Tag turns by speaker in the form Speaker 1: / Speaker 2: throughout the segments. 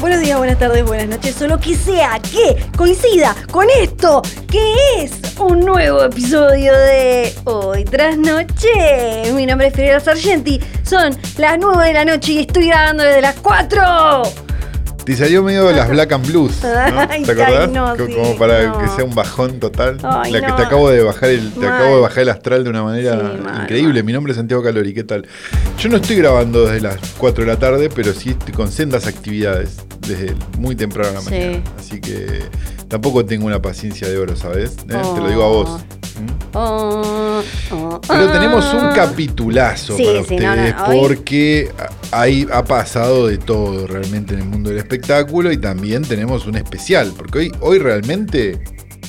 Speaker 1: Buenos días, buenas tardes, buenas noches, solo que sea que coincida con esto, que es un nuevo episodio de Hoy tras Noche. Mi nombre es Fidel Sargenti, son las 9 de la noche y estoy grabando desde las 4.
Speaker 2: Eh, Te salió medio de las Black and Blues. ¿no?
Speaker 1: Ay,
Speaker 2: ¿Te
Speaker 1: ay,
Speaker 2: acordás?
Speaker 1: no,
Speaker 2: Co-
Speaker 1: sí,
Speaker 2: Como para
Speaker 1: no.
Speaker 2: que sea un bajón total.
Speaker 1: Ay,
Speaker 2: la que
Speaker 1: no.
Speaker 2: te acabo de bajar el, te
Speaker 1: Mal.
Speaker 2: acabo de bajar el astral de una manera
Speaker 1: Sí, mal,
Speaker 2: increíble. Mi nombre es Santiago Calori, ¿qué tal? Yo no estoy grabando desde las 4 de la tarde, pero sí estoy con sendas actividades desde muy temprano a la
Speaker 1: Sí.
Speaker 2: mañana. Así que tampoco tengo una paciencia de oro, ¿sabes? ¿Eh? Te
Speaker 1: Oh.
Speaker 2: lo digo a vos. ¿Mm?
Speaker 1: Oh, oh,
Speaker 2: Pero
Speaker 1: ah.
Speaker 2: tenemos un capitulazo
Speaker 1: Sí,
Speaker 2: para
Speaker 1: sí, no,
Speaker 2: ustedes
Speaker 1: no, hoy-
Speaker 2: porque ahí ha pasado de todo realmente en el mundo del espectáculo y también tenemos un especial, porque hoy, hoy realmente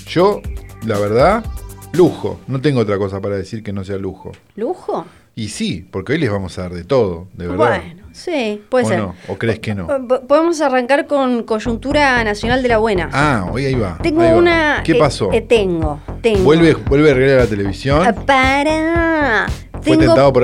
Speaker 2: yo, la verdad, lujo. No tengo otra cosa para decir que no sea lujo.
Speaker 1: ¿Lujo?
Speaker 2: Y sí, porque hoy les vamos a dar de todo, de verdad.
Speaker 1: Bueno, sí, puede
Speaker 2: ¿O
Speaker 1: ser.
Speaker 2: no? ¿O crees que no?
Speaker 1: Po- Podemos arrancar con coyuntura nacional de la buena.
Speaker 2: Ah, hoy ahí va.
Speaker 1: tengo
Speaker 2: ahí va.
Speaker 1: una.
Speaker 2: ¿Qué
Speaker 1: eh,
Speaker 2: pasó?
Speaker 1: eh, tengo, tengo.
Speaker 2: Vuelve, vuelve a arreglar la televisión.
Speaker 1: Ah, Para.
Speaker 2: Fue
Speaker 1: Tengo
Speaker 2: tentado por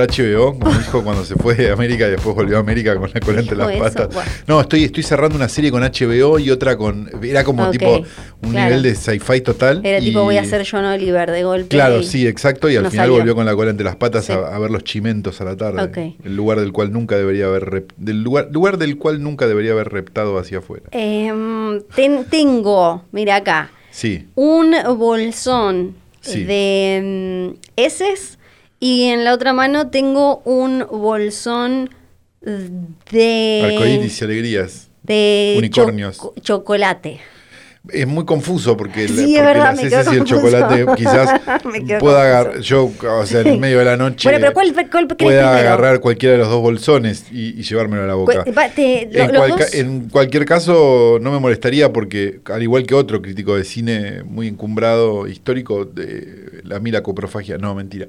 Speaker 2: HBO, como dijo cuando se fue de América y después volvió a América con la cola entre
Speaker 1: Dijo
Speaker 2: las
Speaker 1: eso,
Speaker 2: patas.
Speaker 1: bueno.
Speaker 2: No, estoy, estoy cerrando una serie con HBO y otra con. Era como
Speaker 1: Ok,
Speaker 2: tipo un
Speaker 1: claro.
Speaker 2: nivel de sci-fi total.
Speaker 1: Era
Speaker 2: y-
Speaker 1: tipo, voy a ser John Oliver de golpe.
Speaker 2: Claro,
Speaker 1: y-
Speaker 2: sí, exacto. Y al
Speaker 1: No
Speaker 2: final
Speaker 1: salió.
Speaker 2: volvió con la cola entre las patas
Speaker 1: Sí.
Speaker 2: a, a ver los chimentos a la tarde.
Speaker 1: Ok.
Speaker 2: El lugar del cual nunca debería haber. rep- del lugar, lugar del cual nunca debería haber reptado hacia afuera.
Speaker 1: Em, ten- tengo, mira acá,
Speaker 2: Sí.
Speaker 1: un bolsón
Speaker 2: Sí.
Speaker 1: de em, heces y en la otra mano tengo un bolsón de.
Speaker 2: Arcoíris y alegrías.
Speaker 1: De
Speaker 2: Unicornios.
Speaker 1: choco- chocolate.
Speaker 2: Es muy confuso porque, el-
Speaker 1: Sí, es
Speaker 2: porque
Speaker 1: verdad,
Speaker 2: las
Speaker 1: me quedo
Speaker 2: heces y el
Speaker 1: confuso.
Speaker 2: chocolate quizás
Speaker 1: Me quedo
Speaker 2: pueda
Speaker 1: confuso.
Speaker 2: agarrar, yo, o sea, en el medio de la noche,
Speaker 1: Bueno, pero ¿cuál- cuál crees
Speaker 2: pueda
Speaker 1: primero?
Speaker 2: agarrar cualquiera de los dos bolsones y, y llevármelo a la boca.
Speaker 1: Cu- va, te- lo-
Speaker 2: en,
Speaker 1: los
Speaker 2: cualca-
Speaker 1: dos-
Speaker 2: en cualquier caso, no me molestaría porque, al igual que otro crítico de cine muy encumbrado, histórico, de, a mí la coprofagia, no, mentira.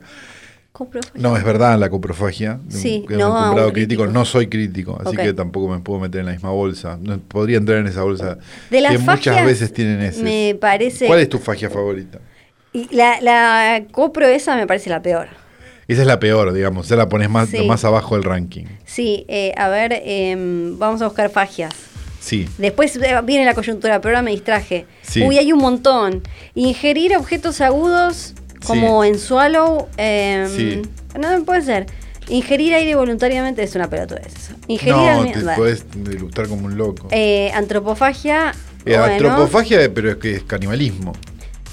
Speaker 1: Compro-
Speaker 2: No, es verdad la coprofagia. de un-
Speaker 1: Sí,
Speaker 2: que es
Speaker 1: no
Speaker 2: un
Speaker 1: a un
Speaker 2: encumbrado
Speaker 1: crítico.
Speaker 2: crítico. No soy crítico, así
Speaker 1: Ok.
Speaker 2: que tampoco me puedo meter en la misma bolsa. No, podría entrar en esa bolsa
Speaker 1: De las
Speaker 2: que muchas
Speaker 1: fagias,
Speaker 2: veces tienen ese.
Speaker 1: me parece-
Speaker 2: ¿Cuál es tu fagia favorita?
Speaker 1: Y la, la copro esa me parece la peor.
Speaker 2: Esa es la peor, digamos. Esa la pones más,
Speaker 1: Sí.
Speaker 2: más abajo del ranking.
Speaker 1: Sí, eh, a ver, em, vamos a buscar fagias.
Speaker 2: Sí.
Speaker 1: Después eh, viene la coyuntura, pero ahora me distraje.
Speaker 2: Sí.
Speaker 1: Uy, hay un montón. Ingerir objetos agudos, como
Speaker 2: Sí.
Speaker 1: en Swallow. em,
Speaker 2: Sí.
Speaker 1: No, puede ser. Ingerir aire voluntariamente es una pelotudez. eso. Ingerir
Speaker 2: No,
Speaker 1: almi-
Speaker 2: te
Speaker 1: bueno.
Speaker 2: podés ilustrar como un loco.
Speaker 1: Eh, antropofagia.
Speaker 2: Eh,
Speaker 1: bueno.
Speaker 2: Antropofagia, pero es que es canibalismo.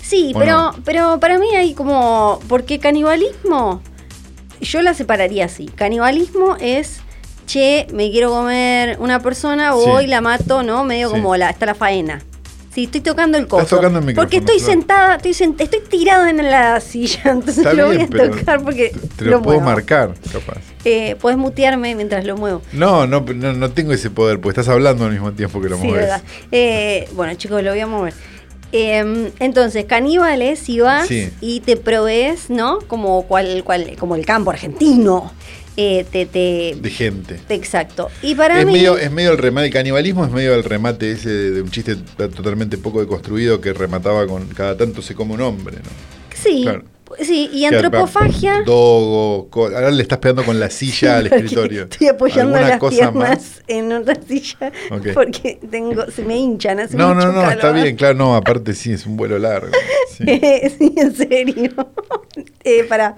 Speaker 1: Sí,
Speaker 2: ¿O
Speaker 1: pero,
Speaker 2: no?
Speaker 1: pero para mí hay como. Porque canibalismo. Yo la separaría así. Canibalismo es. Che, me quiero comer una persona,
Speaker 2: Sí.
Speaker 1: voy, la mato, ¿no? Medio
Speaker 2: Sí.
Speaker 1: como la, está la faena. Sí, estoy tocando el coso.
Speaker 2: tocando el micrófono,
Speaker 1: Porque estoy
Speaker 2: claro.
Speaker 1: sentada, estoy, sent- estoy tirada en la silla, entonces
Speaker 2: Está
Speaker 1: lo voy
Speaker 2: bien,
Speaker 1: a
Speaker 2: pero
Speaker 1: tocar porque
Speaker 2: te- te lo, puedo
Speaker 1: muevo.
Speaker 2: marcar, capaz.
Speaker 1: Eh, Puedes mutearme mientras lo muevo.
Speaker 2: No, no, no, no tengo ese poder, porque estás hablando al mismo tiempo que lo
Speaker 1: Sí,
Speaker 2: mueves.
Speaker 1: verdad. Eh, bueno, chicos, lo voy a mover. Eh, entonces, caníbales, si vas
Speaker 2: Sí.
Speaker 1: y te provees, ¿no? Como, cual, cual, como el campo argentino. Eh, te, te-
Speaker 2: De gente.
Speaker 1: Exacto. Y para
Speaker 2: Es
Speaker 1: mí.
Speaker 2: medio, eh, es medio el remate, el canibalismo es medio el remate ese de, de un chiste t- totalmente poco deconstruido que remataba con cada tanto se come un hombre, ¿no?
Speaker 1: sí.
Speaker 2: claro.
Speaker 1: Sí, y
Speaker 2: Que al-
Speaker 1: antropofagia.
Speaker 2: Dogo, co- ahora le estás pegando con la silla al
Speaker 1: porque
Speaker 2: escritorio.
Speaker 1: Estoy apoyando
Speaker 2: ¿Alguna
Speaker 1: las
Speaker 2: cosa
Speaker 1: piernas
Speaker 2: más?
Speaker 1: en otra silla
Speaker 2: Ok.
Speaker 1: porque tengo, se me hinchan. Hace
Speaker 2: No,
Speaker 1: mucho
Speaker 2: no, no, está
Speaker 1: calor.
Speaker 2: bien, claro, no, aparte sí, es un vuelo largo. sí.
Speaker 1: Eh, Sí, en serio. Eh, pará.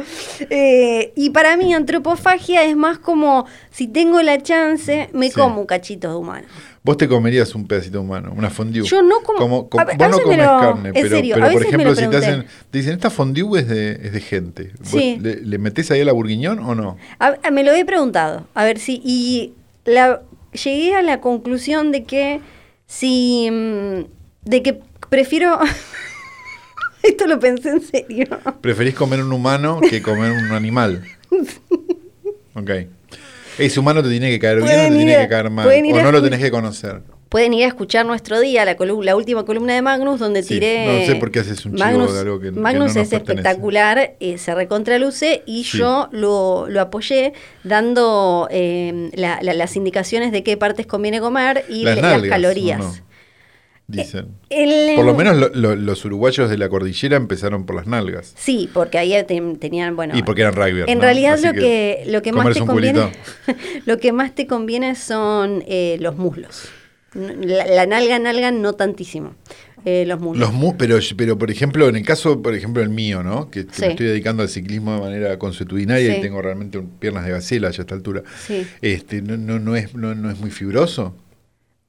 Speaker 1: Eh, y para mí, antropofagia es más como si tengo la chance, me
Speaker 2: Sí.
Speaker 1: como un cachito de humano.
Speaker 2: Vos te comerías un pedacito humano, una fondue.
Speaker 1: Yo no como- a ver,
Speaker 2: vos
Speaker 1: a
Speaker 2: no
Speaker 1: veces
Speaker 2: comes
Speaker 1: me lo-
Speaker 2: carne,
Speaker 1: en
Speaker 2: pero,
Speaker 1: serio, a
Speaker 2: pero por
Speaker 1: veces me
Speaker 2: ejemplo,
Speaker 1: lo
Speaker 2: si te
Speaker 1: pregunté.
Speaker 2: hacen. Te dicen, esta fondue es de, es de gente. ¿Vos
Speaker 1: Sí.
Speaker 2: ¿Le, le metés ahí a la burguiñón o no?
Speaker 1: A- a- me lo he preguntado, a ver si. Y la, llegué a la conclusión de que si. mm, de que prefiero. Esto lo pensé en serio.
Speaker 2: ¿Preferís comer un humano que comer un animal? Ok. Ese humano te tiene que caer bien o
Speaker 1: Pueden
Speaker 2: te
Speaker 1: ir
Speaker 2: tiene
Speaker 1: a-
Speaker 2: que caer mal.
Speaker 1: pueden ir
Speaker 2: O
Speaker 1: a
Speaker 2: no lo
Speaker 1: escu-
Speaker 2: tenés que conocer.
Speaker 1: Pueden ir a escuchar nuestro día, la, colu- la última columna de Magnus, donde
Speaker 2: Sí,
Speaker 1: tiré.
Speaker 2: no sé por qué haces un chivo
Speaker 1: Magnus,
Speaker 2: de algo que- que no
Speaker 1: Magnus
Speaker 2: nos
Speaker 1: es
Speaker 2: pertenece.
Speaker 1: espectacular, eh, se recontraluce y
Speaker 2: Sí.
Speaker 1: yo lo, lo apoyé dando eh, la- la- las indicaciones de qué partes conviene comer y le- las,
Speaker 2: nalgas, ¿o
Speaker 1: calorías. Eh,
Speaker 2: no? Dicen.
Speaker 1: El-
Speaker 2: Por lo menos lo- lo- los uruguayos de la cordillera empezaron por las nalgas.
Speaker 1: Sí, porque ahí ten- tenían, bueno.
Speaker 2: y porque eran rugby.
Speaker 1: En realidad lo que, lo que más
Speaker 2: comerse
Speaker 1: te
Speaker 2: un
Speaker 1: conviene
Speaker 2: culito.
Speaker 1: lo que más te conviene son eh, los muslos. La, la nalga, nalga, no tantísimo. Eh, los muslos.
Speaker 2: Los mu- pero, pero por ejemplo, en el caso, por ejemplo, el mío, ¿no? Que, que
Speaker 1: Sí.
Speaker 2: me estoy dedicando al ciclismo de manera consuetudinaria
Speaker 1: Sí.
Speaker 2: y tengo realmente un- piernas de gacela ya a esta altura.
Speaker 1: Sí.
Speaker 2: Este, no, no, no es, no, no es muy fibroso.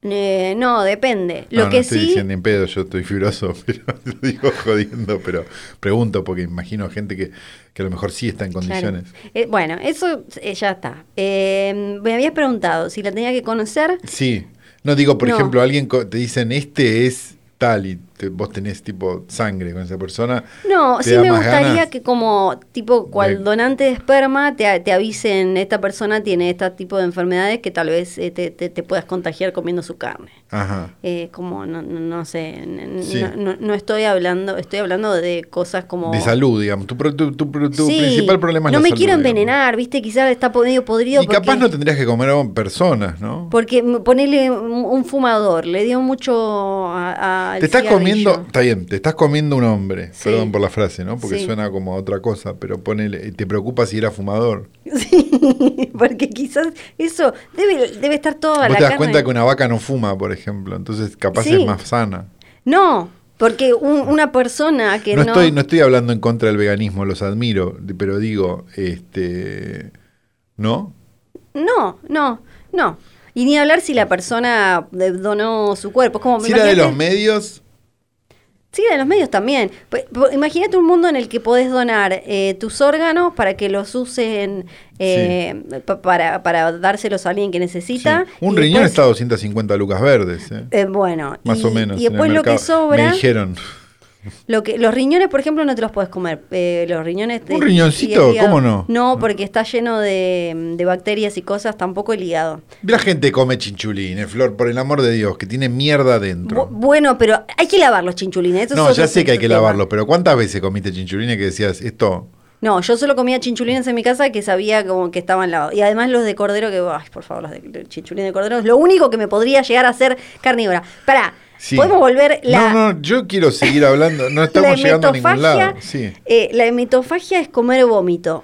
Speaker 1: Eh, no, depende. Lo
Speaker 2: no,
Speaker 1: que
Speaker 2: no estoy
Speaker 1: sí.
Speaker 2: diciendo en pedo, yo estoy fibroso, pero lo digo jodiendo, pero pregunto porque imagino gente que, que a lo mejor sí está en
Speaker 1: claro.
Speaker 2: condiciones.
Speaker 1: Eh, bueno, eso eh, ya está. Eh, me habías preguntado si la tenía que conocer.
Speaker 2: Sí. No digo, por
Speaker 1: No.
Speaker 2: ejemplo, alguien co- te dicen, este es tal y te- vos tenés tipo sangre con esa persona.
Speaker 1: No,
Speaker 2: ¿Te
Speaker 1: sí
Speaker 2: da
Speaker 1: me
Speaker 2: más
Speaker 1: gustaría
Speaker 2: ganas?
Speaker 1: que como tipo cual
Speaker 2: De-
Speaker 1: donante de esperma te, a- te avisen, esta persona tiene este tipo de enfermedades que tal vez eh, te- te- te puedas contagiar comiendo su carne.
Speaker 2: Ajá.
Speaker 1: Eh, como no, no, no sé, n- n-
Speaker 2: Sí.
Speaker 1: no, no- no estoy hablando, estoy hablando de cosas como...
Speaker 2: De salud, digamos. Tu, pro- tu- tu- tu
Speaker 1: Sí,
Speaker 2: principal problema es
Speaker 1: No
Speaker 2: la
Speaker 1: me
Speaker 2: salud,
Speaker 1: quiero
Speaker 2: digamos.
Speaker 1: envenenar, viste, quizás está po- medio podrido
Speaker 2: Y
Speaker 1: porque,
Speaker 2: capaz no tendrías que comer a personas, ¿no?
Speaker 1: porque m- ponele un, un fumador, le dio mucho a, a- al
Speaker 2: Te estás
Speaker 1: cigarrillo.
Speaker 2: comiendo, está bien, te estás comiendo un hombre,
Speaker 1: Sí.
Speaker 2: perdón por la frase, ¿no? Porque
Speaker 1: Sí.
Speaker 2: suena como a otra cosa, pero ponele, eh, te preocupa si era fumador.
Speaker 1: Sí, porque quizás eso debe, debe estar toda
Speaker 2: Vos
Speaker 1: la
Speaker 2: te das
Speaker 1: carne-
Speaker 2: cuenta que una vaca no fuma, por ejemplo, entonces capaz
Speaker 1: Sí.
Speaker 2: es más sana.
Speaker 1: No, porque un- una persona que
Speaker 2: no,
Speaker 1: no...
Speaker 2: Estoy, no estoy hablando en contra del veganismo, los admiro, de- pero digo, este. ¿No?
Speaker 1: No, no, no. Y ni hablar si la persona de- donó su cuerpo. Es como,
Speaker 2: Si era de los
Speaker 1: imagínate-
Speaker 2: medios,
Speaker 1: Sí, de los medios también. P- p- Imagínate un mundo en el que podés donar eh, tus órganos para que los usen eh, pa- para, para dárselos a alguien que necesita.
Speaker 2: sí. un
Speaker 1: y
Speaker 2: riñón
Speaker 1: después-
Speaker 2: está a 250 lucas verdes, ¿eh?
Speaker 1: eh, bueno,
Speaker 2: más
Speaker 1: y-
Speaker 2: o menos.
Speaker 1: Y
Speaker 2: en el
Speaker 1: después lo que
Speaker 2: mercado.
Speaker 1: sobra,
Speaker 2: Me dijeron,
Speaker 1: lo que, los riñones, por ejemplo, no te los puedes comer. eh, los riñones. de-
Speaker 2: ¿Un riñoncito?
Speaker 1: y el hígado.
Speaker 2: ¿Cómo no?
Speaker 1: No, porque está lleno de, de bacterias y cosas, tampoco el hígado.
Speaker 2: la gente come chinchulines, Flor, por el amor de Dios, que tiene mierda adentro.
Speaker 1: Bu- bueno, pero hay que lavar los chinchulines. eso es
Speaker 2: No,
Speaker 1: otro
Speaker 2: ya sé que hay que
Speaker 1: tema.
Speaker 2: lavarlo, pero ¿cuántas veces comiste chinchulines que decías esto?
Speaker 1: No, yo solo comía chinchulines en mi casa que sabía como que estaban lavados. Y además los de cordero que, ay, por favor, los de los chinchulines de cordero es lo único que me podría llegar a hacer carnívora. Pará,
Speaker 2: Sí.
Speaker 1: podemos volver la
Speaker 2: No, no, yo quiero seguir hablando, no
Speaker 1: la
Speaker 2: estamos llegando a ningún
Speaker 1: hematofagia,
Speaker 2: lado. Sí.
Speaker 1: eh, la hematofagia es comer vómito.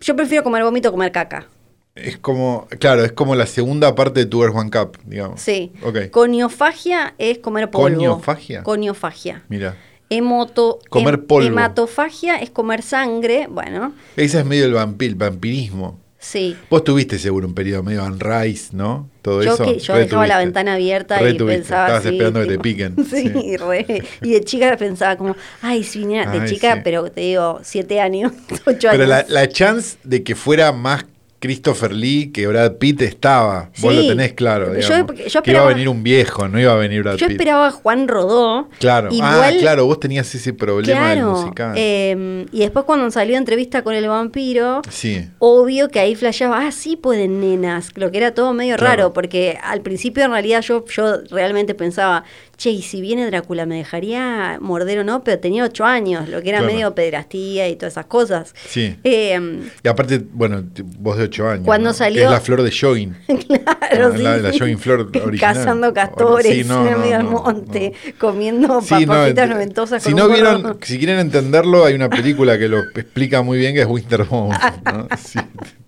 Speaker 1: Yo prefiero comer vómito a comer caca.
Speaker 2: Es como, claro, es como la segunda parte de tu Air One Cup, digamos.
Speaker 1: Sí.
Speaker 2: Ok.
Speaker 1: Coniofagia es comer polvo.
Speaker 2: ¿Coniofagia?
Speaker 1: Coniofagia.
Speaker 2: Mira.
Speaker 1: Hemoto,
Speaker 2: Comer
Speaker 1: hem-
Speaker 2: polvo.
Speaker 1: Hematofagia es comer sangre. Bueno,
Speaker 2: Ese es medio el vampir, vampirismo.
Speaker 1: sí.
Speaker 2: Vos tuviste seguro un periodo medio Van Rice, ¿no? Todo
Speaker 1: Yo,
Speaker 2: eso.
Speaker 1: que- yo
Speaker 2: Re
Speaker 1: dejaba la
Speaker 2: tuviste.
Speaker 1: ventana abierta
Speaker 2: Re
Speaker 1: y
Speaker 2: tuviste.
Speaker 1: pensaba
Speaker 2: Estabas
Speaker 1: así,
Speaker 2: esperando que te
Speaker 1: tipo,
Speaker 2: piquen.
Speaker 1: Sí,
Speaker 2: Sí.
Speaker 1: re. Y de chica pensaba como, ay, si viniera de
Speaker 2: Ay,
Speaker 1: chica,
Speaker 2: sí.
Speaker 1: pero te digo, siete años, ocho
Speaker 2: Pero
Speaker 1: años.
Speaker 2: la, la chance de que fuera más Christopher Lee que Brad Pitt estaba. Vos
Speaker 1: Sí.
Speaker 2: lo tenés claro.
Speaker 1: Yo-
Speaker 2: digamos.
Speaker 1: porque yo
Speaker 2: que iba a
Speaker 1: esperaba-
Speaker 2: venir un viejo, no iba a venir Brad
Speaker 1: yo
Speaker 2: Pitt.
Speaker 1: esperaba a Juan Rodó.
Speaker 2: Claro.
Speaker 1: Igual,
Speaker 2: ah, claro, vos tenías ese problema
Speaker 1: claro,
Speaker 2: del musical.
Speaker 1: eh, y después cuando salió entrevista con el vampiro,
Speaker 2: sí.
Speaker 1: obvio que ahí flasheaba, ah, sí pueden nenas, lo que era todo medio
Speaker 2: Claro.
Speaker 1: raro, porque al principio en realidad yo, yo realmente pensaba, che, y si viene Drácula, ¿me dejaría morder o no? Pero tenía ocho años, lo que era
Speaker 2: Claro.
Speaker 1: medio pedrastía y todas esas cosas.
Speaker 2: Sí.
Speaker 1: Eh,
Speaker 2: Y aparte, bueno, t- vos de 8 años.
Speaker 1: Cuando
Speaker 2: ¿no? Que
Speaker 1: salió-
Speaker 2: Es la flor de jogging.
Speaker 1: claro,
Speaker 2: La- la
Speaker 1: sí.
Speaker 2: Jogging Flor original.
Speaker 1: Cazando castores,
Speaker 2: Sí, no, no,
Speaker 1: medio al
Speaker 2: no,
Speaker 1: monte, comiendo
Speaker 2: Sí, no,
Speaker 1: papajitas
Speaker 2: ent-
Speaker 1: noventosas
Speaker 2: si
Speaker 1: con
Speaker 2: no
Speaker 1: un gorro.
Speaker 2: vieron, si quieren entenderlo, hay una película que lo explica muy bien que es Winterbourne. ¿no? Sí,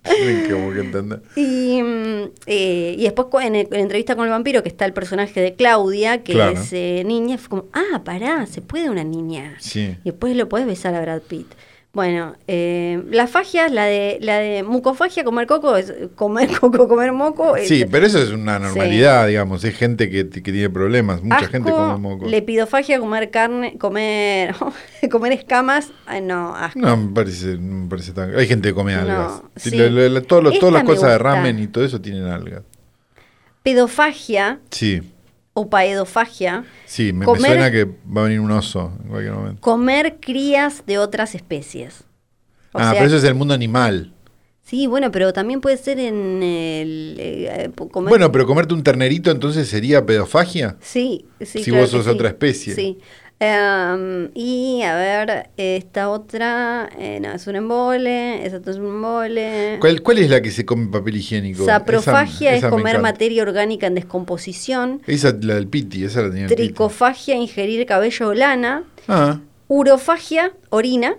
Speaker 2: tienen que, como que entender.
Speaker 1: Y, mm, eh, y después cu- en, el- en entrevista con el vampiro, que está el personaje de Claudia, que
Speaker 2: Claro.
Speaker 1: es eh, niña, fue como, ah, pará, se puede una niña.
Speaker 2: Sí.
Speaker 1: Y después lo podés besar a Brad Pitt. Bueno, eh, las fagias, la de, la de mucofagia, comer coco, es eh, comer coco, comer moco. es-
Speaker 2: Sí, pero eso es una normalidad, digamos. Es gente que, que tiene problemas. Mucha gente
Speaker 1: asco,
Speaker 2: come moco.
Speaker 1: Lepidofagia, comer carne, comer, comer escamas, ay, no, asco.
Speaker 2: No, me parece, no me parece tan. Hay gente que come
Speaker 1: No,
Speaker 2: algas. Sí,
Speaker 1: sí.
Speaker 2: lo- lo- lo- todo lo-
Speaker 1: Esta
Speaker 2: todas las
Speaker 1: me
Speaker 2: cosas de
Speaker 1: gusta.
Speaker 2: ramen y todo eso tienen algas.
Speaker 1: Pedofagia
Speaker 2: Sí,
Speaker 1: o paedofagia,
Speaker 2: sí, me, me
Speaker 1: Comer-
Speaker 2: suena que va a venir un oso en cualquier momento.
Speaker 1: comer crías de otras especies. O
Speaker 2: ah,
Speaker 1: sea,
Speaker 2: pero eso es el mundo animal.
Speaker 1: Sí, bueno, pero también puede ser en el... eh, eh, comer-
Speaker 2: Bueno, pero comerte un ternerito entonces sería pedofagia.
Speaker 1: Sí, sí.
Speaker 2: Si
Speaker 1: claro
Speaker 2: vos
Speaker 1: que
Speaker 2: sos
Speaker 1: sí.
Speaker 2: otra especie.
Speaker 1: Sí. Em, y a ver, esta otra, eh, no, es un embole, esa otra es un embole.
Speaker 2: ¿Cuál, cuál es la que se come en papel higiénico? Esa-
Speaker 1: Saprofagia
Speaker 2: esa
Speaker 1: es
Speaker 2: me
Speaker 1: comer
Speaker 2: encanta.
Speaker 1: materia orgánica en descomposición.
Speaker 2: Esa es la del piti, esa la tenía el piti.
Speaker 1: Tricofagia, ingerir cabello o lana.
Speaker 2: Ah,
Speaker 1: Urofagia, orina.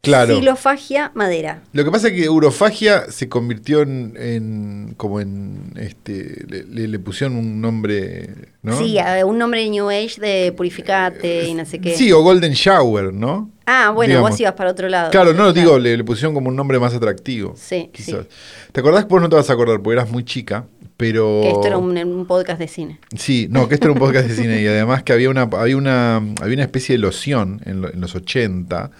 Speaker 2: claro.
Speaker 1: Silofagia, madera.
Speaker 2: Lo que pasa es que urofagia se convirtió en, en- como en este le, le- le pusieron un nombre, ¿no?
Speaker 1: Sí, a ver, un nombre de New Age de purificate y no sé qué.
Speaker 2: Sí, o Golden Shower, ¿no?
Speaker 1: ah, bueno,
Speaker 2: digamos.
Speaker 1: vos ibas para otro lado.
Speaker 2: Claro, no lo digo, le, le pusieron como un nombre más atractivo.
Speaker 1: Sí,
Speaker 2: Quizás.
Speaker 1: sí.
Speaker 2: ¿Te acordás? Vos no te vas a acordar porque eras muy chica, pero.
Speaker 1: Que esto era un, un podcast de cine.
Speaker 2: Sí, no, que esto era un podcast de cine y además que había una, había una, había una especie de loción en, lo- en los 80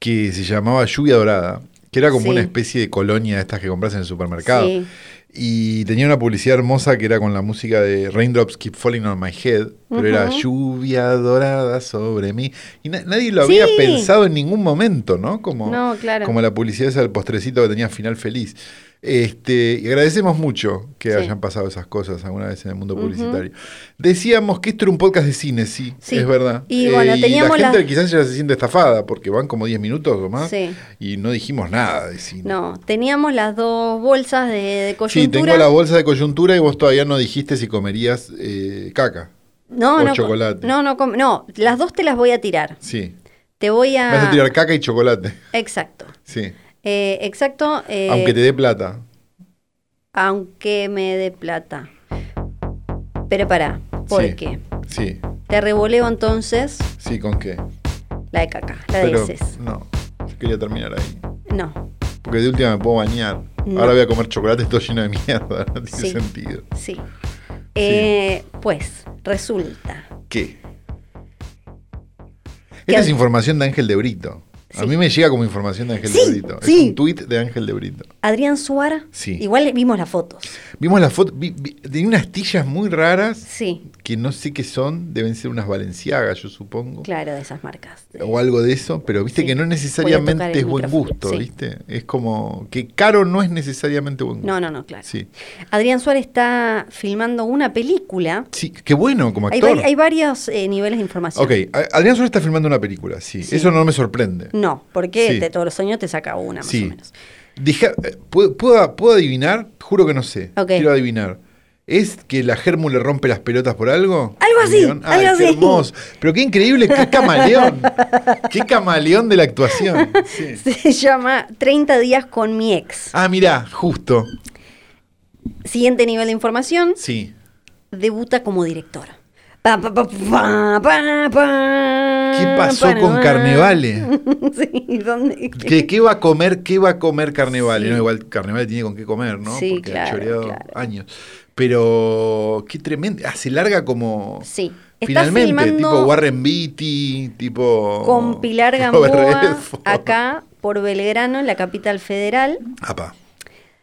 Speaker 2: que se llamaba lluvia dorada, que era como
Speaker 1: Sí.
Speaker 2: una especie de colonia de estas que compras en el supermercado.
Speaker 1: Sí.
Speaker 2: Y tenía una publicidad hermosa que era con la música de Raindrops Keep Falling on My Head, pero era
Speaker 1: Ujú.
Speaker 2: lluvia dorada sobre mí. Y na- nadie lo había
Speaker 1: Sí.
Speaker 2: pensado en ningún momento, ¿no? Como,
Speaker 1: No, claro.
Speaker 2: como la publicidad esa del postrecito que tenía final feliz. Este, y agradecemos mucho que
Speaker 1: Sí.
Speaker 2: hayan pasado esas cosas alguna vez en el mundo publicitario. Decíamos que esto era un podcast de cine, sí,
Speaker 1: Sí.
Speaker 2: es verdad. Eh,
Speaker 1: Y bueno, teníamos
Speaker 2: la gente
Speaker 1: las-
Speaker 2: quizás ya se siente estafada porque van como 10 minutos o más
Speaker 1: Sí.
Speaker 2: y no dijimos nada de cine.
Speaker 1: No, teníamos las dos bolsas de, de
Speaker 2: Sí,
Speaker 1: coyuntura.
Speaker 2: tengo la bolsa de coyuntura y vos todavía no dijiste si comerías eh, caca.
Speaker 1: no,
Speaker 2: o
Speaker 1: no,
Speaker 2: chocolate.
Speaker 1: No, no, com- no, las dos te las voy a tirar.
Speaker 2: Sí.
Speaker 1: Te voy a.
Speaker 2: Vas a tirar caca y chocolate.
Speaker 1: Exacto.
Speaker 2: Sí.
Speaker 1: Eh, exacto. eh,
Speaker 2: Aunque te dé plata.
Speaker 1: aunque me dé plata. Pero pará, porque qué?
Speaker 2: Sí.
Speaker 1: te revoleo entonces
Speaker 2: Sí, ¿con qué?
Speaker 1: la de caca, la
Speaker 2: Pero
Speaker 1: de heces.
Speaker 2: no. Yo quería terminar ahí.
Speaker 1: No,
Speaker 2: Porque de última me puedo bañar.
Speaker 1: No.
Speaker 2: Ahora voy a comer chocolate, estoy lleno de mierda. No tiene
Speaker 1: Sí.
Speaker 2: sentido.
Speaker 1: sí. Eh, pues, resulta.
Speaker 2: ¿Qué?
Speaker 1: ¿Qué?
Speaker 2: Esta es información de Ángel de Brito. A
Speaker 1: Sí.
Speaker 2: mí me llega como información de Ángel
Speaker 1: Sí,
Speaker 2: de Brito.
Speaker 1: sí.
Speaker 2: Es un tuit de Ángel de Brito.
Speaker 1: Adrián Suárez.
Speaker 2: Sí.
Speaker 1: Igual vimos las fotos.
Speaker 2: Vimos la foto. vi- vi- tenía unas tillas muy raras.
Speaker 1: Sí,
Speaker 2: que no sé qué son, deben ser unas valenciagas, yo supongo,
Speaker 1: claro, de esas marcas.
Speaker 2: o algo de eso, pero viste
Speaker 1: Sí.
Speaker 2: que
Speaker 1: Voy
Speaker 2: no
Speaker 1: a tocar el
Speaker 2: necesariamente es buen
Speaker 1: micrófono,
Speaker 2: gusto,
Speaker 1: sí.
Speaker 2: ¿viste? Es como que caro no es necesariamente buen gusto.
Speaker 1: No, no, no, claro.
Speaker 2: Sí,
Speaker 1: Adrián Suárez está filmando una película.
Speaker 2: sí qué bueno como
Speaker 1: Hay,
Speaker 2: actor.
Speaker 1: vari- hay varios eh, niveles de información.
Speaker 2: ok, a- Adrián Suárez está filmando una película, sí,
Speaker 1: Sí.
Speaker 2: eso no me sorprende.
Speaker 1: No, porque
Speaker 2: Sí.
Speaker 1: te- todos los años te saca una, más
Speaker 2: sí.
Speaker 1: o menos.
Speaker 2: Deja- eh, ¿puedo, puedo, puedo adivinar? Juro que no sé,
Speaker 1: Ok.
Speaker 2: quiero adivinar. ¿Es que la Germu le rompe las pelotas por algo?
Speaker 1: Algo así,
Speaker 2: ¿El guión? Ay,
Speaker 1: algo
Speaker 2: qué
Speaker 1: así.
Speaker 2: hermoso. Pero qué increíble, qué camaleón. qué camaleón de la actuación. Sí.
Speaker 1: Se llama 30 días con mi ex.
Speaker 2: Ah, mirá, justo.
Speaker 1: Siguiente nivel de información,
Speaker 2: Sí.
Speaker 1: debuta como director. Pa, pa, pa, pa, pa, pa,
Speaker 2: ¿Qué pasó
Speaker 1: pa,
Speaker 2: con
Speaker 1: pa.
Speaker 2: Carnevale?
Speaker 1: sí, ¿dónde?
Speaker 2: ¿Qué, qué va a comer? ¿Qué va a comer Carnevale?
Speaker 1: Sí.
Speaker 2: No, igual Carnevale tiene con qué comer, ¿no?
Speaker 1: Sí,
Speaker 2: Porque ha
Speaker 1: claro,
Speaker 2: choreado
Speaker 1: claro.
Speaker 2: años. Pero qué tremendo. Ah, se larga como.
Speaker 1: Sí. Está
Speaker 2: Finalmente, tipo
Speaker 1: filmando
Speaker 2: Warren Beatty, tipo.
Speaker 1: con Pilar
Speaker 2: Robert
Speaker 1: Gamboa
Speaker 2: Redford.
Speaker 1: acá por Belgrano, en la capital federal.
Speaker 2: Apa.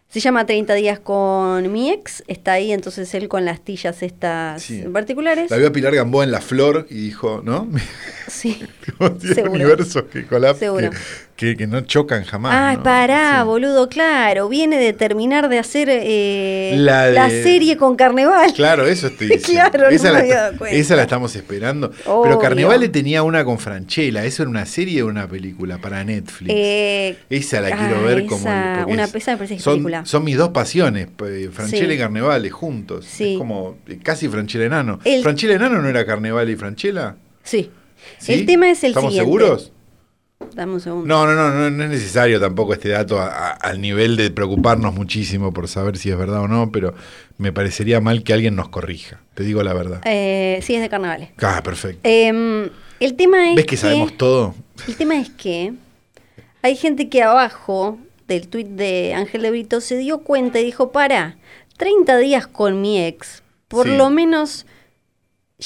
Speaker 1: Se llama 30 días con mi ex. Está ahí entonces él con las tillas estas
Speaker 2: Sí.
Speaker 1: particulares.
Speaker 2: La vio a Pilar Gamboa en La Flor y dijo, ¿no?
Speaker 1: Sí.
Speaker 2: Como tiene
Speaker 1: Seguro.
Speaker 2: universos que colapsan.
Speaker 1: Seguro.
Speaker 2: Que, que- que no chocan jamás.
Speaker 1: Ay,
Speaker 2: ¿no?
Speaker 1: Ah, pará,
Speaker 2: Sí.
Speaker 1: boludo, claro. Viene de terminar de hacer eh, la,
Speaker 2: La de-
Speaker 1: serie con Carnaval.
Speaker 2: Claro, eso estoy diciendo.
Speaker 1: Claro, no
Speaker 2: esa,
Speaker 1: me
Speaker 2: la,
Speaker 1: había dado cuenta.
Speaker 2: esa la estamos esperando.
Speaker 1: Obvio.
Speaker 2: Pero Carnevale tenía una con Franchella. ¿Eso era una serie o una película para Netflix?
Speaker 1: Eh,
Speaker 2: esa la
Speaker 1: ah,
Speaker 2: quiero ver como.
Speaker 1: esa-
Speaker 2: porque
Speaker 1: una-
Speaker 2: es-
Speaker 1: esa me parece que es
Speaker 2: son,
Speaker 1: película.
Speaker 2: Son mis dos pasiones, eh, Franchella
Speaker 1: Sí.
Speaker 2: y Carnevale juntos.
Speaker 1: Sí.
Speaker 2: Es como eh, casi Franchella enano.
Speaker 1: El-
Speaker 2: ¿Franchella enano no era Carnevale y Franchella?
Speaker 1: sí.
Speaker 2: ¿Sí?
Speaker 1: El tema es el
Speaker 2: ¿Estamos
Speaker 1: siguiente.
Speaker 2: seguros?
Speaker 1: Dame un segundo.
Speaker 2: No, no, no, no, no es necesario tampoco este dato a- a- al nivel de preocuparnos muchísimo por saber si es verdad o no, pero me parecería mal que alguien nos corrija. Te digo la verdad.
Speaker 1: Eh, sí, es de carnavales.
Speaker 2: Ah, perfecto.
Speaker 1: Em, el tema es
Speaker 2: ¿Ves que sabemos todo?
Speaker 1: El tema es que hay gente que abajo del tuit de Ángel de Brito se dio cuenta y dijo, para, 30 días con mi ex, por
Speaker 2: Sí.
Speaker 1: lo menos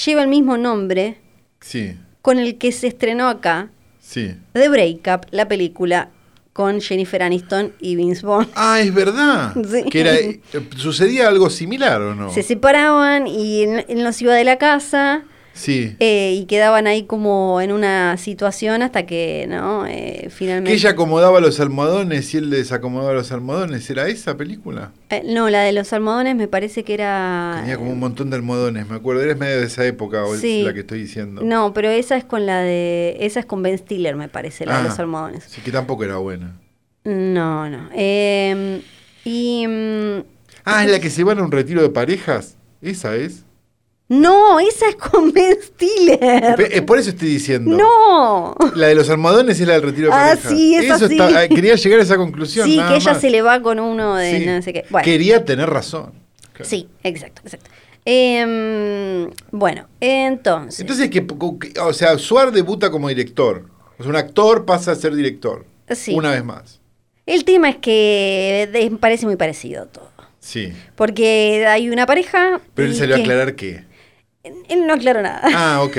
Speaker 1: lleva el mismo nombre
Speaker 2: Sí,
Speaker 1: con el que se estrenó acá,
Speaker 2: sí.
Speaker 1: The Breakup, la película con Jennifer Aniston y Vince Vaughn.
Speaker 2: Ah, es verdad.
Speaker 1: Sí.
Speaker 2: Que era, eh, ¿Sucedía algo similar o no?
Speaker 1: Se separaban y él, él no se iba de la casa
Speaker 2: Sí.
Speaker 1: Eh, y quedaban ahí como en una situación hasta que, ¿no? Eh, finalmente.
Speaker 2: Que ella acomodaba los almohadones y él desacomodaba los almohadones. ¿Era esa película?
Speaker 1: Eh, no, la de los almohadones me parece que era.
Speaker 2: Tenía como un montón de almohadones, me acuerdo. Eres medio de esa época o es
Speaker 1: eh. Sí.
Speaker 2: la que estoy diciendo.
Speaker 1: No, pero esa es con la de. Esa es con Ben Stiller, me parece, la
Speaker 2: Ah,
Speaker 1: de los almohadones.
Speaker 2: Sí, que tampoco era buena.
Speaker 1: No, no. Eh, y. mm,
Speaker 2: Ah, es la que se van a un retiro de parejas. Esa es.
Speaker 1: No, esa es con Ben Stiller.
Speaker 2: Pe- eh, por eso estoy diciendo.
Speaker 1: No.
Speaker 2: La de los almohadones es la del retiro de
Speaker 1: Ah,
Speaker 2: parejas.
Speaker 1: sí, esa
Speaker 2: Eso
Speaker 1: sí.
Speaker 2: está- ah, quería llegar a esa conclusión.
Speaker 1: Sí,
Speaker 2: nada
Speaker 1: que ella
Speaker 2: más.
Speaker 1: se le va con uno de
Speaker 2: Sí.
Speaker 1: no sé qué. Bueno,
Speaker 2: Quería tener razón. Claro.
Speaker 1: sí, exacto, exacto. Em, bueno, entonces,
Speaker 2: Entonces, que, que- o sea, Suar debuta como director. O sea, un actor pasa a ser director.
Speaker 1: Sí.
Speaker 2: Una vez más.
Speaker 1: El tema es que de- parece muy parecido todo.
Speaker 2: Sí.
Speaker 1: Porque hay una pareja.
Speaker 2: Pero él
Speaker 1: y
Speaker 2: salió a
Speaker 1: que-
Speaker 2: aclarar que.
Speaker 1: Él no aclaró nada.
Speaker 2: Ah, ok.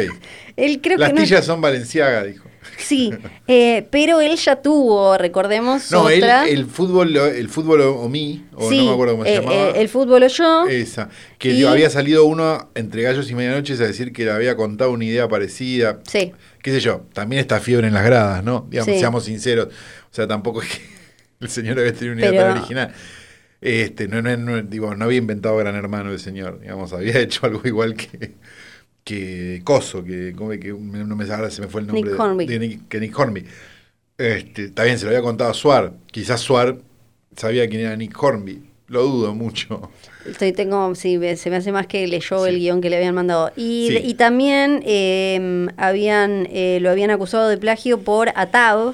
Speaker 1: Él creo
Speaker 2: Las
Speaker 1: que no-
Speaker 2: tillas son valenciaga, dijo.
Speaker 1: Sí, eh, pero él ya tuvo, recordemos,
Speaker 2: No, él,
Speaker 1: otra.
Speaker 2: el fútbol, el fútbol o, o mí, o
Speaker 1: Sí,
Speaker 2: no me acuerdo cómo
Speaker 1: eh,
Speaker 2: se llamaba.
Speaker 1: eh, el fútbol o yo.
Speaker 2: Esa. Que
Speaker 1: Y-
Speaker 2: había salido uno entre gallos y medianoches a decir que le había contado una idea parecida.
Speaker 1: sí.
Speaker 2: Qué sé yo, también está fiebre en las gradas, ¿no? Digamos,
Speaker 1: Sí.
Speaker 2: seamos sinceros. O sea, tampoco es que el señor había tenido una idea
Speaker 1: Pero-
Speaker 2: tan original. Este, no, no, no, digo, no había inventado Gran Hermano el señor, digamos, había hecho algo igual que, que Coso, que, como que me- no me ahora se me fue el nombre
Speaker 1: Nick
Speaker 2: de-
Speaker 1: Hornby.
Speaker 2: de Nick- que Nick Hornby. Este, está bien, se lo había contado a Suar. Quizás Suar sabía quién era Nick Hornby. Lo dudo mucho.
Speaker 1: Estoy, tengo, sí, me- se me hace más que leyó
Speaker 2: Sí.
Speaker 1: el guión que le habían mandado. Y,
Speaker 2: Sí.
Speaker 1: y también eh, habían, eh, lo habían acusado de plagio por Atab,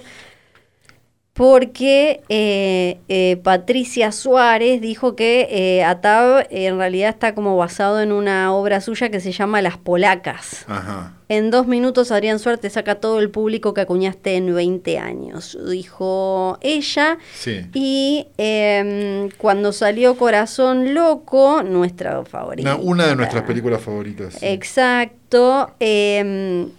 Speaker 1: porque eh, eh, Patricia Suárez dijo que eh, Atab eh, en realidad está como basado en una obra suya que se llama Las Polacas.
Speaker 2: Ajá.
Speaker 1: En dos minutos, Adrián Suárez saca todo el público que acuñaste en 20 años, dijo ella.
Speaker 2: Sí.
Speaker 1: Y em, cuando salió Corazón Loco, nuestra favorita.
Speaker 2: Una, una de nuestras películas favoritas. sí.
Speaker 1: Exacto. em,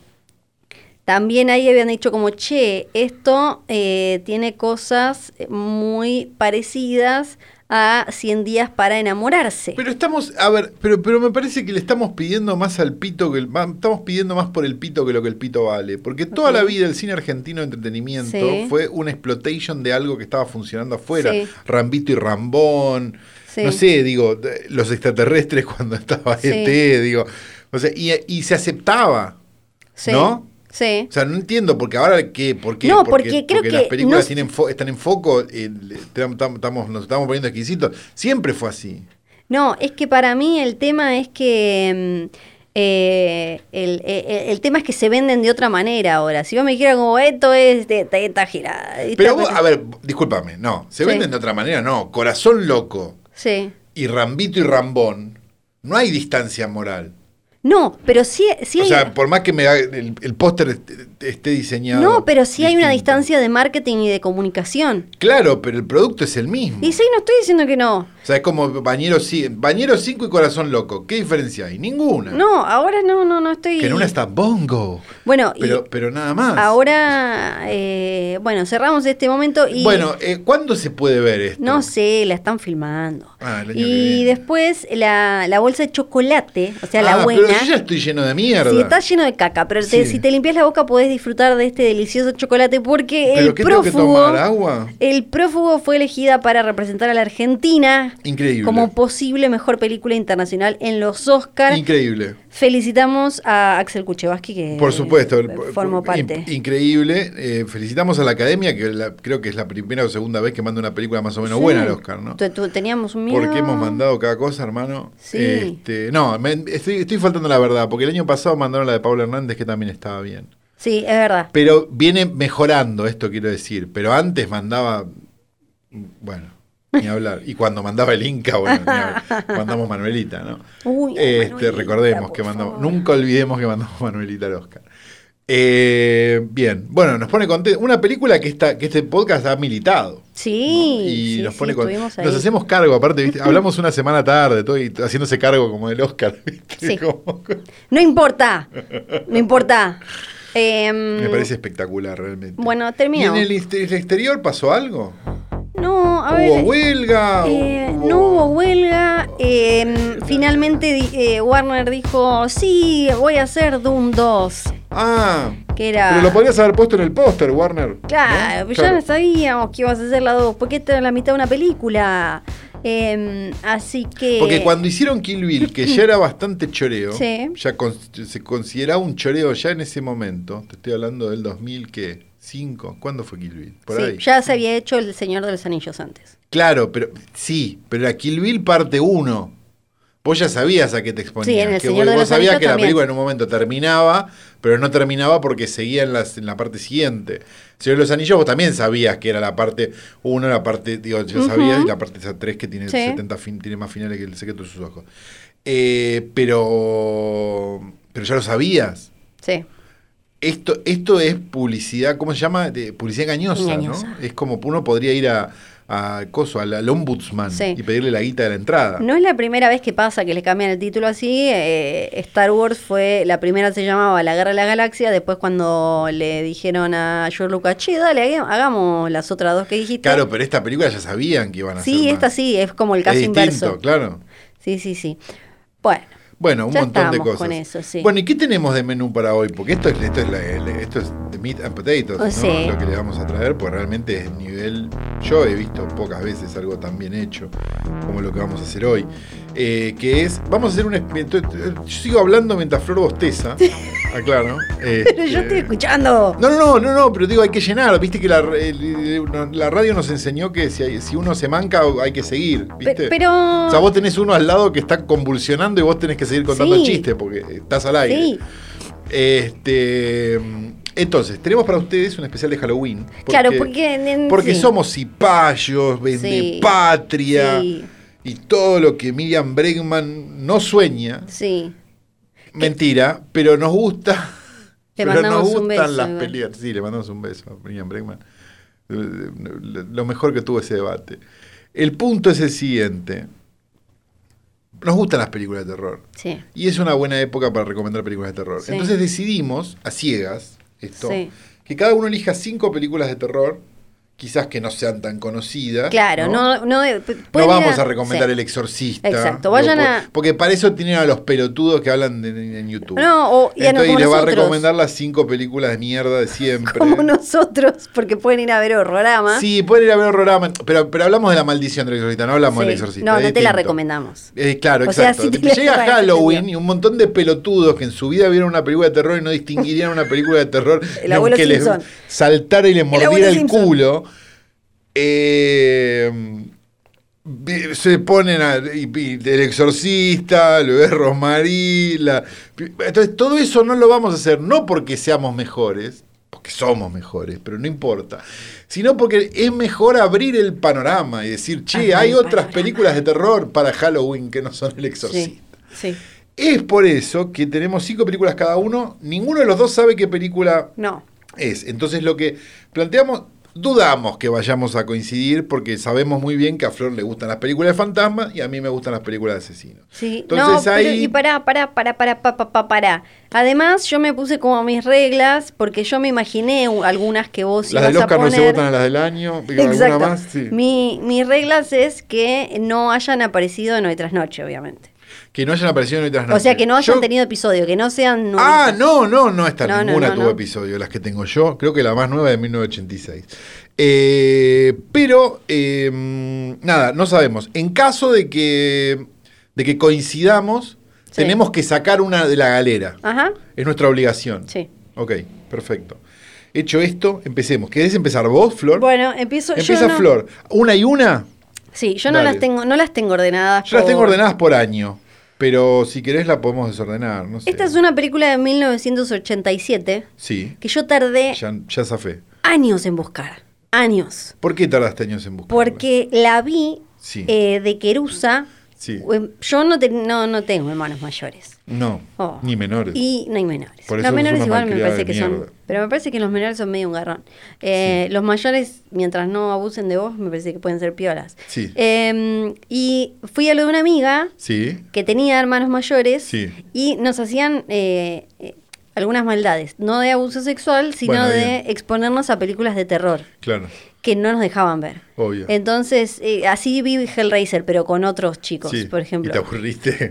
Speaker 1: también ahí habían dicho como, che, esto eh, tiene cosas muy parecidas a 100 días para enamorarse.
Speaker 2: Pero estamos, a ver, pero, pero me parece que le estamos pidiendo más al pito que el, va- estamos pidiendo más por el pito que lo que el pito vale. Porque toda
Speaker 1: Ok.
Speaker 2: la vida el cine argentino de entretenimiento
Speaker 1: Sí.
Speaker 2: fue una exploitation de algo que estaba funcionando afuera.
Speaker 1: Sí.
Speaker 2: Rambito y Rambón.
Speaker 1: Sí.
Speaker 2: No sé, digo, de- los extraterrestres cuando estaba
Speaker 1: Sí.
Speaker 2: ET, digo. O sea, y, y se aceptaba.
Speaker 1: Sí,
Speaker 2: ¿no?
Speaker 1: Sí.
Speaker 2: O sea, no entiendo, porque ahora qué, por qué,
Speaker 1: No, porque creo
Speaker 2: las
Speaker 1: que
Speaker 2: películas
Speaker 1: no-
Speaker 2: tienen fo- están en foco, eh, le- tam- tam- estamos, nos estamos poniendo exquisitos. Siempre fue así.
Speaker 1: No, es que para mí el tema es que. mm, eh, el, eh, el tema es que se venden de otra manera ahora. Si vos me dijeras como esto es de teta girada. y
Speaker 2: Pero
Speaker 1: tal
Speaker 2: vos,
Speaker 1: cosa".
Speaker 2: a ver, discúlpame, no, se
Speaker 1: Sí.
Speaker 2: venden de otra manera, no. Corazón loco
Speaker 1: Sí.
Speaker 2: y Rambito y Rambón, no hay distancia moral.
Speaker 1: No, pero sí, sí
Speaker 2: o
Speaker 1: hay-
Speaker 2: sea, por más que me haga- el, el póster est- esté diseñado.
Speaker 1: No, pero sí hay una
Speaker 2: distinto.
Speaker 1: distancia de marketing y de comunicación.
Speaker 2: Claro, pero el producto es el mismo.
Speaker 1: Y sí, no estoy diciendo que no.
Speaker 2: O sea, es como bañero 5 bañero cinco y corazón loco. ¿Qué diferencia hay? Ninguna.
Speaker 1: No, ahora no, no, no estoy.
Speaker 2: Que en una está bongo.
Speaker 1: Bueno, y
Speaker 2: Pero, pero nada más.
Speaker 1: ahora, eh, bueno, cerramos este momento y.
Speaker 2: Bueno, eh, ¿cuándo se puede ver esto?
Speaker 1: No sé, la están filmando.
Speaker 2: Ah, el año que
Speaker 1: y
Speaker 2: viene.
Speaker 1: después la, la bolsa de chocolate, o sea,
Speaker 2: Ah,
Speaker 1: la buena.
Speaker 2: Pero yo ya estoy lleno de mierda.
Speaker 1: Sí, está lleno de caca, pero te-
Speaker 2: Sí.
Speaker 1: si te limpias la boca podés disfrutar de este delicioso chocolate porque
Speaker 2: ¿Pero
Speaker 1: el
Speaker 2: qué tengo que
Speaker 1: prófugo,
Speaker 2: tomar? ¿Agua?
Speaker 1: el prófugo fue elegida para representar a la Argentina
Speaker 2: Increíble.
Speaker 1: como posible mejor película internacional en los Oscars.
Speaker 2: Increíble.
Speaker 1: Felicitamos a Axel Kuchevaski que
Speaker 2: Por supuesto, el-
Speaker 1: formó
Speaker 2: in-
Speaker 1: parte.
Speaker 2: increíble. Eh, felicitamos a la academia, que la- creo que es la primera o segunda vez que manda una película más o menos
Speaker 1: Sí.
Speaker 2: buena al Oscar, ¿no?
Speaker 1: Tu- tu- Teníamos un miedo.
Speaker 2: Porque hemos mandado cada cosa, hermano.
Speaker 1: Sí.
Speaker 2: Este, no, me- estoy, estoy faltando la verdad, porque el año pasado mandaron la de Pablo Hernández, que también estaba bien.
Speaker 1: Sí, es verdad.
Speaker 2: Pero viene mejorando, esto quiero decir. Pero antes mandaba. Bueno, ni hablar. Y cuando mandaba el Inca, bueno, ni hablar. mandamos Manuelita, ¿no?
Speaker 1: Uy,
Speaker 2: Este,
Speaker 1: Manuelita,
Speaker 2: recordemos
Speaker 1: por
Speaker 2: que mandamos,
Speaker 1: favor.
Speaker 2: nunca olvidemos que mandamos Manuelita al Oscar. Eh, bien, bueno, nos pone contento. Una película que, esta, que este podcast ha militado.
Speaker 1: Sí,
Speaker 2: y
Speaker 1: sí,
Speaker 2: nos
Speaker 1: sí,
Speaker 2: pone con-
Speaker 1: estuvimos ahí.
Speaker 2: Nos hacemos cargo, aparte, ¿viste? hablamos una semana tarde, todo, y haciéndose cargo como del Oscar. ¿viste?
Speaker 1: Sí.
Speaker 2: Como-
Speaker 1: No importa, no importa. Em,
Speaker 2: me parece espectacular realmente.
Speaker 1: Bueno,
Speaker 2: ¿Y en
Speaker 1: terminamos.
Speaker 2: el, inst- el exterior pasó algo?
Speaker 1: No, a
Speaker 2: ¿Hubo
Speaker 1: ver.
Speaker 2: huelga?
Speaker 1: eh,
Speaker 2: ¿Hubo-
Speaker 1: no hubo huelga. eh, finalmente di- eh, Warner dijo: Sí, voy a hacer Doom 2.
Speaker 2: Ah,
Speaker 1: Que era.
Speaker 2: pero lo podrías haber puesto en el póster, Warner.
Speaker 1: Claro,
Speaker 2: ¿no?
Speaker 1: pero ya no sabíamos que ibas a hacer la 2, porque esta era la mitad de una película. Em, así que.
Speaker 2: Porque cuando hicieron Kill Bill, que ya era bastante choreo,
Speaker 1: Sí.
Speaker 2: ya con- se consideraba un choreo ya en ese momento, te estoy hablando del 2005, ¿cuándo fue Kill Bill? Por
Speaker 1: Sí,
Speaker 2: ahí.
Speaker 1: ya se había hecho El Señor de los Anillos antes.
Speaker 2: Claro, pero sí, pero era Kill Bill parte 1. Vos ya sabías a qué te exponías.
Speaker 1: Sí, en El
Speaker 2: que
Speaker 1: Señor
Speaker 2: vos,
Speaker 1: de
Speaker 2: vos
Speaker 1: los
Speaker 2: sabías
Speaker 1: Anillos
Speaker 2: que la
Speaker 1: también.
Speaker 2: película en un momento terminaba, pero no terminaba porque seguía en, las- en la parte siguiente. Señor de los Anillos, vos también sabías que era la parte 1, la parte, digo, ya sabías, y la parte 3 que tiene,
Speaker 1: Sí.
Speaker 2: 70 fin- tiene más finales que el secreto de sus ojos. Eh, pero, pero ya lo sabías.
Speaker 1: Sí.
Speaker 2: Esto, esto es publicidad, ¿cómo se llama? De- publicidad engañosa,
Speaker 1: Engañosa.
Speaker 2: ¿no? Es como uno podría ir a, a Coso, al, al ombudsman
Speaker 1: Sí.
Speaker 2: y pedirle la guita de la entrada.
Speaker 1: No es la primera vez que pasa que le cambian el título así. eh, Star Wars fue, la primera se llamaba La Guerra de la Galaxia, después cuando le dijeron a George Lucas, che, dale, haga- hagamos las otras dos que dijiste.
Speaker 2: Claro, pero esta película ya sabían que iban a
Speaker 1: sí,
Speaker 2: hacer
Speaker 1: esta
Speaker 2: más.
Speaker 1: sí, es como el
Speaker 2: Es
Speaker 1: caso
Speaker 2: distinto,
Speaker 1: inverso.
Speaker 2: claro.
Speaker 1: Sí, sí, sí. Bueno,
Speaker 2: Bueno, un
Speaker 1: Ya
Speaker 2: montón de
Speaker 1: estábamos
Speaker 2: cosas.
Speaker 1: con eso, sí.
Speaker 2: Bueno, ¿y qué tenemos de menú para hoy? Porque esto es, esto es, la- la- esto es The Meat and Potatoes,
Speaker 1: Oh,
Speaker 2: ¿no?
Speaker 1: sí.
Speaker 2: Lo que le vamos a traer, pues realmente es nivel. Yo he visto pocas veces algo tan bien hecho como lo que vamos a hacer hoy. Eh, que es. Vamos a hacer un. experimento- Yo sigo hablando mientras Flor bosteza. Aclaro.
Speaker 1: pero yo
Speaker 2: Este,
Speaker 1: estoy escuchando.
Speaker 2: no, no, no, no, no, pero digo, hay que llenar. Viste que la, el- el- la radio nos enseñó que si, hay- si uno se manca, hay que seguir.
Speaker 1: Pe-
Speaker 2: ¿viste?
Speaker 1: pero...
Speaker 2: O sea, vos tenés uno al lado que está convulsionando y vos tenés que seguir contando
Speaker 1: Sí.
Speaker 2: el chiste porque eh, estás al aire.
Speaker 1: Sí.
Speaker 2: Este, entonces, tenemos para ustedes un especial de Halloween.
Speaker 1: Claro, porque en- en-
Speaker 2: porque
Speaker 1: sí.
Speaker 2: somos cipayos, vende
Speaker 1: Sí.
Speaker 2: patria
Speaker 1: Sí.
Speaker 2: y todo lo que Miriam Bregman no sueña.
Speaker 1: Sí.
Speaker 2: Mentira, pero nos gusta.
Speaker 1: Le
Speaker 2: pero
Speaker 1: mandamos
Speaker 2: nos
Speaker 1: un
Speaker 2: gustan
Speaker 1: beso,
Speaker 2: las
Speaker 1: igual.
Speaker 2: peleas. Sí, le mandamos un beso a Miriam Bregman. Lo mejor que tuvo ese debate. El punto es el siguiente. Nos gustan las películas de terror.
Speaker 1: Sí.
Speaker 2: Y es una buena época para recomendar películas de terror.
Speaker 1: Sí.
Speaker 2: Entonces decidimos, a ciegas, esto,
Speaker 1: Sí.
Speaker 2: que cada uno elija cinco películas de terror, quizás que no sean tan conocidas.
Speaker 1: Claro, no, eh, no, de- p-
Speaker 2: No
Speaker 1: pueden ir
Speaker 2: vamos a recomendar
Speaker 1: sí.
Speaker 2: El Exorcista.
Speaker 1: Exacto,
Speaker 2: Digo,
Speaker 1: vayan
Speaker 2: por-
Speaker 1: a-
Speaker 2: Porque para eso tienen a los pelotudos que hablan de- en, en YouTube.
Speaker 1: No, o- y a no-
Speaker 2: Entonces,
Speaker 1: como
Speaker 2: les va a
Speaker 1: nosotros.
Speaker 2: recomendar las cinco películas de mierda de siempre.
Speaker 1: Como nosotros, porque pueden ir a ver horrorama.
Speaker 2: Sí, pueden ir a ver horrorama, pero, pero hablamos de la maldición del exorcista, no hablamos
Speaker 1: Sí.
Speaker 2: del exorcista.
Speaker 1: No,
Speaker 2: es
Speaker 1: no te la
Speaker 2: distinto.
Speaker 1: recomendamos.
Speaker 2: Eh, claro,
Speaker 1: O sea,
Speaker 2: exacto.
Speaker 1: si te la-
Speaker 2: Llega
Speaker 1: bueno,
Speaker 2: Halloween
Speaker 1: entendió.
Speaker 2: y un montón de pelotudos que en su vida vieron una película de terror y no distinguirían una película de terror
Speaker 1: El
Speaker 2: ni
Speaker 1: abuelo
Speaker 2: aunque les
Speaker 1: Simpson.
Speaker 2: saltara y les
Speaker 1: abuelo
Speaker 2: mordiera el,
Speaker 1: Simpson.
Speaker 2: culo. Eh, vi- se ponen a, y- y el exorcista, lo de Rosmarí. la- entonces, todo eso no lo vamos a hacer, no porque seamos mejores, porque somos mejores, pero no importa, sino porque es mejor abrir el panorama y decir, che,
Speaker 1: Abrir
Speaker 2: hay
Speaker 1: el
Speaker 2: otras
Speaker 1: panorama.
Speaker 2: películas de terror para Halloween que no son el exorcista.
Speaker 1: Sí. sí.
Speaker 2: Es por eso que tenemos cinco películas cada uno, ninguno de los dos sabe qué película
Speaker 1: No.
Speaker 2: es. Entonces lo que planteamos, dudamos que vayamos a coincidir porque sabemos muy bien que a Flor le gustan las películas de fantasmas y a mí me gustan las películas de asesinos.
Speaker 1: Sí,
Speaker 2: Entonces
Speaker 1: no, pero
Speaker 2: ahí-
Speaker 1: y pará, pará, pará, pará, pa, pa, pa, pará. Además, yo me puse como mis reglas, porque yo me imaginé u- algunas que vos
Speaker 2: Las del
Speaker 1: ibas a
Speaker 2: Oscar no se
Speaker 1: poner.
Speaker 2: votan a las del año, digo,
Speaker 1: Exacto.
Speaker 2: alguna más. Sí.
Speaker 1: Mi, mis reglas es que no hayan aparecido noche tras noche, obviamente.
Speaker 2: Que no hayan aparecido en otras
Speaker 1: O sea, que no hayan
Speaker 2: Yo-
Speaker 1: tenido episodio, que no sean...
Speaker 2: Ah,
Speaker 1: nuevitas.
Speaker 2: no, no, no, esta
Speaker 1: No, no,
Speaker 2: ninguna
Speaker 1: no,
Speaker 2: tuvo
Speaker 1: no.
Speaker 2: episodio, las que tengo yo. Creo que la más nueva de 1986. Eh, pero, eh, nada, no sabemos. En caso de que, de que coincidamos,
Speaker 1: Sí.
Speaker 2: tenemos que sacar una de la galera.
Speaker 1: Ajá,
Speaker 2: Es nuestra obligación.
Speaker 1: sí.
Speaker 2: Ok, perfecto. Hecho esto, empecemos. ¿Querés empezar vos, Flor?
Speaker 1: Bueno, empiezo yo
Speaker 2: Empieza
Speaker 1: no-
Speaker 2: Flor. ¿Una y una?
Speaker 1: Sí, yo no
Speaker 2: Dale.
Speaker 1: las tengo, no las tengo ordenadas.
Speaker 2: Yo las tengo
Speaker 1: por-
Speaker 2: ordenadas por año. Pero si querés la podemos desordenar, no sé.
Speaker 1: Esta es una película de 1987
Speaker 2: Sí,
Speaker 1: que yo tardé
Speaker 2: ya, ya zafé.
Speaker 1: años en buscar. Años.
Speaker 2: ¿Por qué tardaste años en buscarla?
Speaker 1: Porque la vi
Speaker 2: Sí.
Speaker 1: eh, de Querusa.
Speaker 2: Sí.
Speaker 1: Eh, Yo no, te- no, no tengo hermanos mayores.
Speaker 2: No,
Speaker 1: Oh.
Speaker 2: ni menores.
Speaker 1: Y no hay menores.
Speaker 2: Por
Speaker 1: los
Speaker 2: eso sos
Speaker 1: menores
Speaker 2: una
Speaker 1: igual me
Speaker 2: malcriada
Speaker 1: parece
Speaker 2: de
Speaker 1: que
Speaker 2: mierda.
Speaker 1: son. Pero me parece que los menores son medio un garrón. Eh, Los mayores, mientras no abusen de vos, me parece que pueden ser piolas.
Speaker 2: Sí.
Speaker 1: Eh, y fui a lo de una amiga
Speaker 2: Sí,
Speaker 1: que tenía hermanos mayores
Speaker 2: Sí.
Speaker 1: y nos hacían eh, eh, algunas maldades, no de abuso sexual, sino
Speaker 2: Bueno,
Speaker 1: de
Speaker 2: bien.
Speaker 1: exponernos a películas de terror.
Speaker 2: claro.
Speaker 1: que no nos dejaban ver.
Speaker 2: Obvio.
Speaker 1: Entonces, eh, así vi Hellraiser, pero con otros chicos,
Speaker 2: Sí,
Speaker 1: por ejemplo.
Speaker 2: ¿Y te aburriste?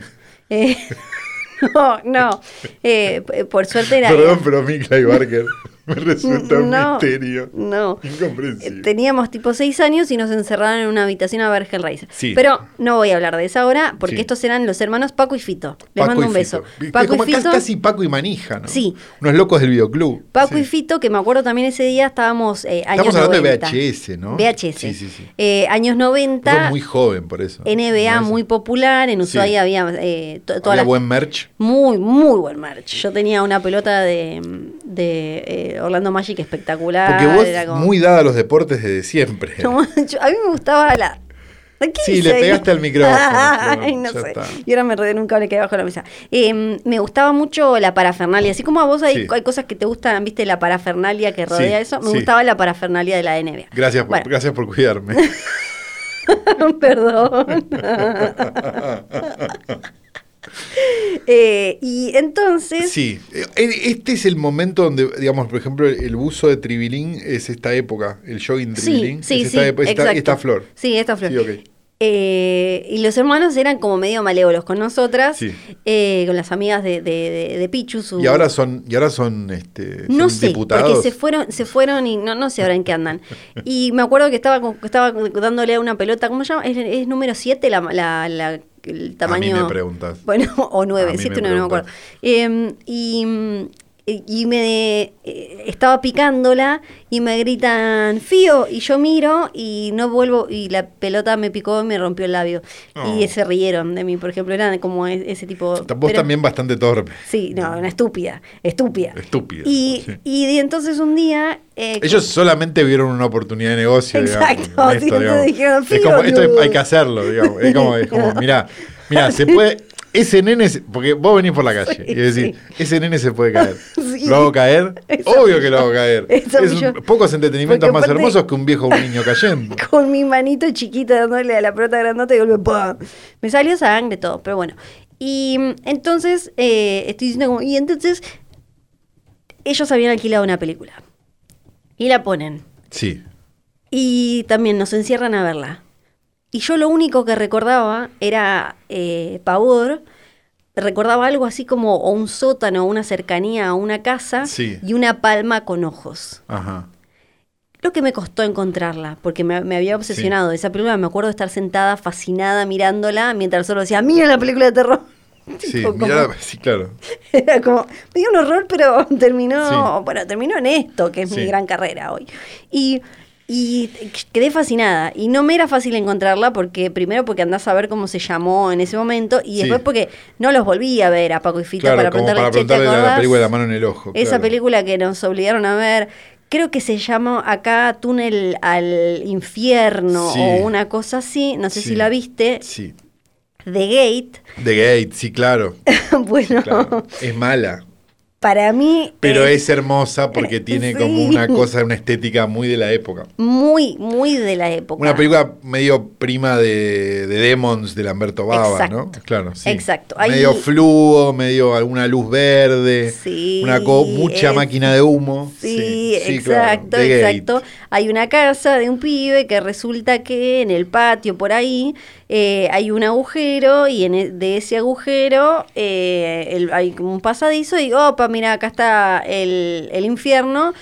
Speaker 1: Eh, no, no. Eh, p- por suerte era.
Speaker 2: Perdón, pero a mí Clive Barker me resulta un
Speaker 1: No,
Speaker 2: misterio
Speaker 1: No. Eh,
Speaker 2: incomprensible.
Speaker 1: Teníamos tipo seis años y nos encerraron en una habitación a ver Hellraiser.
Speaker 2: Sí.
Speaker 1: Pero no voy a hablar de esa ahora porque
Speaker 2: Sí.
Speaker 1: estos eran los hermanos Paco y Fito. Les
Speaker 2: Paco
Speaker 1: mando
Speaker 2: y
Speaker 1: un beso.
Speaker 2: Fito. Que
Speaker 1: Paco
Speaker 2: como
Speaker 1: y
Speaker 2: casi-
Speaker 1: Fito.
Speaker 2: Casi Paco y Manija, ¿no?
Speaker 1: Sí.
Speaker 2: Unos locos del videoclub.
Speaker 1: Paco
Speaker 2: Sí.
Speaker 1: y Fito, que me acuerdo también ese día estábamos eh, años
Speaker 2: Estamos hablando
Speaker 1: 90.
Speaker 2: de VHS, ¿no?
Speaker 1: VHS.
Speaker 2: Sí, sí, sí.
Speaker 1: Eh, años 90.
Speaker 2: Sos muy joven, por eso.
Speaker 1: NBA
Speaker 2: ¿No es?
Speaker 1: muy popular, en Ushuaia había eh, to- todas
Speaker 2: Había
Speaker 1: las-
Speaker 2: buen merch.
Speaker 1: muy, muy buen merch. Yo tenía una pelota de, de, eh, Orlando Magic espectacular.
Speaker 2: Porque
Speaker 1: Ah, era
Speaker 2: vos,
Speaker 1: como-
Speaker 2: muy dada a los deportes desde siempre.
Speaker 1: Yo- yo- a mí me gustaba la... ¿A qué
Speaker 2: Sí,
Speaker 1: hice
Speaker 2: le
Speaker 1: ahí?
Speaker 2: pegaste al micrófono,
Speaker 1: Ay,
Speaker 2: pero
Speaker 1: no
Speaker 2: ya
Speaker 1: sé.
Speaker 2: está.
Speaker 1: Y ahora me enredé en un cable que hay abajo de la mesa. Eh, me gustaba mucho la parafernalia. Así como a vos hay,
Speaker 2: Sí.
Speaker 1: hay cosas que te gustan, viste, la parafernalia que rodea
Speaker 2: Sí,
Speaker 1: eso. Me
Speaker 2: sí.
Speaker 1: gustaba la parafernalia de la NBA.
Speaker 2: Gracias por,
Speaker 1: Bueno.
Speaker 2: gracias por cuidarme.
Speaker 1: Perdón. Eh, y entonces,
Speaker 2: Sí, Eh, este es el momento donde, digamos, por ejemplo, el, el buzo de tribilín es esta época, el jogging
Speaker 1: sí,
Speaker 2: tribilín,
Speaker 1: sí,
Speaker 2: es
Speaker 1: sí,
Speaker 2: esta, epo- esta-
Speaker 1: exacto.
Speaker 2: esta flor.
Speaker 1: Sí, esta flor.
Speaker 2: Sí, ok.
Speaker 1: Eh, y los hermanos eran como medio malévolos con nosotras,
Speaker 2: Sí.
Speaker 1: eh, con las amigas de, de, de- de Pichu. su-
Speaker 2: Y ahora son, y ahora son, este,
Speaker 1: no
Speaker 2: son
Speaker 1: sé,
Speaker 2: diputados.
Speaker 1: porque se fueron, se fueron y no, no sé ahora en qué andan. Y me acuerdo que estaba, con- estaba dándole a una pelota, ¿cómo se llama? Es, es número 7 la, la- la- el tamaño.
Speaker 2: me preguntas.
Speaker 1: Bueno, o 9,
Speaker 2: A mí
Speaker 1: 7,
Speaker 2: me
Speaker 1: no, me acuerdo. Eh,
Speaker 2: preguntas.
Speaker 1: y, mm, y me eh, estaba picándola y me gritan Fío y yo miro y no vuelvo y la pelota me picó y me rompió el labio
Speaker 2: Oh.
Speaker 1: y se rieron de mí por ejemplo eran como e- ese tipo
Speaker 2: Vos
Speaker 1: pero-
Speaker 2: también bastante torpe.
Speaker 1: Sí, no, una estúpida, estúpida.
Speaker 2: Estúpida,
Speaker 1: Y,
Speaker 2: sí.
Speaker 1: y de- entonces un día... eh,
Speaker 2: Ellos solamente vieron una oportunidad de negocio, digamos.
Speaker 1: Exacto,
Speaker 2: en
Speaker 1: sí, entonces
Speaker 2: digamos.
Speaker 1: dijeron,
Speaker 2: es
Speaker 1: "Sí,
Speaker 2: como, esto hay,
Speaker 1: boludo".
Speaker 2: hay que hacerlo, digamos. Es como, es como mirá, mirá, se puede. Ese nene, se- porque vos venís por la calle y decís, ese nene se puede caer.
Speaker 1: Sí.
Speaker 2: ¿Lo hago caer?
Speaker 1: Eso
Speaker 2: Obvio
Speaker 1: vi
Speaker 2: que lo hago caer.
Speaker 1: Eso
Speaker 2: Es
Speaker 1: vi
Speaker 2: un-
Speaker 1: yo.
Speaker 2: pocos entretenimientos
Speaker 1: Porque
Speaker 2: más
Speaker 1: aparte-
Speaker 2: hermosos que un viejo o un niño cayendo.
Speaker 1: con mi manito chiquita dándole a la pelota grandota y golpe, ¡pam! Me salió sangre todo, pero bueno. Y mm, entonces, eh, estoy diciendo como, y entonces, ellos habían alquilado una película. Y la ponen.
Speaker 2: Sí.
Speaker 1: Y también nos encierran a verla. Y yo lo único que recordaba era eh, pavor. Recordaba algo así como o un sótano, una cercanía a una casa
Speaker 2: Sí.
Speaker 1: y una palma con ojos.
Speaker 2: Ajá.
Speaker 1: Lo que me costó encontrarla, porque me, me había obsesionado de esa película. Me acuerdo de estar sentada, fascinada, mirándola, mientras solo decía, mira la película de terror.
Speaker 2: Sí,
Speaker 1: Tipo, como-
Speaker 2: mirá, sí, claro.
Speaker 1: era como, me dio un horror, pero terminó,
Speaker 2: Sí.
Speaker 1: bueno, terminó en esto, que es
Speaker 2: Sí.
Speaker 1: mi gran carrera hoy. Y, y quedé fascinada. Y no me era fácil encontrarla porque, primero, porque andás a ver cómo se llamó en ese momento, y
Speaker 2: Sí.
Speaker 1: después porque no los volví a ver a Paco y Fito
Speaker 2: Claro,
Speaker 1: para
Speaker 2: como
Speaker 1: preguntarle,
Speaker 2: para
Speaker 1: "Che, ¿te
Speaker 2: preguntarle la- la
Speaker 1: acordás?"
Speaker 2: película de la mano en el ojo.
Speaker 1: Esa
Speaker 2: Oh, claro.
Speaker 1: película que nos obligaron a ver, creo que se llama acá Túnel al Infierno
Speaker 2: Sí.
Speaker 1: o una cosa así, no sé
Speaker 2: Sí.
Speaker 1: si la viste,
Speaker 2: Sí.
Speaker 1: The Gate.
Speaker 2: The Gate, sí, claro.
Speaker 1: bueno,
Speaker 2: claro. Es mala.
Speaker 1: para mí
Speaker 2: Pero
Speaker 1: es
Speaker 2: es hermosa porque tiene
Speaker 1: Eh, Sí.
Speaker 2: como una cosa, una estética muy de la época.
Speaker 1: muy, muy de la época.
Speaker 2: Una película medio prima de, de Demons de Lamberto Bava, ¿no?
Speaker 1: Exacto.
Speaker 2: Claro, sí.
Speaker 1: Exacto. Ahí-
Speaker 2: Medio fluo, medio alguna luz verde,
Speaker 1: Sí,
Speaker 2: una co- mucha
Speaker 1: es-
Speaker 2: máquina de humo.
Speaker 1: Sí,
Speaker 2: claro,
Speaker 1: exacto,
Speaker 2: The Gate.
Speaker 1: exacto. Hay una casa de un pibe que resulta que en el patio por ahí eh, hay un agujero y en e- de ese agujero eh, el- hay como un pasadizo y opa, mira, acá está el, el infierno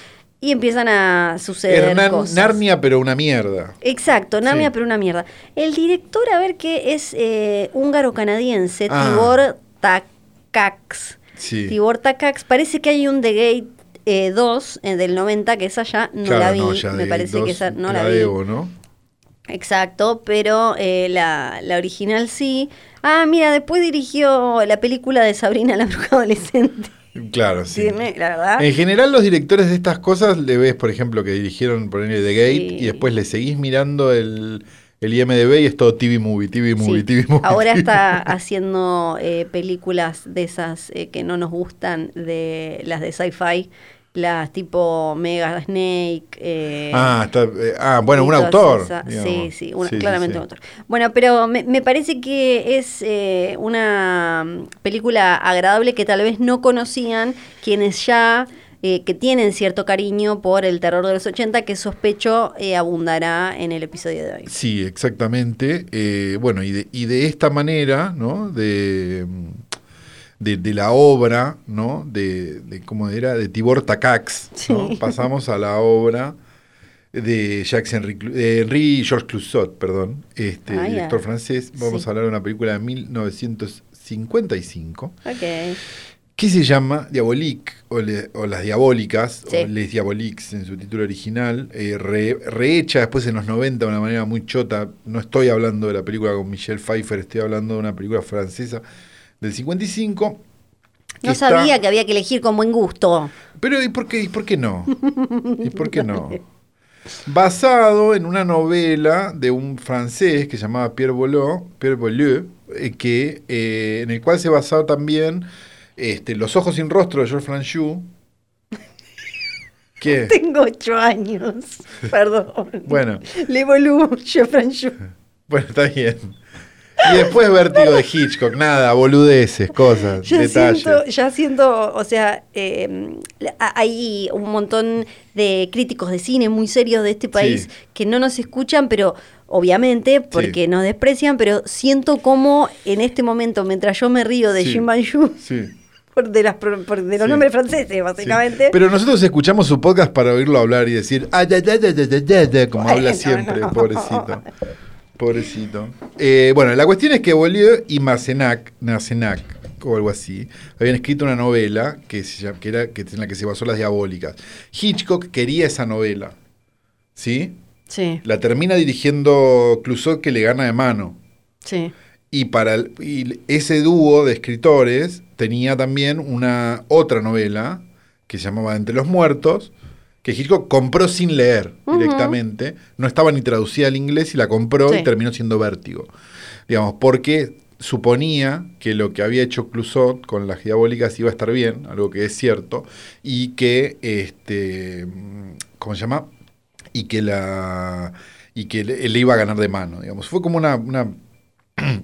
Speaker 1: y empiezan a suceder
Speaker 2: Hernán-
Speaker 1: cosas.
Speaker 2: Narnia, pero una mierda.
Speaker 1: Exacto, Narnia,
Speaker 2: Sí.
Speaker 1: pero una mierda. El director, a ver qué es eh, húngaro-canadiense,
Speaker 2: Ah.
Speaker 1: Tibor Takacs.
Speaker 2: Sí.
Speaker 1: Tibor Takacs, parece que hay un The Gate eh, 2 eh, del 90, que esa ya no
Speaker 2: Claro,
Speaker 1: la vi.
Speaker 2: no, ya
Speaker 1: me
Speaker 2: The
Speaker 1: parece
Speaker 2: Gate
Speaker 1: que esa
Speaker 2: 2
Speaker 1: no la, vi.
Speaker 2: debo, ¿no?
Speaker 1: Exacto, pero eh, la, la original sí. Ah, mira, después dirigió la película de Sabrina la bruja adolescente.
Speaker 2: Claro, sí.
Speaker 1: Tiene, la verdad.
Speaker 2: En general, los directores de estas cosas le ves, por ejemplo, que dirigieron ponerle The Gate
Speaker 1: Sí.
Speaker 2: y después le seguís mirando el, el IMDB y es todo TV Movie, TV Movie,
Speaker 1: Sí.
Speaker 2: TV Movie.
Speaker 1: Ahora
Speaker 2: TV
Speaker 1: está haciendo eh, películas de esas eh, que no nos gustan, de las de sci-fi, las tipo Mega Snake. eh,
Speaker 2: Ah, está- eh, ah, bueno,
Speaker 1: y
Speaker 2: un
Speaker 1: todas
Speaker 2: autor.
Speaker 1: esas- Sí,
Speaker 2: digamos.
Speaker 1: sí, una-
Speaker 2: Sí, sí,
Speaker 1: claramente
Speaker 2: sí.
Speaker 1: un autor. Bueno, pero me, me parece que es eh, una mm, película agradable que tal vez no conocían quienes ya eh, que tienen cierto cariño por el terror de los 80 que sospecho eh, abundará en el episodio de hoy.
Speaker 2: Sí, exactamente. Eh, bueno, y de, y de esta manera, ¿no? De, de, de la obra, ¿no? De, de cómo era, de Tibor Tacax, ¿no?
Speaker 1: Sí.
Speaker 2: Pasamos a la obra de Jacques Henry, Clu- de Henri Georges Clouzot, perdón, este
Speaker 1: Ah, ya.
Speaker 2: director francés. Vamos
Speaker 1: Sí.
Speaker 2: a hablar de una película de 1955
Speaker 1: Ok.
Speaker 2: que se llama Diabolique o, le- o Las Diabólicas,
Speaker 1: Sí.
Speaker 2: o Les Diaboliques en su título original, eh, re- rehecha después en los 90 de una manera muy chota. No estoy hablando de la película con Michelle Pfeiffer, estoy hablando de una película francesa del 55. que
Speaker 1: No
Speaker 2: está-
Speaker 1: sabía que había que elegir con buen gusto.
Speaker 2: Pero ¿y por qué, y por qué no? ¿Y por qué no? Basado en una novela de un francés que se llamaba Pierre Boulou, Pierre Boulou, eh, que, eh, en el cual se basaba también este, Los ojos sin rostro de Georges Franchou. ¿Qué?
Speaker 1: Tengo ocho años. Perdón.
Speaker 2: Bueno,
Speaker 1: Le volú, yo, Franchu.
Speaker 2: bueno, está bien. Y después Vértigo de Hitchcock, nada, boludeces, cosas,
Speaker 1: Yo
Speaker 2: detalles.
Speaker 1: siento, ya siento, o sea, eh, la- a- hay un montón de críticos de cine muy serios de este país
Speaker 2: Sí.
Speaker 1: que no nos escuchan, pero obviamente porque nos desprecian, pero siento como en este momento, mientras yo me río de
Speaker 2: Sí.
Speaker 1: Jim Manju,
Speaker 2: Sí.
Speaker 1: por, de, las, pro- por- de los
Speaker 2: Sí.
Speaker 1: nombres franceses,
Speaker 2: Sí.
Speaker 1: básicamente.
Speaker 2: Pero nosotros escuchamos su podcast para oírlo hablar y decir, "Ay, ay, ay, ay, ay, ay, ay", como
Speaker 1: Bueno,
Speaker 2: habla siempre,
Speaker 1: no.
Speaker 2: pobrecito. Pobrecito. Eh, bueno, la cuestión es que Bolívar y Marcenac, Marcenac, o algo así, habían escrito una novela que, se llam- que era, que, en la que se basó Las Diabólicas. Hitchcock quería esa novela, ¿sí?
Speaker 1: Sí,
Speaker 2: La termina dirigiendo Clouseau que le gana de mano.
Speaker 1: sí.
Speaker 2: Y para el- y ese dúo de escritores tenía también una otra novela que se llamaba Entre los Muertos, que Hitchcock compró sin leer
Speaker 1: Ujú.
Speaker 2: directamente, no estaba ni traducida al inglés y la compró
Speaker 1: Sí.
Speaker 2: y terminó siendo vértigo. Digamos, porque suponía que lo que había hecho Clouseau con las diabólicas iba a estar bien, algo que es cierto, y que este ¿cómo se llama? y que la y que le, le iba a ganar de mano, digamos. Fue como una, una,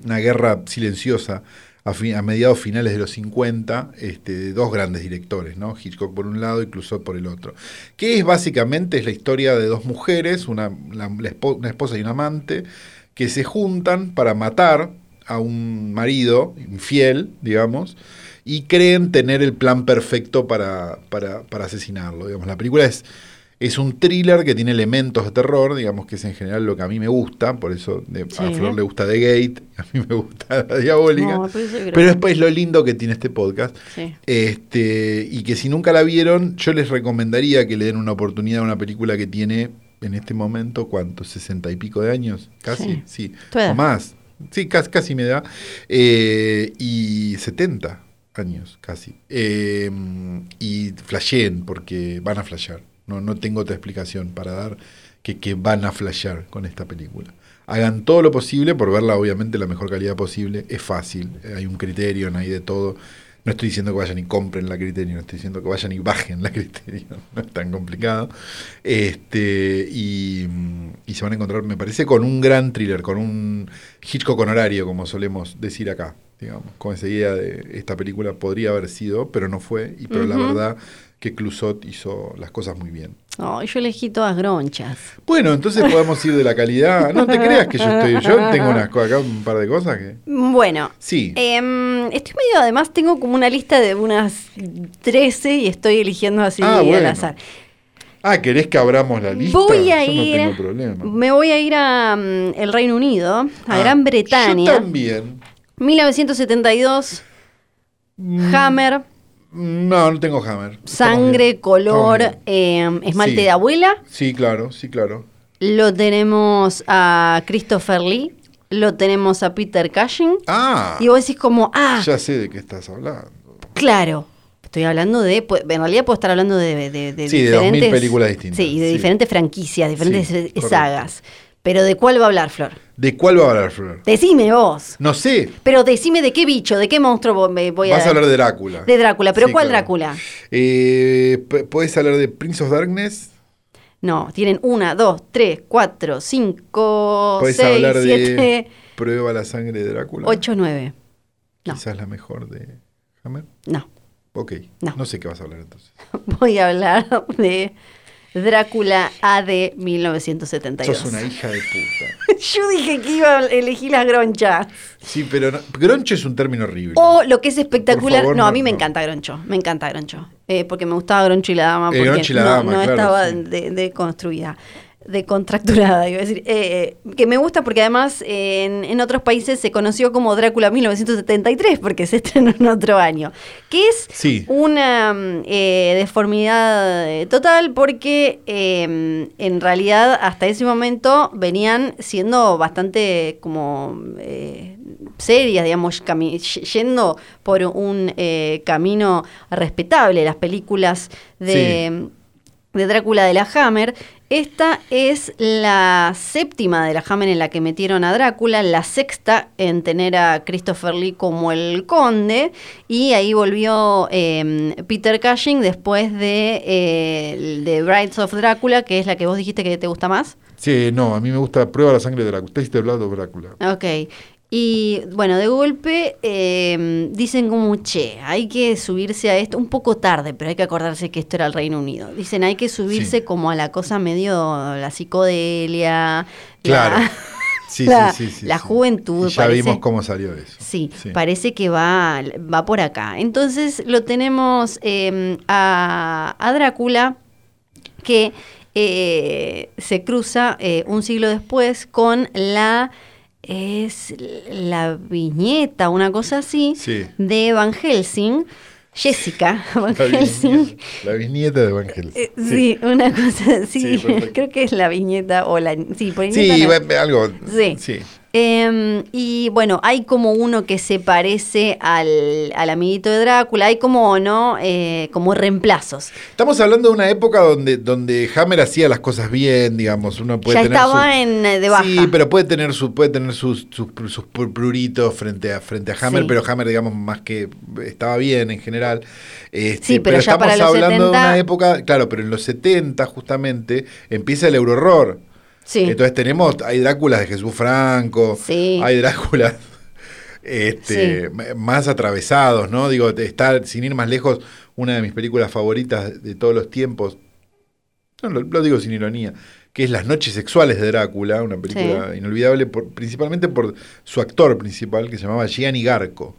Speaker 2: una guerra silenciosa a, fi- a mediados finales de los 50 este, de dos grandes directores, ¿no? Hitchcock por un lado y Clouseau por el otro. Que es básicamente es la historia de dos mujeres, una, la- la espo- una esposa y un amante, que se juntan para matar a un marido infiel, digamos, y creen tener el plan perfecto para, para- para asesinarlo. Digamos. La película es, es un thriller que tiene elementos de terror, digamos que es en general lo que a mí me gusta, por eso de- a
Speaker 1: Sí.
Speaker 2: Flor le gusta The Gate, a mí me gusta La Diabólica,
Speaker 1: No, pero eso creo-
Speaker 2: pero después lo lindo que tiene este podcast.
Speaker 1: sí.
Speaker 2: Este, y que si nunca la vieron, yo les recomendaría que le den una oportunidad a una película que tiene en este momento, ¿cuánto? ¿60 y pico de años? Casi,
Speaker 1: Sí.
Speaker 2: sí.
Speaker 1: Tu edad.
Speaker 2: O más. Sí, casi, casi me da. Eh, y 70 años, casi. Eh, y flasheen, porque van a flashear. No, no tengo otra explicación para dar que, que van a flashear con esta película. Hagan todo lo posible por verla, obviamente, la mejor calidad posible. Es fácil, eh, hay un criterio, hay de todo. No estoy diciendo que vayan y compren la criterio, no estoy diciendo que vayan y bajen la criterio, no es tan complicado. Este, y, mm, y se van a encontrar, me parece, con un gran thriller, con un Hitchcock con horario, como solemos decir acá, digamos, con esa idea de esta película podría haber sido, pero no fue, y pero la
Speaker 1: Ujú.
Speaker 2: verdad que Clusot hizo las cosas muy bien.
Speaker 1: No, yo elegí todas gronchas.
Speaker 2: Bueno, entonces podemos ir de la calidad. No te creas que yo estoy, yo tengo unas co- acá un par de cosas que.
Speaker 1: Bueno,
Speaker 2: Sí.
Speaker 1: Em, estoy medio, además tengo como una lista de unas 13 y estoy eligiendo así
Speaker 2: Ah,
Speaker 1: al
Speaker 2: bueno.
Speaker 1: azar.
Speaker 2: Ah, ¿querés que abramos la lista?
Speaker 1: Voy a
Speaker 2: yo
Speaker 1: ir,
Speaker 2: no tengo problema.
Speaker 1: me voy a ir a mm, el Reino Unido, a
Speaker 2: Ah,
Speaker 1: Gran
Speaker 2: Yo
Speaker 1: Bretaña,
Speaker 2: también.
Speaker 1: 1972, Hammer,
Speaker 2: No, no tengo Hammer. Estamos
Speaker 1: sangre,
Speaker 2: Mm, bien.
Speaker 1: color,
Speaker 2: Estamos bien.
Speaker 1: em, esmalte
Speaker 2: Sí.
Speaker 1: de abuela.
Speaker 2: Sí, claro, sí, claro.
Speaker 1: Lo tenemos a Christopher Lee, lo tenemos a Peter Cushing.
Speaker 2: Ah,
Speaker 1: Y vos decís como, ah,
Speaker 2: ya sé de qué estás hablando.
Speaker 1: Claro. Estoy hablando de. pu- En realidad puedo estar hablando de. de, de
Speaker 2: Sí, de 2000
Speaker 1: diferentes,
Speaker 2: películas distintas,
Speaker 1: Sí, y de
Speaker 2: sí.
Speaker 1: diferentes franquicias, diferentes
Speaker 2: Sí,
Speaker 1: eh,
Speaker 2: correcto.
Speaker 1: sagas. Pero ¿de cuál va a hablar, Flor?
Speaker 2: ¿De cuál va a hablar Flor?
Speaker 1: Decime vos.
Speaker 2: No sé.
Speaker 1: Pero decime de qué bicho, de qué monstruo vo- me voy a.
Speaker 2: Vas a hablar de Drácula.
Speaker 1: De Drácula, pero
Speaker 2: Sí,
Speaker 1: ¿cuál
Speaker 2: claro.
Speaker 1: Drácula?
Speaker 2: Eh, p- ¿Puedes hablar de Prince of Darkness?
Speaker 1: No, tienen una, dos, tres, cuatro, cinco,
Speaker 2: ¿Puedes
Speaker 1: seis,
Speaker 2: hablar de
Speaker 1: siete,
Speaker 2: Prueba la sangre de Drácula?
Speaker 1: ocho, nueve. No,
Speaker 2: Quizás la mejor de Hammer.
Speaker 1: no.
Speaker 2: Ok.
Speaker 1: No.
Speaker 2: No. sé qué vas a hablar entonces.
Speaker 1: Voy a hablar de Drácula AD 1972.
Speaker 2: Sos una hija de puta.
Speaker 1: Yo dije que iba a elegir las gronchas.
Speaker 2: Sí, pero no- Groncho es un término horrible.
Speaker 1: O lo que es espectacular.
Speaker 2: Por favor,
Speaker 1: no, a
Speaker 2: no,
Speaker 1: mí me
Speaker 2: no.
Speaker 1: encanta Groncho. Me encanta Groncho. Eh, porque me gustaba Groncho y la dama.
Speaker 2: Eh,
Speaker 1: Porque
Speaker 2: Groncho y la
Speaker 1: no,
Speaker 2: Dama,
Speaker 1: no
Speaker 2: claro,
Speaker 1: estaba
Speaker 2: sí.
Speaker 1: de, de construida. De contracturada, iba a decir. Eh, eh, que me gusta porque además eh, en, en otros países se conoció como Drácula 1973, porque se estrenó en otro año. Que es
Speaker 2: Sí.
Speaker 1: una mm, eh, deformidad eh, total porque eh, en realidad hasta ese momento venían siendo bastante como eh, serias, digamos, cami- y- yendo por un eh, camino respetable. Las películas de, de Drácula de la Hammer. Esta es la séptima de la Hammer en la que metieron a Drácula, la sexta en tener a Christopher Lee como el conde, y ahí volvió eh, Peter Cushing después de, eh, de Brides of Drácula, que es la que vos dijiste que te gusta más.
Speaker 2: Sí, no, a mí me gusta Prueba la sangre de Drácula. Taste the blood of Drácula.
Speaker 1: Ok. Y bueno, de golpe eh, dicen como, che, hay que subirse a esto, un poco tarde, pero hay que acordarse que esto era el Reino Unido. Dicen, hay que subirse
Speaker 2: Sí.
Speaker 1: como a la cosa medio, la psicodelia,
Speaker 2: Claro.
Speaker 1: la,
Speaker 2: Sí,
Speaker 1: la-
Speaker 2: sí, sí, sí.
Speaker 1: la
Speaker 2: sí.
Speaker 1: juventud,
Speaker 2: Y Ya
Speaker 1: parece.
Speaker 2: vimos cómo salió eso.
Speaker 1: Sí,
Speaker 2: Sí.
Speaker 1: parece que va, va por acá. Entonces lo tenemos eh, a, a Drácula que eh, se cruza eh, un siglo después con la es la viñeta, una cosa así,
Speaker 2: Sí.
Speaker 1: de Van Helsing, Jessica Van
Speaker 2: La
Speaker 1: Helsing.
Speaker 2: bisnieta, la bisnieta de Van Helsing.
Speaker 1: Eh, sí. una cosa así.
Speaker 2: Sí, perfecto.
Speaker 1: Creo que es la viñeta o la... Sí, por
Speaker 2: Sí,
Speaker 1: viñeta no.
Speaker 2: va- algo.
Speaker 1: Sí.
Speaker 2: sí.
Speaker 1: Em, y bueno, hay como uno que se parece al, al amiguito de Drácula, hay como, ¿no? Eh, como reemplazos.
Speaker 2: Estamos hablando de una época donde, donde Hammer hacía las cosas bien, digamos. Uno puede
Speaker 1: ya
Speaker 2: tener
Speaker 1: estaba
Speaker 2: su-
Speaker 1: en eh, de baja.
Speaker 2: Sí, pero puede tener, su, puede tener sus, sus, pr- sus pr- pruritos frente a, frente a Hammer,
Speaker 1: Sí.
Speaker 2: pero Hammer, digamos, más que estaba bien en general. Este,
Speaker 1: Sí, pero ya
Speaker 2: estamos
Speaker 1: para los
Speaker 2: hablando
Speaker 1: 70.
Speaker 2: de una época, claro, pero en los 70 justamente empieza el eurohorror.
Speaker 1: Sí.
Speaker 2: Entonces tenemos, hay Dráculas de Jesús Franco,
Speaker 1: Sí.
Speaker 2: hay Dráculas este,
Speaker 1: Sí.
Speaker 2: m- más atravesados, ¿no? Digo, te- está, sin ir más lejos, una de mis películas favoritas de todos los tiempos, no, lo, lo digo sin ironía, que es Las noches sexuales de Drácula, una película inolvidable por- principalmente por su actor principal que se llamaba Gianni Garco.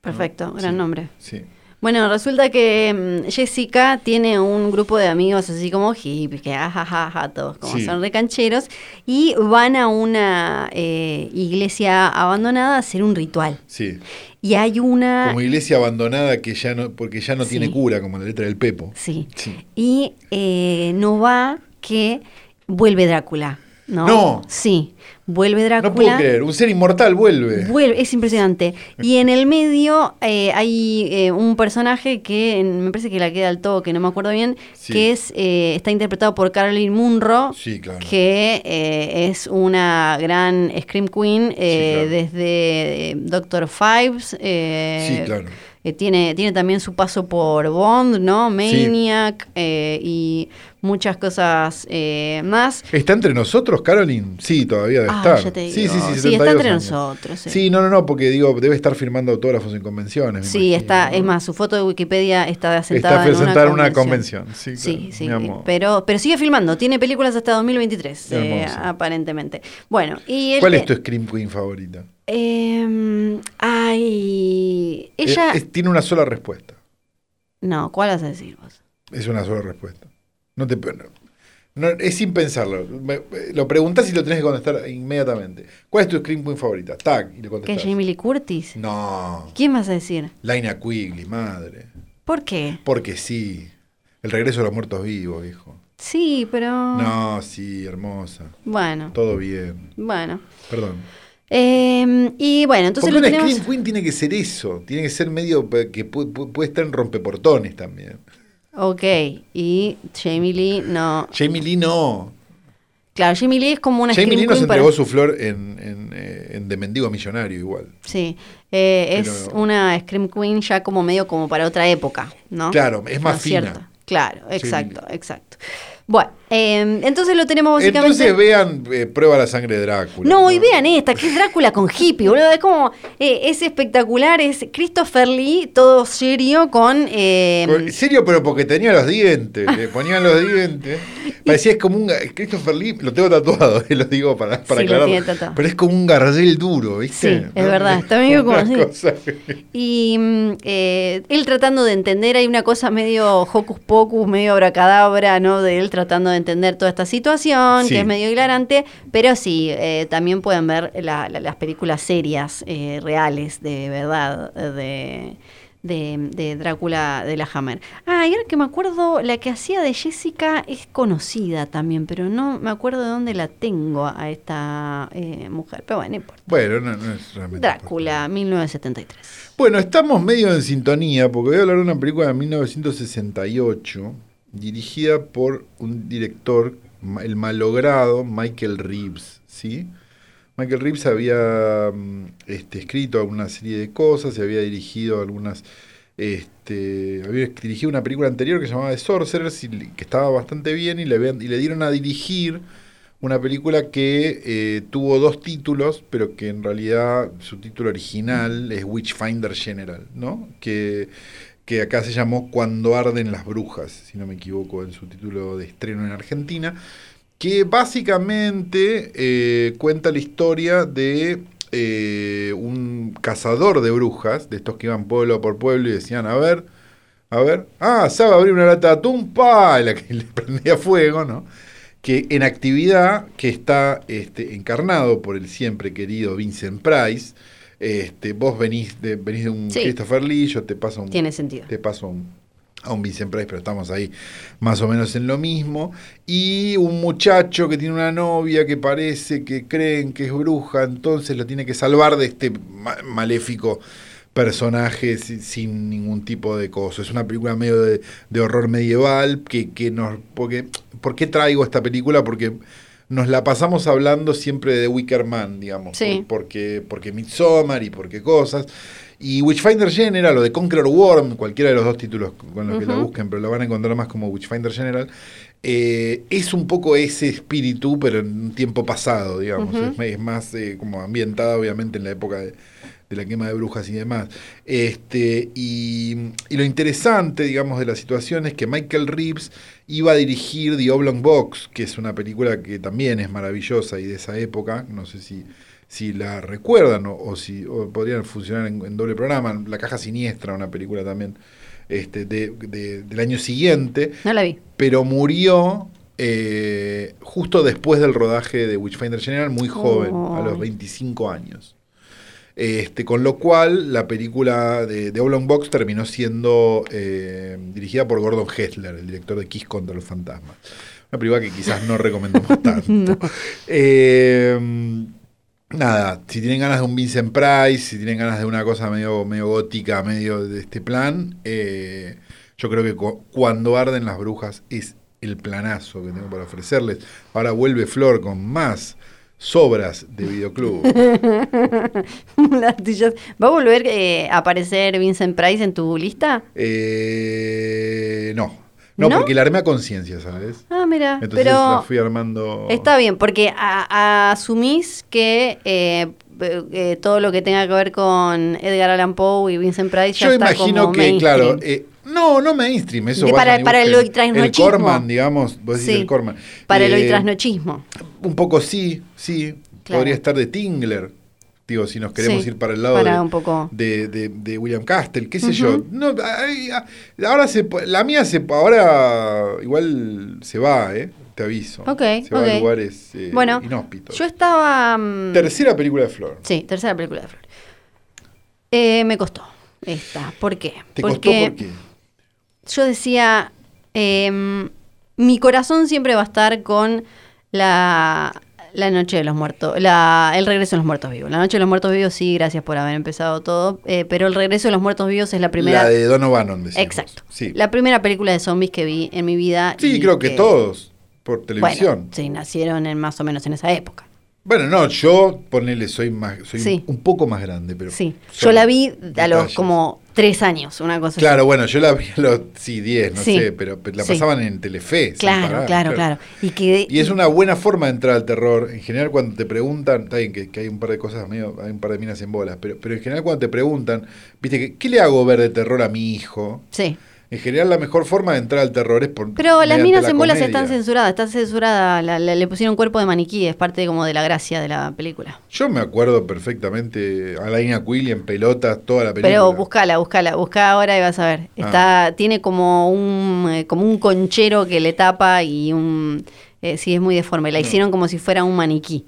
Speaker 1: Perfecto, gran
Speaker 2: Sí.
Speaker 1: nombre.
Speaker 2: Sí.
Speaker 1: Bueno, resulta que mm, Jessica tiene un grupo de amigos así como hippies, que ah, ajajaja, todos como
Speaker 2: Sí.
Speaker 1: son recancheros, y van a una eh, iglesia abandonada a hacer un ritual.
Speaker 2: Sí,
Speaker 1: Y hay una...
Speaker 2: como iglesia abandonada que ya no, porque ya no
Speaker 1: Ah. Sí.
Speaker 2: tiene cura, como la letra del Pepo.
Speaker 1: Sí.
Speaker 2: Sí.
Speaker 1: Y eh, no va que vuelve Drácula. No.
Speaker 2: No.
Speaker 1: Sí, vuelve Drácula.
Speaker 2: No puedo creer, un ser inmortal vuelve.
Speaker 1: Vuelve, es impresionante. Y en el medio eh, hay eh, un personaje que en- me parece que la queda al toque, no me acuerdo bien,
Speaker 2: Sí.
Speaker 1: que es eh, está interpretado por Carolyn Munro,
Speaker 2: Sí, claro.
Speaker 1: que eh, es una gran Scream Queen eh,
Speaker 2: claro.
Speaker 1: desde eh, Doctor Fives. eh,
Speaker 2: Sí, claro.
Speaker 1: eh, tiene, tiene también su paso por Bond, ¿no? Maniac eh, y muchas cosas eh, más.
Speaker 2: ¿Está entre nosotros, Caroline? Sí, todavía debe
Speaker 1: Ah,
Speaker 2: estar.
Speaker 1: ya te digo.
Speaker 2: Sí, sí,
Speaker 1: Sí,
Speaker 2: sí,
Speaker 1: está
Speaker 2: 72
Speaker 1: entre
Speaker 2: años.
Speaker 1: nosotros, eh. sí.
Speaker 2: Sí. no, no, no, porque digo, debe estar firmando autógrafos en convenciones. me
Speaker 1: Sí,
Speaker 2: imagino,
Speaker 1: está,
Speaker 2: ¿no?
Speaker 1: es más, su foto de Wikipedia está sentada
Speaker 2: está
Speaker 1: en una
Speaker 2: presentar
Speaker 1: convención.
Speaker 2: una convención. Sí,
Speaker 1: Sí, sí, eh,
Speaker 2: claro, mi amor.
Speaker 1: pero, pero sigue filmando, tiene películas hasta 2023,
Speaker 2: Qué
Speaker 1: eh,
Speaker 2: hermoso.
Speaker 1: aparentemente. Bueno, y el
Speaker 2: ¿Cuál
Speaker 1: que-
Speaker 2: es tu Scream Queen favorita? Eh,
Speaker 1: Em, ay, ella...
Speaker 2: Es- es- tiene una sola respuesta.
Speaker 1: No, ¿cuál vas a decir vos?
Speaker 2: Es una sola respuesta. No te. no- no, es sin pensarlo. Me- me- lo preguntás y lo tenés que contestar inmediatamente. ¿Cuál es tu Scream Queen favorita? Tag, y lo
Speaker 1: ¿Que
Speaker 2: contestás.
Speaker 1: Jamie Lee Curtis?
Speaker 2: No.
Speaker 1: ¿Quién vas a decir?
Speaker 2: Laina Quigley, madre.
Speaker 1: ¿Por qué?
Speaker 2: Porque sí. El regreso de los muertos vivos, viejo.
Speaker 1: Sí, pero...
Speaker 2: No, sí, hermosa.
Speaker 1: Bueno,
Speaker 2: Todo bien.
Speaker 1: bueno.
Speaker 2: Perdón.
Speaker 1: Eh, y bueno, entonces
Speaker 2: Porque
Speaker 1: lo
Speaker 2: una
Speaker 1: tenemos.
Speaker 2: Scream Queen tiene que ser eso. Tiene que ser medio pe- que pu- pu- puede estar en rompeportones también.
Speaker 1: Ok, y Jamie Lee no.
Speaker 2: Jamie Lee no.
Speaker 1: Claro, Jamie Lee es como una
Speaker 2: Jamie
Speaker 1: Scream
Speaker 2: Lee nos
Speaker 1: Queen,
Speaker 2: entregó
Speaker 1: pero-
Speaker 2: su flor en, en, eh, en De Mendigo Millonario igual.
Speaker 1: Sí, eh, es
Speaker 2: Pero-
Speaker 1: una Scream Queen ya como medio como para otra época, ¿no?
Speaker 2: Claro, es más
Speaker 1: ¿No
Speaker 2: fina.
Speaker 1: cierto? Claro,
Speaker 2: Jamie
Speaker 1: exacto, exacto. Bueno, eh, entonces lo tenemos básicamente.
Speaker 2: Entonces vean eh, Prueba la sangre de Drácula.
Speaker 1: No, y vean esta, que es Drácula con hippie, boludo. Es como, eh, es espectacular, es Christopher Lee, todo serio, con... eh,
Speaker 2: Por- serio, pero porque tenía los dientes, le ponían los dientes. Parecía es como un. ga- Christopher Lee, lo tengo tatuado, eh, lo digo para, para
Speaker 1: Sí, lo
Speaker 2: aclarar.
Speaker 1: tiene tatuado.
Speaker 2: Pero es como un garrel duro, ¿viste?
Speaker 1: Sí, es verdad, está medio como
Speaker 2: Una
Speaker 1: así.
Speaker 2: cosa que-
Speaker 1: y mm, eh, él tratando de entender, hay una cosa medio hocus pocus, medio abracadabra, ¿no? De él tratando de entender toda esta situación,
Speaker 2: Sí.
Speaker 1: que es medio hilarante, pero sí, eh, también pueden ver la- la- las películas serias, eh, reales, de verdad, eh, de, de, de Drácula de la Hammer. Ah, y ahora que me acuerdo, la que hacía de Jessica es conocida también, pero no me acuerdo de dónde la tengo a esta eh, mujer, pero bueno, no importa.
Speaker 2: Bueno, no, no es realmente.
Speaker 1: Drácula, 1973.
Speaker 2: Bueno, estamos medio en sintonía porque voy a hablar de una película de 1968 dirigida por un director, ma- el malogrado Michael Reeves, ¿sí? Michael Reeves había mm, este, escrito alguna serie de cosas, y había dirigido algunas, este, había dirigido una película anterior que se llamaba The Sorcerers, y le- que estaba bastante bien, y le, habían- y le dieron a dirigir una película que eh, tuvo dos títulos, pero que en realidad su título original es Witchfinder General, ¿no? Que, que acá se llamó Cuando arden las brujas, si no me equivoco, en su título de estreno en Argentina, que básicamente eh, cuenta la historia de eh, un cazador de brujas, de estos que iban pueblo por pueblo y decían, a ver, a ver, ah, sabe abrir una lata de atún, pa, y la que le prendía fuego, ¿no? que en actividad que está este, encarnado por el siempre querido Vincent Price, este, vos venís de, venís de un
Speaker 1: Sí.
Speaker 2: Christopher Lee, yo te paso un,
Speaker 1: Tiene sentido.
Speaker 2: te paso a un, a un Vincent Price, pero estamos ahí más o menos en lo mismo. Y un muchacho que tiene una novia que parece que creen que es bruja, entonces lo tiene que salvar de este ma- maléfico personaje si- sin, ningún tipo de coso. Es una película medio de, de horror medieval que, que nos... Porque, ¿Por qué traigo esta película? Porque nos la pasamos hablando siempre de Wicker Man, digamos.
Speaker 1: Sí.
Speaker 2: por- porque, porque Midsommar y porque cosas. Y Witchfinder General o de Conqueror Worm, cualquiera de los dos títulos con los que la
Speaker 1: Ujú.
Speaker 2: busquen, pero la van a encontrar más como Witchfinder General, eh, es un poco ese espíritu, pero en un tiempo pasado, digamos.
Speaker 1: Ujú.
Speaker 2: Es- Es, más eh, como ambientada, obviamente, en la época de, de la quema de brujas y demás. Este, y, y lo interesante, digamos, de la situación es que Michael Reeves iba a dirigir The Oblong Box, que es una película que también es maravillosa y de esa época, no sé si, si la recuerdan o, o si o podrían funcionar en, en doble programa, La Caja Siniestra, una película también este, de- de- del año siguiente,
Speaker 1: No la vi.
Speaker 2: pero murió eh, justo después del rodaje de Witchfinder General, muy joven, a los
Speaker 1: Ay.
Speaker 2: 25 años. Este, con lo cual, la película de, de Oblong Box terminó siendo eh, dirigida por Gordon Hessler, el director de Kiss contra los fantasmas. Una película que quizás no recomendamos tanto. Eh, nada, si tienen ganas de un Vincent Price, si tienen ganas de una cosa medio, medio gótica, medio de este plan, eh, yo creo que cu- cuando arden las brujas es el planazo que tengo para ofrecerles. Ahora vuelve Flor con más sobras de videoclub.
Speaker 1: Las tillas. ¿Va a volver eh, a aparecer Vincent Price en tu lista?
Speaker 2: Eh, no. no,
Speaker 1: ¿No?
Speaker 2: porque la armé a conciencia, ¿sabes?
Speaker 1: Ah, mira.
Speaker 2: Entonces la
Speaker 1: Pero
Speaker 2: fui armando.
Speaker 1: está bien, porque a- a- asumís que eh, eh, eh, todo lo que tenga que ver con Edgar Allan Poe y Vincent Price ya
Speaker 2: Yo
Speaker 1: está
Speaker 2: imagino
Speaker 1: como
Speaker 2: que,
Speaker 1: mainstream.
Speaker 2: claro, eh, no, no mainstream, eso
Speaker 1: De-
Speaker 2: vayan
Speaker 1: para-
Speaker 2: y
Speaker 1: para el
Speaker 2: busquen.
Speaker 1: hoy trasnochismo.
Speaker 2: El Corman, digamos, vos decís
Speaker 1: Sí,
Speaker 2: el Corman.
Speaker 1: Para el
Speaker 2: Eh,
Speaker 1: hoy trasnochismo.
Speaker 2: Un poco sí, sí,
Speaker 1: Claro.
Speaker 2: podría estar de Tingler, digo, si nos queremos
Speaker 1: Sí,
Speaker 2: ir para el lado
Speaker 1: para
Speaker 2: de,
Speaker 1: un poco-
Speaker 2: de, de- de William Castle, qué sé yo.
Speaker 1: Ujú.
Speaker 2: No, ay, ah, ahora se, po- la mía se, po- ahora igual se va, eh, te aviso.
Speaker 1: Ok,
Speaker 2: se va a
Speaker 1: ok.
Speaker 2: lugares eh,
Speaker 1: Bueno,
Speaker 2: inhóspitos.
Speaker 1: yo estaba... mm,
Speaker 2: Tercera película de Flor.
Speaker 1: sí, tercera película de Flor. Eh, me costó esta. ¿Por qué?
Speaker 2: ¿Te costó por qué?
Speaker 1: yo decía, em, mi corazón siempre va a estar con la, la noche de los muertos, la, el regreso de los muertos vivos. La noche de los muertos vivos, sí, gracias por haber empezado todo, eh, pero el regreso de los muertos vivos es la primera...
Speaker 2: La de Donovan, decís vos.
Speaker 1: exacto.
Speaker 2: Sí,
Speaker 1: La primera película de zombies que vi en mi vida.
Speaker 2: sí
Speaker 1: y
Speaker 2: creo que todos, por
Speaker 1: Bueno,
Speaker 2: televisión.
Speaker 1: sí, nacieron en, más o menos en esa época.
Speaker 2: Bueno, no, yo ponele, soy más, soy
Speaker 1: Sí.
Speaker 2: un poco más grande, pero.
Speaker 1: Sí,
Speaker 2: son
Speaker 1: yo la vi a los
Speaker 2: detalles.
Speaker 1: como
Speaker 3: tres años, una cosa
Speaker 2: Claro, bueno, yo la vi a los sí, 10, no
Speaker 3: Sí.
Speaker 2: sé, pero pe- la
Speaker 3: Sí.
Speaker 2: pasaban en Telefe. sin
Speaker 3: así. Claro,
Speaker 2: parar,
Speaker 3: claro, claro. Y que
Speaker 2: Y es una buena forma de entrar al terror. En general, cuando te preguntan, está bien que, que hay un par de cosas medio, hay un par de minas en bolas, pero, pero en general, cuando te preguntan, viste, que, ¿qué le hago ver de terror a mi hijo?
Speaker 3: sí.
Speaker 2: En general, la mejor forma de entrar al terror es por.
Speaker 1: Pero las
Speaker 2: mediante
Speaker 1: minas
Speaker 2: la
Speaker 1: en bolas
Speaker 2: comedia.
Speaker 1: están censuradas, está censurada, la- la- le pusieron cuerpo de maniquí, es parte como de la gracia de la película.
Speaker 2: Yo me acuerdo perfectamente a Laina Quilly en pelotas, toda la película. Ah.
Speaker 1: Pero buscala, buscala, buscá ahora y vas a ver. Está, tiene como un, eh, como un conchero que le tapa y un, eh, sí es muy deforme.
Speaker 2: Mm.
Speaker 1: La hicieron como si fuera un maniquí.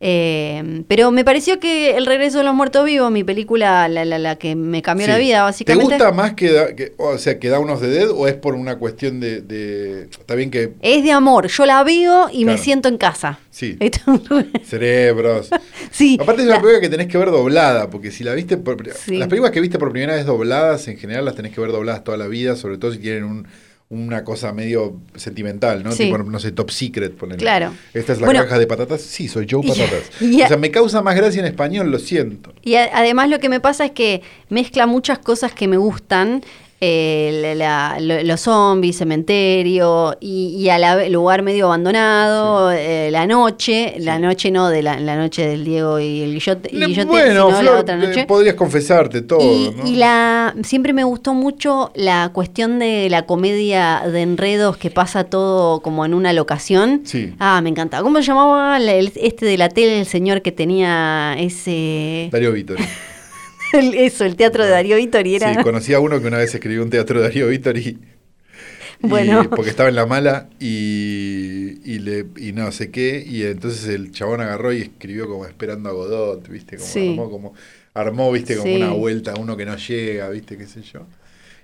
Speaker 1: Eh, pero me pareció que El regreso de los muertos vivos, mi película, la, la, la que me cambió
Speaker 2: Sí.
Speaker 1: la vida, básicamente.
Speaker 2: ¿Te gusta más que, da- que- o sea, que da unos de dead o es por una cuestión de. de- está bien que.
Speaker 1: Es de amor. Yo la veo y me
Speaker 2: Claro.
Speaker 1: siento en casa.
Speaker 2: Sí.
Speaker 1: Esto-
Speaker 2: Cerebros.
Speaker 1: sí.
Speaker 2: Aparte es una
Speaker 1: la-
Speaker 2: película que tenés que ver doblada, porque si la viste por, pri-
Speaker 1: Sí.
Speaker 2: las películas que viste por primera vez dobladas, en general las tenés que ver dobladas toda la vida, sobre todo si tienen un- una cosa medio sentimental, ¿no?
Speaker 1: Sí.
Speaker 2: Tipo, no sé, Top Secret, ponele.
Speaker 1: Claro.
Speaker 2: Esta es la
Speaker 1: Bueno.
Speaker 2: caja de patatas. Sí, soy yo
Speaker 1: Y-
Speaker 2: patatas.
Speaker 1: y-
Speaker 2: O sea, me causa más gracia en español, lo siento.
Speaker 1: Y a- además lo que me pasa es que mezcla muchas cosas que me gustan. eh, la- la- lo- los zombies, cementerio y, y a la ve- lugar medio abandonado, eh, la noche, la noche no de la, la noche del Diego y el Guillote, y Guillote,
Speaker 2: bueno,
Speaker 1: sino la
Speaker 2: Flor,
Speaker 1: otra
Speaker 2: eh,
Speaker 1: noche.
Speaker 2: podrías confesarte todo,
Speaker 1: y,
Speaker 2: ¿no?
Speaker 1: y la siempre me gustó mucho la cuestión de la comedia de enredos que pasa todo como en una locación.
Speaker 2: Sí.
Speaker 1: Ah, me encantaba. ¿Cómo se llamaba el- el- este de la tele, el señor que tenía ese...
Speaker 2: Darío Vittori.
Speaker 1: El- eso, el teatro de Darío Vittori era.
Speaker 2: Ah, Sí, conocí a uno que una vez escribió un teatro de Darío Vittori. y-
Speaker 1: Bueno.
Speaker 2: Porque estaba en la mala y, y, le, y no sé qué. Y entonces el chabón agarró y escribió como esperando a Godot, ¿viste? Como
Speaker 1: Sí.
Speaker 2: armó, como, armó, ¿viste? Como
Speaker 1: Sí.
Speaker 2: una vuelta a uno que no llega, ¿viste? ¿Qué sé yo?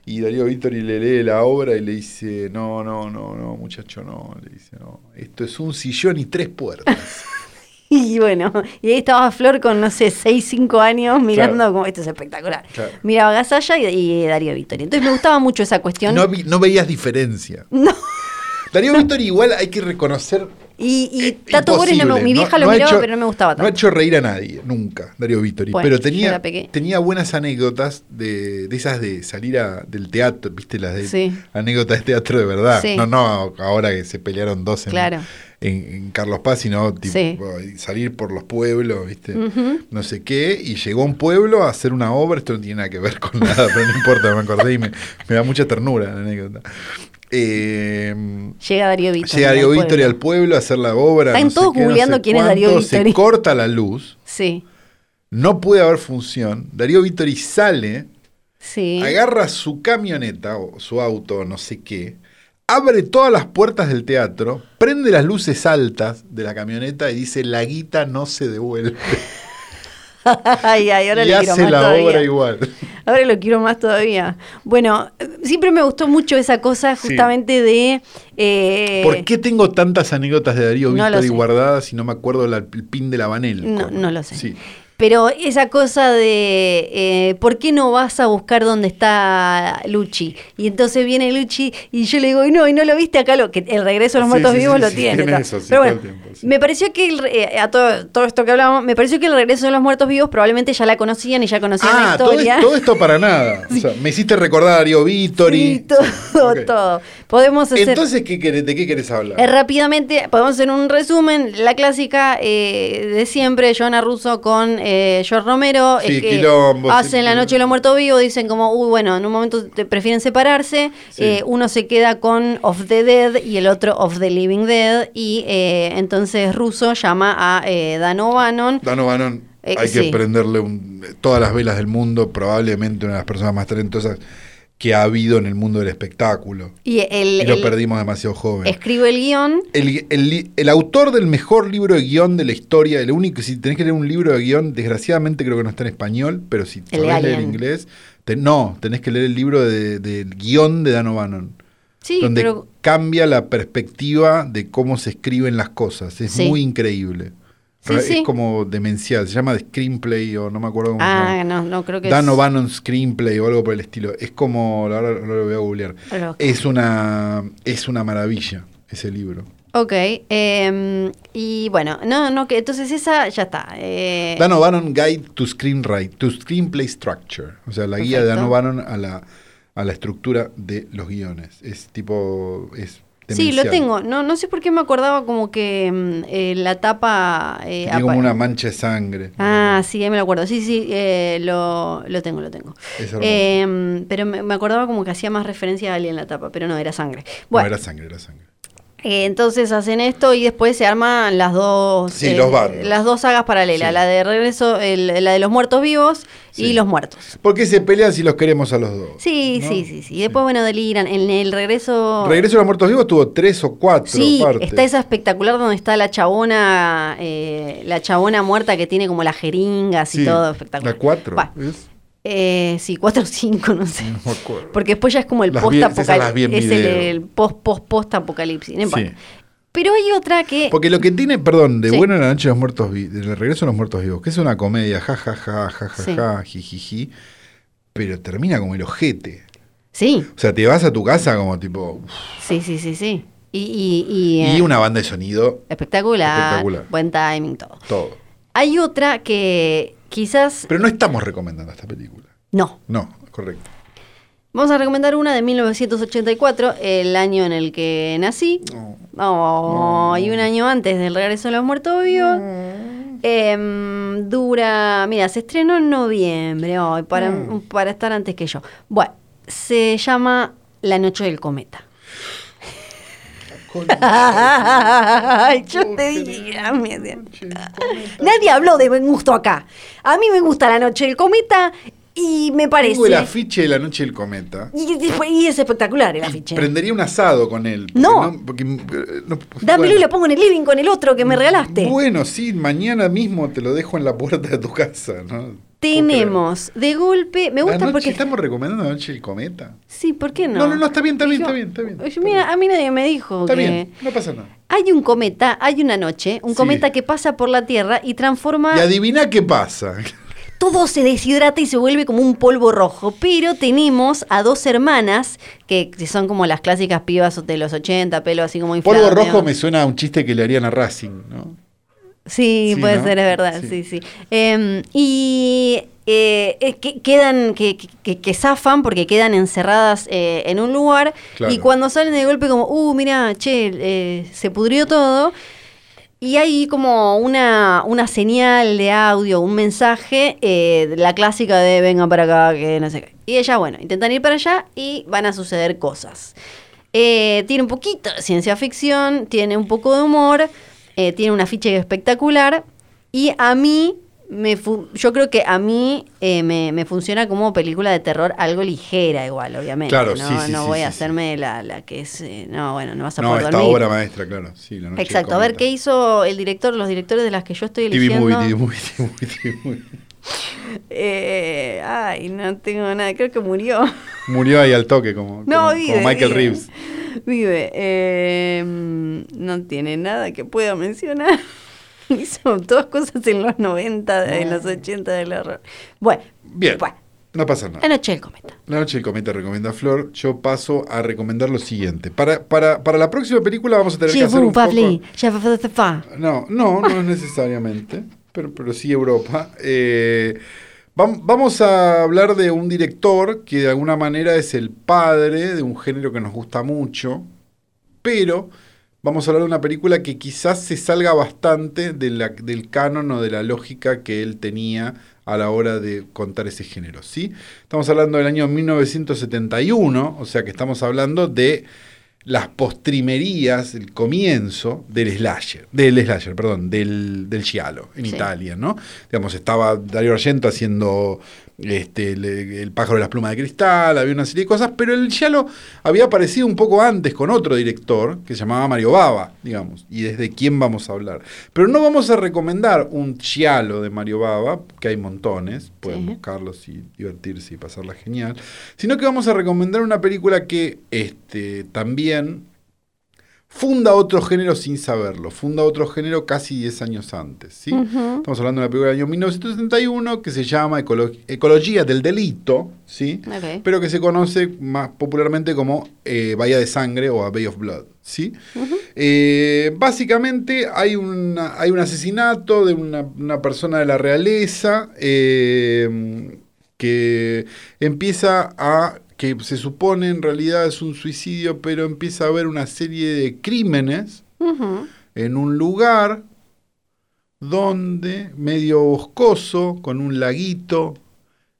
Speaker 2: Y Darío Vittori le lee la obra y le dice: No, no, no, no, muchacho, no. Le dice: No, esto es un sillón y tres puertas.
Speaker 1: Y bueno, y ahí estaba Flor con, no sé, 6, 5 años mirando como esto es espectacular.
Speaker 2: Claro.
Speaker 1: Miraba Gasalla y, y Darío Vittori. Entonces me gustaba mucho esa cuestión.
Speaker 2: No, vi- no veías diferencia.
Speaker 1: No.
Speaker 2: Darío Vittori, igual hay que reconocer
Speaker 1: Y, y
Speaker 2: Eh,
Speaker 1: Tato Bores, no me-
Speaker 2: imposible.
Speaker 1: mi vieja
Speaker 2: No- no
Speaker 1: lo
Speaker 2: ha
Speaker 1: miraba,
Speaker 2: hecho-
Speaker 1: pero no me gustaba
Speaker 2: No ha
Speaker 1: tanto.
Speaker 2: hecho reír a nadie, nunca, Darío Vittori.
Speaker 1: Bueno,
Speaker 2: pero
Speaker 1: yo
Speaker 2: tenía,
Speaker 1: la pegué.
Speaker 2: tenía buenas anécdotas de, de esas de salir a- del teatro, ¿viste? Las de
Speaker 1: Sí.
Speaker 2: anécdotas de teatro de verdad.
Speaker 1: Sí.
Speaker 2: No, no, ahora que se pelearon dos en,
Speaker 1: Claro.
Speaker 2: en- en Carlos Paz, sino tipo,
Speaker 1: Sí.
Speaker 2: salir por los pueblos, ¿viste? No sé qué. Y llegó a un pueblo a hacer una obra. Esto no tiene nada que ver con nada, pero no importa, me acordé y me, me da mucha ternura la anécdota. Eh,
Speaker 1: Llega Darío Vittori.
Speaker 2: Llega Darío
Speaker 1: al
Speaker 2: Víctor al
Speaker 1: pueblo.
Speaker 2: pueblo a hacer la obra.
Speaker 1: Están todos googleando quién es Darío
Speaker 2: cuánto, Se
Speaker 1: Vittori.
Speaker 2: corta la luz,
Speaker 1: Sí,
Speaker 2: no puede haber función. Darío Vittori sale,
Speaker 1: sí.
Speaker 2: agarra su camioneta o su auto, no sé qué, abre todas las puertas del teatro, prende las luces altas de la camioneta y dice: La guita no se devuelve.
Speaker 1: ay, ay, ahora
Speaker 2: y
Speaker 1: le quiero
Speaker 2: hace
Speaker 1: más
Speaker 2: la
Speaker 1: todavía.
Speaker 2: obra igual.
Speaker 1: Ahora lo quiero más todavía. Bueno, siempre me gustó mucho esa cosa
Speaker 2: Sí.
Speaker 1: justamente de... eh,
Speaker 2: ¿Por qué tengo tantas anécdotas de Darío
Speaker 1: no lo
Speaker 2: Víctor
Speaker 1: sé.
Speaker 2: guardadas y no me acuerdo la- el pin de la vanel?
Speaker 1: No, no lo sé.
Speaker 2: Sí.
Speaker 1: Pero esa cosa de eh, ¿por qué no vas a buscar dónde está Luchi? Y entonces viene Luchi y yo le digo, y no, y no lo viste acá, lo que el regreso a los
Speaker 2: Sí,
Speaker 1: muertos
Speaker 2: sí,
Speaker 1: vivos
Speaker 2: sí,
Speaker 1: lo
Speaker 2: sí,
Speaker 1: tiene.
Speaker 2: tiene
Speaker 1: tal.
Speaker 2: eso, sí,
Speaker 1: Pero
Speaker 2: todo el
Speaker 1: bueno,
Speaker 2: tiempo, sí.
Speaker 1: me pareció que el re- eh, a todo, todo esto que hablábamos, me pareció que el regreso de los muertos vivos probablemente ya la conocían y ya conocían la
Speaker 2: Ah, todo, es-
Speaker 1: historia.
Speaker 2: todo esto para nada. O sea, me hiciste recordar a Darío Vittori.
Speaker 1: Sí, todo,
Speaker 2: Ok.
Speaker 1: todo. Podemos hacer.
Speaker 2: Entonces, ¿qué querés- ¿de qué querés hablar?
Speaker 1: Eh, rápidamente, podemos hacer un resumen. La clásica eh, de siempre, Joana Russo con eh, George Romero.
Speaker 2: Sí,
Speaker 1: es que
Speaker 2: quilombo,
Speaker 1: hacen
Speaker 2: sí,
Speaker 1: la
Speaker 2: quilombo.
Speaker 1: noche de los muertos vivos, dicen como, uy, bueno, en un momento te- prefieren separarse.
Speaker 2: Sí.
Speaker 1: Eh, uno se queda con Of the Dead y el otro Of the Living Dead. Y eh, entonces Russo llama a eh, Dan O'Bannon.
Speaker 2: Dano Bannon,
Speaker 1: Eh,
Speaker 2: hay
Speaker 1: sí.
Speaker 2: que prenderle un- todas las velas del mundo, probablemente una de las personas más talentosas que ha habido en el mundo del espectáculo.
Speaker 1: Y, el,
Speaker 2: y lo
Speaker 1: el-
Speaker 2: perdimos demasiado joven.
Speaker 1: escribe el guión.
Speaker 2: el, el li- el autor del mejor libro de guión de la historia, el único, si tenés que leer un libro de guión, desgraciadamente creo que no está en español, pero si
Speaker 1: El de
Speaker 2: sabés leer
Speaker 1: Alien.
Speaker 2: inglés, te- no, tenés que leer el libro de, de- del guión de Dano Bannon.
Speaker 1: Sí,
Speaker 2: donde
Speaker 1: pero
Speaker 2: cambia la perspectiva de cómo se escriben las cosas. Es
Speaker 1: Sí.
Speaker 2: muy increíble.
Speaker 1: Sí,
Speaker 2: es
Speaker 1: sí.
Speaker 2: como demencial. Se llama screenplay o no me acuerdo cómo se
Speaker 1: Ah,
Speaker 2: llama.
Speaker 1: no, no creo que
Speaker 2: Dan
Speaker 1: es-
Speaker 2: O'Bannon Screenplay o algo por el estilo. Es
Speaker 1: Ah,
Speaker 2: como, ahora lo, lo voy a googlear.
Speaker 1: Pero-
Speaker 2: Es una, es una maravilla ese libro.
Speaker 1: Ok, eh, y bueno, no, no, que entonces esa ya está. eh,
Speaker 2: Dan O'Bannon Guide to Screenwrite, to Screenplay Structure. O sea, la guía de Dan
Speaker 1: Perfecto.
Speaker 2: O'Bannon a la, a la estructura de los guiones. Es tipo. Es
Speaker 1: sí, lo
Speaker 2: demencial.
Speaker 1: tengo. No, no sé por qué me acordaba como que mm, eh, la tapa... eh,
Speaker 2: Tiene como
Speaker 1: apa-
Speaker 2: una mancha de sangre.
Speaker 1: Ah, sí, ahí me lo acuerdo. Sí, sí, eh, lo, lo tengo, lo tengo.
Speaker 2: Es hermoso.
Speaker 1: Eh, pero me, me acordaba como que hacía más referencia a alguien en la tapa, pero no, era sangre.
Speaker 2: No,
Speaker 1: Bueno,
Speaker 2: era sangre, era sangre.
Speaker 1: eh, entonces hacen esto y después se arman las dos... eh,
Speaker 2: Sí, los bandos.
Speaker 1: Las dos sagas paralelas,
Speaker 2: Sí.
Speaker 1: la de regreso, el- la de los muertos vivos
Speaker 2: Sí.
Speaker 1: y los muertos.
Speaker 2: ¿Por qué se pelean si los queremos a los dos?
Speaker 1: Sí,
Speaker 2: ¿no?
Speaker 1: sí, sí, sí. Y después, bueno, deliran. En el regreso.
Speaker 2: Regreso a los Muertos Vivos tuvo tres o cuatro
Speaker 1: Sí,
Speaker 2: partes.
Speaker 1: está esa espectacular donde está la chabona, eh, la chabona muerta que tiene como las jeringas y
Speaker 2: Sí,
Speaker 1: todo espectacular.
Speaker 2: La cuatro.
Speaker 1: Bueno,
Speaker 2: ¿es?
Speaker 1: eh, sí, cuatro o cinco, no sé.
Speaker 2: No me acuerdo.
Speaker 1: Porque después ya es como el
Speaker 2: Las vi-
Speaker 1: post
Speaker 2: esas las vi en
Speaker 1: apocalipsis. Es el,
Speaker 2: video.
Speaker 1: el post post post apocalipsis. no importa.
Speaker 2: Sí.
Speaker 1: Pero hay otra que.
Speaker 2: Porque lo que tiene, perdón, de
Speaker 1: Eh. Sí.
Speaker 2: bueno en la noche de los muertos vi- del regreso a los muertos vivos, que es una comedia, ja ja ja, ja ja
Speaker 1: Sí.
Speaker 2: ja, jijiji, pero termina como el ojete.
Speaker 1: Sí,
Speaker 2: O sea, te vas a tu casa como tipo. uf,
Speaker 1: sí, sí, sí, sí. Y, y, y, eh,
Speaker 2: y una banda de sonido,
Speaker 1: espectacular,
Speaker 2: Espectacular.
Speaker 1: Buen timing, todo.
Speaker 2: todo.
Speaker 1: Hay otra que quizás.
Speaker 2: Pero no estamos recomendando esta película.
Speaker 1: No,
Speaker 2: No, correcto.
Speaker 1: Vamos a recomendar una de 1984, el año en el que nací.
Speaker 2: No.
Speaker 1: Oh, Y un año antes del regreso de los muertos vivos. Em, dura, mira, se estrenó en noviembre, ay, para,
Speaker 2: Mm.
Speaker 1: para estar antes que yo. Bueno, se llama La Noche del Cometa. Ay, yo te dije, amiga. nadie habló de buen gusto acá. A mí me gusta La Noche del Cometa y me parece...
Speaker 2: Tengo el afiche de la noche del cometa.
Speaker 1: Y, y es espectacular el
Speaker 2: Y
Speaker 1: afiche.
Speaker 2: Prendería un asado con él. porque
Speaker 1: No.
Speaker 2: porque, eh, no,
Speaker 1: Dámelo y
Speaker 2: bueno. Mm,
Speaker 1: lo pongo en el living con el otro que me regalaste.
Speaker 2: Bueno, sí, mañana mismo te lo dejo en la puerta de tu casa, ¿no?
Speaker 1: Tenemos, de golpe, me
Speaker 2: Me
Speaker 1: gusta porque...
Speaker 2: estamos recomendando la noche del cometa.
Speaker 1: Sí, ¿por qué no?
Speaker 2: No, no, no, está bien, está bien,
Speaker 1: Yo-
Speaker 2: está bien, está bien, está
Speaker 1: Mira, a mí nadie me dijo
Speaker 2: Está
Speaker 1: que...
Speaker 2: bien, no pasa nada.
Speaker 1: Hay un cometa, hay una noche, un
Speaker 2: Sí.
Speaker 1: cometa que pasa por la Tierra y transforma...
Speaker 2: Y adivina qué pasa.
Speaker 1: Todo se deshidrata y se vuelve como un polvo rojo. Pero tenemos a dos hermanas, que que son como las clásicas pibas de los 80, pelo así como inflado.
Speaker 2: Polvo
Speaker 1: medio-
Speaker 2: rojo me suena a un chiste que le harían a Racing, ¿no?
Speaker 1: Sí,
Speaker 2: Sí,
Speaker 1: puede
Speaker 2: ¿no?
Speaker 1: ser, es verdad,
Speaker 2: Sí.
Speaker 1: sí, sí. Em, y eh, eh, que, quedan, que, que- que, que zafan porque quedan encerradas eh, en un lugar
Speaker 2: Claro.
Speaker 1: y cuando salen de golpe como, uh, mira, che, eh, se pudrió todo. Y hay como una, una señal de audio, un mensaje, eh, la clásica de vengan para acá, que no sé qué. Y ellas, bueno, intentan ir para allá y van a suceder cosas. Eh, tiene un poquito de ciencia ficción, tiene un poco de humor, eh, tiene una ficha espectacular. Y a mí, me fu- yo creo que a mí eh, me, me funciona como película de terror algo ligera igual, obviamente. no
Speaker 2: Claro, sí, sí,
Speaker 1: no
Speaker 2: sí,
Speaker 1: voy
Speaker 2: sí,
Speaker 1: a
Speaker 2: sí.
Speaker 1: hacerme la, la que es... eh, no, bueno, no vas a
Speaker 2: No,
Speaker 1: poder
Speaker 2: esta
Speaker 1: dormir.
Speaker 2: obra maestra, claro. Sí, la noche del
Speaker 1: Exacto, a ver
Speaker 2: cometa.
Speaker 1: qué hizo el director, los directores de las que yo estoy
Speaker 2: TV
Speaker 1: eligiendo.
Speaker 2: Movie, TV Movie, TV Movie, TV Movie.
Speaker 1: Eh, ay, no tengo nada, creo que murió.
Speaker 2: Murió ahí al toque, como,
Speaker 1: No,
Speaker 2: como-
Speaker 1: vive.
Speaker 2: como Michael
Speaker 1: vive.
Speaker 2: Reeves.
Speaker 1: Vive. Eh, no tiene nada que pueda mencionar. Hizo todas cosas en los 90, en los 80 del horror. Bueno,
Speaker 2: Bien,
Speaker 1: Bueno,
Speaker 2: no pasa nada.
Speaker 1: anoche el cometa.
Speaker 2: La noche del cometa recomienda Flor. Yo paso a recomendar lo siguiente. Para, para, para la próxima película vamos a tener que hacer un poco... No, no, no es necesariamente, pero, pero sí Europa. Eh, vam- vamos a hablar de un director que de alguna manera es el padre de un género que nos gusta mucho, pero vamos a hablar de una película que quizás se salga bastante de la- del canon o de la lógica que él tenía a la hora de contar ese género, ¿sí? Estamos hablando del año 1971, o sea que estamos hablando de las postrimerías, el comienzo del slasher, del slasher, perdón, del, del giallo en
Speaker 1: Sí.
Speaker 2: Italia, ¿no? Digamos, estaba Dario Argento haciendo este, el, el pájaro de las plumas de cristal, había una serie de cosas, pero el giallo había aparecido un poco antes con otro director que se llamaba Mario Bava, digamos, y desde quién vamos a hablar. Pero no vamos a recomendar un giallo de Mario Bava, que hay montones, pueden
Speaker 1: Sí.
Speaker 2: buscarlos y divertirse y pasarla genial, sino que vamos a recomendar una película que este, también funda otro género sin saberlo, funda otro género casi 10 años antes. ¿sí?
Speaker 1: Ujú.
Speaker 2: Estamos hablando de una película del año 1971 que se llama Ecolo- Ecología del Delito, ¿sí?
Speaker 1: Ok.
Speaker 2: pero que se conoce más popularmente como eh, Bahía de Sangre o A Bay of Blood. ¿sí? Eh, básicamente hay, una- hay un asesinato de una, una persona de la realeza eh, que empieza a que se supone en realidad es un suicidio, pero empieza a haber una serie de crímenes
Speaker 1: Ujú.
Speaker 2: en un lugar donde, medio boscoso, con un laguito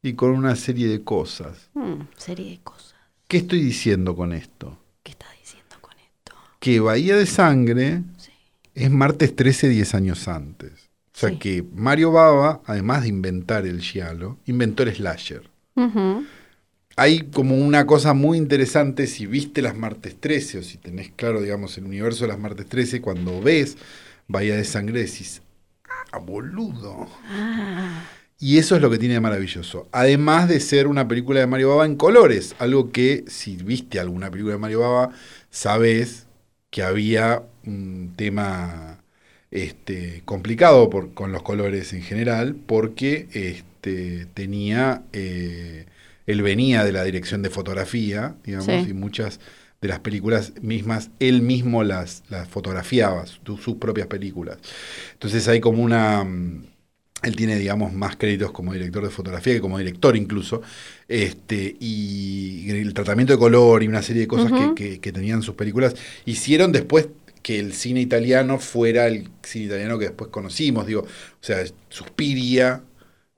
Speaker 2: y con una serie de cosas.
Speaker 1: Mm, serie de cosas.
Speaker 2: ¿Qué estoy diciendo con esto?
Speaker 1: ¿Qué estás diciendo con esto?
Speaker 2: Que Bahía de Sangre
Speaker 1: Sí.
Speaker 2: es martes 13, 10 años antes. O sea
Speaker 1: Sí.
Speaker 2: que Mario Baba, además de inventar el giallo, inventó el slasher.
Speaker 1: Ujú.
Speaker 2: Hay como una cosa muy interesante si viste las martes 13 o si tenés claro, digamos, el universo de las martes 13, cuando ves Bahía de Sangre decís, ah, boludo.
Speaker 1: Ah,
Speaker 2: Y eso es lo que tiene de maravilloso. Además de ser una película de Mario Baba en colores, algo que si viste alguna película de Mario Baba, sabes que había un tema este, complicado por- con los colores en general, porque este, tenía, eh, él venía de la dirección de fotografía, digamos,
Speaker 1: Sí.
Speaker 2: y muchas de las películas mismas, él mismo las, las fotografiaba, su- sus propias películas. Entonces hay como una... mm, él tiene, digamos, más créditos como director de fotografía que como director incluso. Este, y el tratamiento de color y una serie de cosas
Speaker 1: Ujú.
Speaker 2: que, que- que tenían sus películas hicieron después que el cine italiano fuera el cine italiano que después conocimos. Digo, o sea, Suspiria,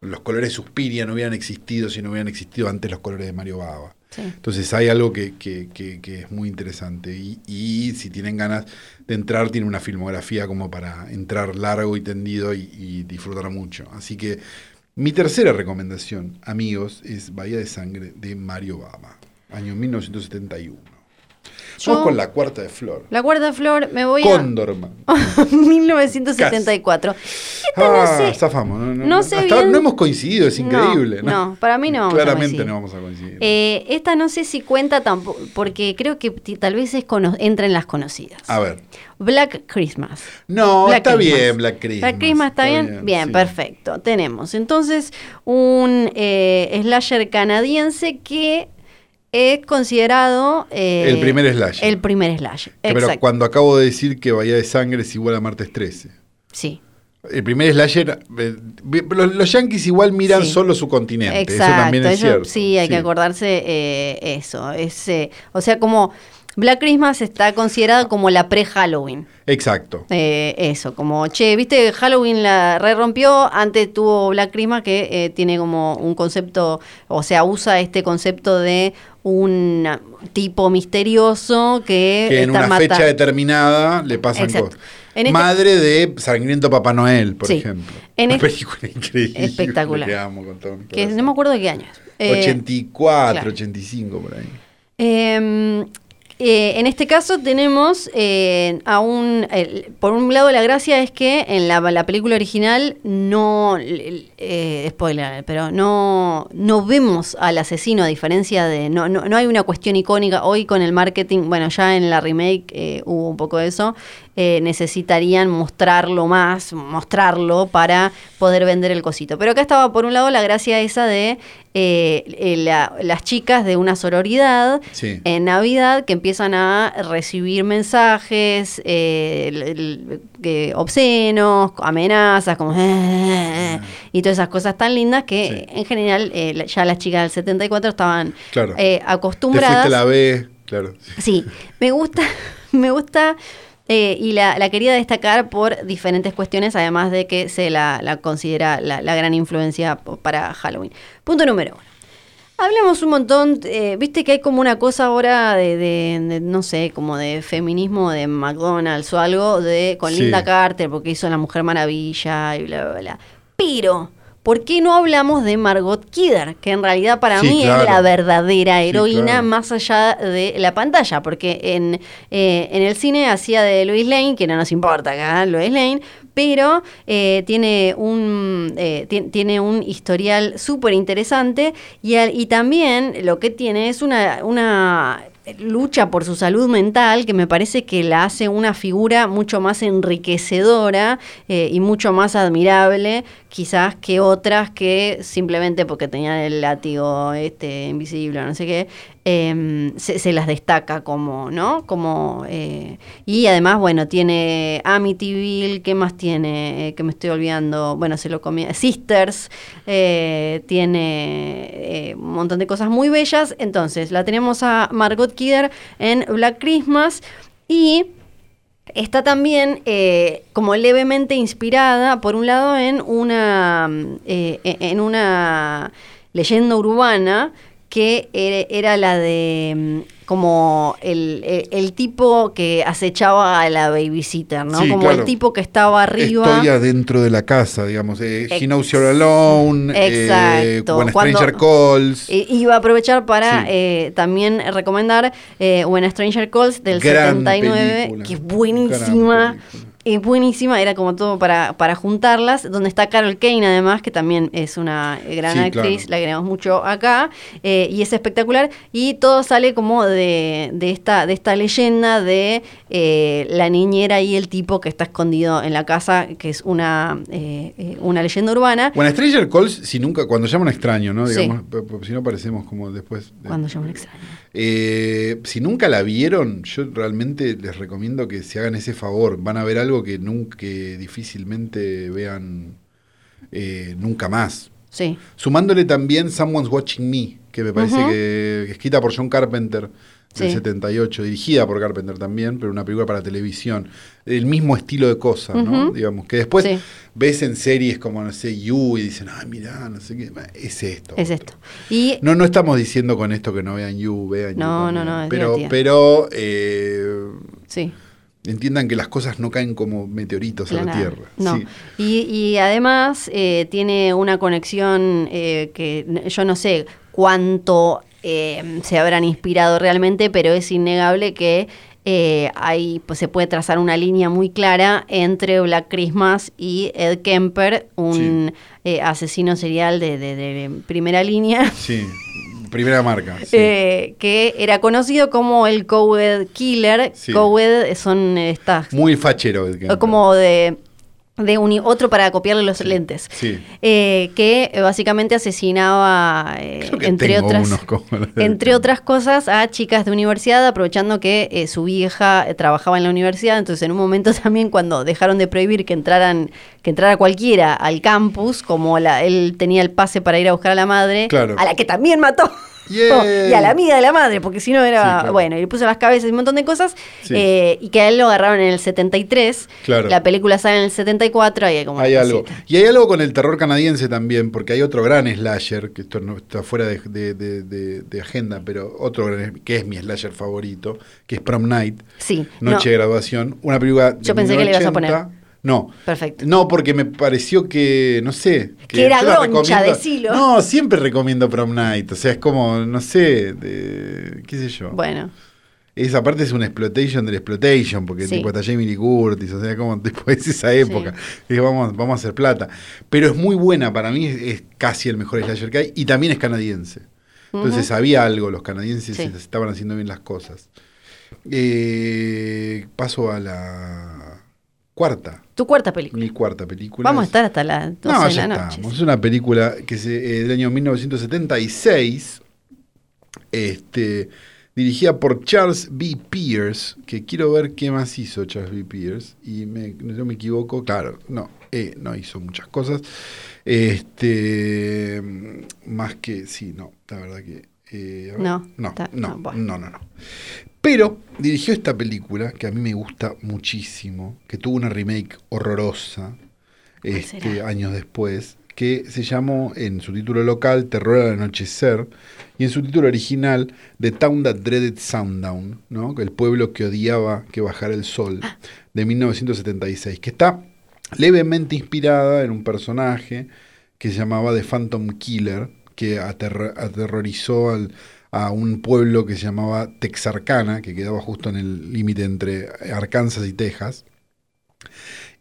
Speaker 2: los colores Suspiria no hubieran existido si no hubieran existido antes los colores de Mario Bava.
Speaker 1: sí.
Speaker 2: Entonces hay algo que, que- que- que es muy interesante. Y, y si tienen ganas de entrar, tiene una filmografía como para entrar largo y tendido y, y disfrutar mucho. Así que mi tercera recomendación, amigos, es Bahía de Sangre de Mario Baba, año 1971. Vamos
Speaker 1: Yo-
Speaker 2: con la cuarta de Flor.
Speaker 1: La cuarta flor, me voy
Speaker 2: Condorman.
Speaker 1: a 1974.
Speaker 2: Ah,
Speaker 1: sé.
Speaker 2: zafamos. No, no,
Speaker 1: No
Speaker 2: no.
Speaker 1: sé
Speaker 2: Hasta ahora
Speaker 1: bien.
Speaker 2: no hemos coincidido, es
Speaker 1: No,
Speaker 2: increíble.
Speaker 1: no, para mí no vamos a
Speaker 2: Claramente
Speaker 1: coincidir.
Speaker 2: no vamos a coincidir.
Speaker 1: Eh, esta no sé si cuenta tampoco, porque creo que ti- tal vez es cono- entra en las conocidas.
Speaker 2: a ver.
Speaker 1: Black Christmas.
Speaker 2: No,
Speaker 1: Black
Speaker 2: está
Speaker 1: Christmas.
Speaker 2: bien, Black Christmas.
Speaker 1: Black Christmas está, bien. Bien,
Speaker 2: sí.
Speaker 1: perfecto. Tenemos entonces un eh, slasher canadiense que es considerado... eh,
Speaker 2: El primer slasher.
Speaker 1: El primer slasher.
Speaker 2: Que,
Speaker 1: Exacto.
Speaker 2: Pero cuando acabo de decir que Bahía de Sangre es igual a Martes 13.
Speaker 1: Sí.
Speaker 2: El primer slasher, eh, vi- los, los yanquis igual miran
Speaker 1: Sí.
Speaker 2: solo su continente.
Speaker 1: Exacto.
Speaker 2: eso también es
Speaker 1: eso-
Speaker 2: cierto.
Speaker 1: Sí, hay que acordarse eh, eso. Es, eh, o sea, como Black Christmas está considerada como la pre-Halloween.
Speaker 2: Exacto.
Speaker 1: Eh, eso, como, che, viste, Halloween la re rompió, antes tuvo Black Christmas que eh, tiene como un concepto, o sea, usa este concepto de un tipo misterioso que...
Speaker 2: Que en
Speaker 1: Eh, está
Speaker 2: una
Speaker 1: mata-
Speaker 2: fecha determinada le pasan
Speaker 1: Exacto.
Speaker 2: cosas.
Speaker 1: En este-
Speaker 2: Madre de Sangriento Papá Noel, por
Speaker 1: Sí.
Speaker 2: ejemplo.
Speaker 1: En
Speaker 2: una
Speaker 1: este-
Speaker 2: película increíble.
Speaker 1: Espectacular.
Speaker 2: que amo con todo mi
Speaker 1: que
Speaker 2: corazón.
Speaker 1: no me acuerdo de qué año es. Eh,
Speaker 2: 84,
Speaker 1: claro.
Speaker 2: 85 por ahí.
Speaker 1: Eh, eh, en este caso tenemos eh, a un... el- por un lado la gracia es que en la, la película original no... l- eh, spoiler, pero no, no vemos al asesino a diferencia de... No, no, no hay una cuestión icónica. Hoy con el marketing, bueno, ya en la remake eh, hubo un poco de eso. eh, necesitarían mostrarlo más, mostrarlo para poder vender el cosito. Pero acá estaba por un lado la gracia esa de eh, eh, la- las chicas de una sororidad
Speaker 2: Sí.
Speaker 1: en Navidad que empiezan a recibir mensajes eh, l- l- que- obscenos, amenazas, como... "Eh, eh, eh", y todas esas cosas tan lindas que
Speaker 2: Sí.
Speaker 1: en general eh, la- ya las chicas del 74 estaban
Speaker 2: Claro.
Speaker 1: eh,
Speaker 2: Te fuiste
Speaker 1: acostumbradas.
Speaker 2: a la B, claro.
Speaker 1: Sí, me gusta, me gusta eh, y la, la quería destacar por diferentes cuestiones, además de que se la, la considera la, la gran influencia po- para Halloween. Punto número uno. Hablamos un montón, eh, viste que hay como una cosa ahora de, de- de, no sé, como de feminismo de McDonald's o algo, de con
Speaker 2: Sí.
Speaker 1: Linda Carter, porque hizo La Mujer Maravilla y bla, bla, bla. Pero, ¿por qué no hablamos de Margot Kidder? Que en realidad para
Speaker 2: Sí,
Speaker 1: mí
Speaker 2: claro.
Speaker 1: es la verdadera heroína
Speaker 2: claro.
Speaker 1: más allá de la pantalla, porque en, eh, en el cine hacía de Lois Lane, que no nos importa acá, Lois Lane, pero eh, tiene, un, eh, ti- tiene un historial súper interesante y, al- y también lo que tiene es una, una lucha por su salud mental, que me parece que la hace una figura mucho más enriquecedora eh, y mucho más admirable, quizás que otras que simplemente porque tenían el látigo este invisible, no sé qué, eh, se, se las destaca como, ¿no? Como eh, y además, bueno, tiene Amityville, ¿qué más tiene? Eh, que me estoy olvidando, bueno, se lo comía, Sisters, eh, tiene eh, un montón de cosas muy bellas. Entonces, la tenemos a Margot Kidder en Black Christmas y Está también eh, como levemente inspirada, por un lado, en una, mm, eh, e- en una leyenda urbana que era- era la de mm, como el, el- el tipo que acechaba a la babysitter, ¿no?
Speaker 2: Sí,
Speaker 1: como
Speaker 2: claro.
Speaker 1: el tipo que estaba arriba.
Speaker 2: Estoy adentro de la casa, digamos. eh,
Speaker 1: Ex-
Speaker 2: She Knows You're Alone, eh,
Speaker 1: Exacto,
Speaker 2: When
Speaker 1: cuando-
Speaker 2: Stranger Calls.
Speaker 1: Eh, Iba a aprovechar para
Speaker 2: Sí.
Speaker 1: eh, también recomendar eh, When Stranger Calls del
Speaker 2: Gran
Speaker 1: 79,
Speaker 2: película,
Speaker 1: que es
Speaker 2: gran
Speaker 1: buenísima.
Speaker 2: película.
Speaker 1: Es buenísima, era como todo para, para juntarlas, donde está Carol Kane además, que también es una eh, gran
Speaker 2: Sí,
Speaker 1: actriz,
Speaker 2: claro.
Speaker 1: la queremos mucho acá, eh, y es espectacular, y todo sale como de, de esta, de esta leyenda de eh, la niñera y el tipo que está escondido en la casa, que es una, eh, eh, una leyenda urbana.
Speaker 2: Bueno, Stranger Calls, si nunca, cuando llama un extraño, ¿no?
Speaker 1: Sí.
Speaker 2: Digamos, p- p- si no parecemos como después. de-
Speaker 1: Cuando llama un extraño.
Speaker 2: Eh, si nunca la vieron, yo realmente les recomiendo que se hagan ese favor. Van a ver algo que nunca, que difícilmente vean eh, nunca más.
Speaker 1: Sí.
Speaker 2: Sumándole también Someone's Watching Me, que me parece
Speaker 1: Ujú.
Speaker 2: que que es escrita por John Carpenter del
Speaker 1: Sí.
Speaker 2: 78, dirigida por Carpenter también, pero una película para televisión. El mismo estilo de cosa, ¿no?
Speaker 1: Ujú.
Speaker 2: Digamos, que después
Speaker 1: Sí.
Speaker 2: ves en series como, no sé, You y dicen, ah, mirá, no sé qué. Es esto.
Speaker 1: Es esto. Y
Speaker 2: No, no estamos diciendo con esto que no vean You, vean
Speaker 1: No,
Speaker 2: You.
Speaker 1: no,
Speaker 2: también.
Speaker 1: no, es
Speaker 2: Pero,
Speaker 1: divertida.
Speaker 2: pero eh,
Speaker 1: sí.
Speaker 2: entiendan que las cosas no caen como meteoritos a
Speaker 1: la
Speaker 2: la
Speaker 1: nada.
Speaker 2: Tierra.
Speaker 1: No.
Speaker 2: Sí.
Speaker 1: Y, y además eh, tiene una conexión eh, que n- yo no sé cuánto eh, se habrán inspirado realmente, pero es innegable que eh, hay, pues, se puede trazar una línea muy clara entre Black Christmas y Ed Kemper, un eh, asesino serial de, de- de primera línea.
Speaker 2: Sí. primera marca. sí.
Speaker 1: eh, que era conocido como el Cowed Killer.
Speaker 2: Sí.
Speaker 1: Cowed son eh, estas
Speaker 2: Muy fachero. el
Speaker 1: o
Speaker 2: Kemper.
Speaker 1: como de, de un, otro para copiarle los lentes.
Speaker 2: Sí.
Speaker 1: Eh, que eh, básicamente asesinaba, eh,
Speaker 2: Creo que
Speaker 1: entre,
Speaker 2: tengo
Speaker 1: otras,
Speaker 2: unos como los
Speaker 1: entre
Speaker 2: de Kemper.
Speaker 1: otras cosas, a chicas de universidad, aprovechando que eh, su hija eh, trabajaba en la universidad. Entonces, en un momento también, cuando dejaron de prohibir que entraran que entrara cualquiera al campus, como la, él tenía el pase para ir a buscar a la madre,
Speaker 2: Claro.
Speaker 1: a la que también mató.
Speaker 2: Yeah.
Speaker 1: Y a la amiga de la madre, porque si no era.
Speaker 2: Sí, claro.
Speaker 1: Bueno, y le puso las cabezas y un montón de cosas.
Speaker 2: Sí.
Speaker 1: eh, y que a él lo agarraron en el 73.
Speaker 2: Claro.
Speaker 1: La película sale en el 74. Ahí hay como.
Speaker 2: Hay
Speaker 1: una
Speaker 2: algo.
Speaker 1: cosita.
Speaker 2: Y hay algo con el terror canadiense también, porque hay otro gran slasher, que esto no está fuera de, de- de- de- de agenda, pero otro gran- que es mi slasher favorito, que es Prom Night,
Speaker 1: Sí.
Speaker 2: Noche
Speaker 1: no,
Speaker 2: de Graduación, una película de
Speaker 1: Yo pensé que le ibas a
Speaker 2: 1980.
Speaker 1: poner.
Speaker 2: No.
Speaker 1: Perfecto.
Speaker 2: No, porque me pareció que, no sé.
Speaker 1: Que era
Speaker 2: yo la
Speaker 1: groncha,
Speaker 2: recomiendo-
Speaker 1: decilo.
Speaker 2: No, siempre recomiendo Prom Night. O sea, es como, no sé, de- qué sé yo.
Speaker 1: Bueno.
Speaker 2: Esa parte es una exploitation del exploitation, porque
Speaker 1: Sí.
Speaker 2: tipo está Jamie Lee Curtis, o sea, como tipo es esa época. Dije, vamos, vamos a hacer plata. Pero es muy buena, para mí es, es casi el mejor slasher que hay, y también es canadiense. Entonces había algo, los canadienses
Speaker 1: Sí.
Speaker 2: estaban haciendo bien las cosas. Eh, paso a la cuarta,
Speaker 1: Tu cuarta película.
Speaker 2: mi cuarta película.
Speaker 1: Vamos a
Speaker 2: Es-
Speaker 1: estar hasta las 12
Speaker 2: No,
Speaker 1: de
Speaker 2: ya
Speaker 1: la noche.
Speaker 2: estamos. Es una película que se, eh, del año 1976, este, dirigida por Charles B. Pierce, que quiero ver qué más hizo Charles B. Pierce, y me, no me equivoco, claro, no, eh, no hizo muchas cosas, este, más que, sí, no, la verdad que... eh, a ver,
Speaker 1: No,
Speaker 2: no,
Speaker 1: ta- no,
Speaker 2: no, no,
Speaker 1: bueno.
Speaker 2: no, no. Pero dirigió esta película que a mí me gusta muchísimo, que tuvo una remake horrorosa
Speaker 1: ¿Cuál
Speaker 2: este,
Speaker 1: será?
Speaker 2: años después, que se llamó en su título local Terror al Anochecer y en su título original The Town That Dreaded Sundown, ¿no? el pueblo que odiaba que bajara el sol,
Speaker 1: Ah.
Speaker 2: de 1976, que está levemente inspirada en un personaje que se llamaba The Phantom Killer, que aterra- aterrorizó al- a un pueblo que se llamaba Texarkana, que quedaba justo en el límite entre Arkansas y Texas.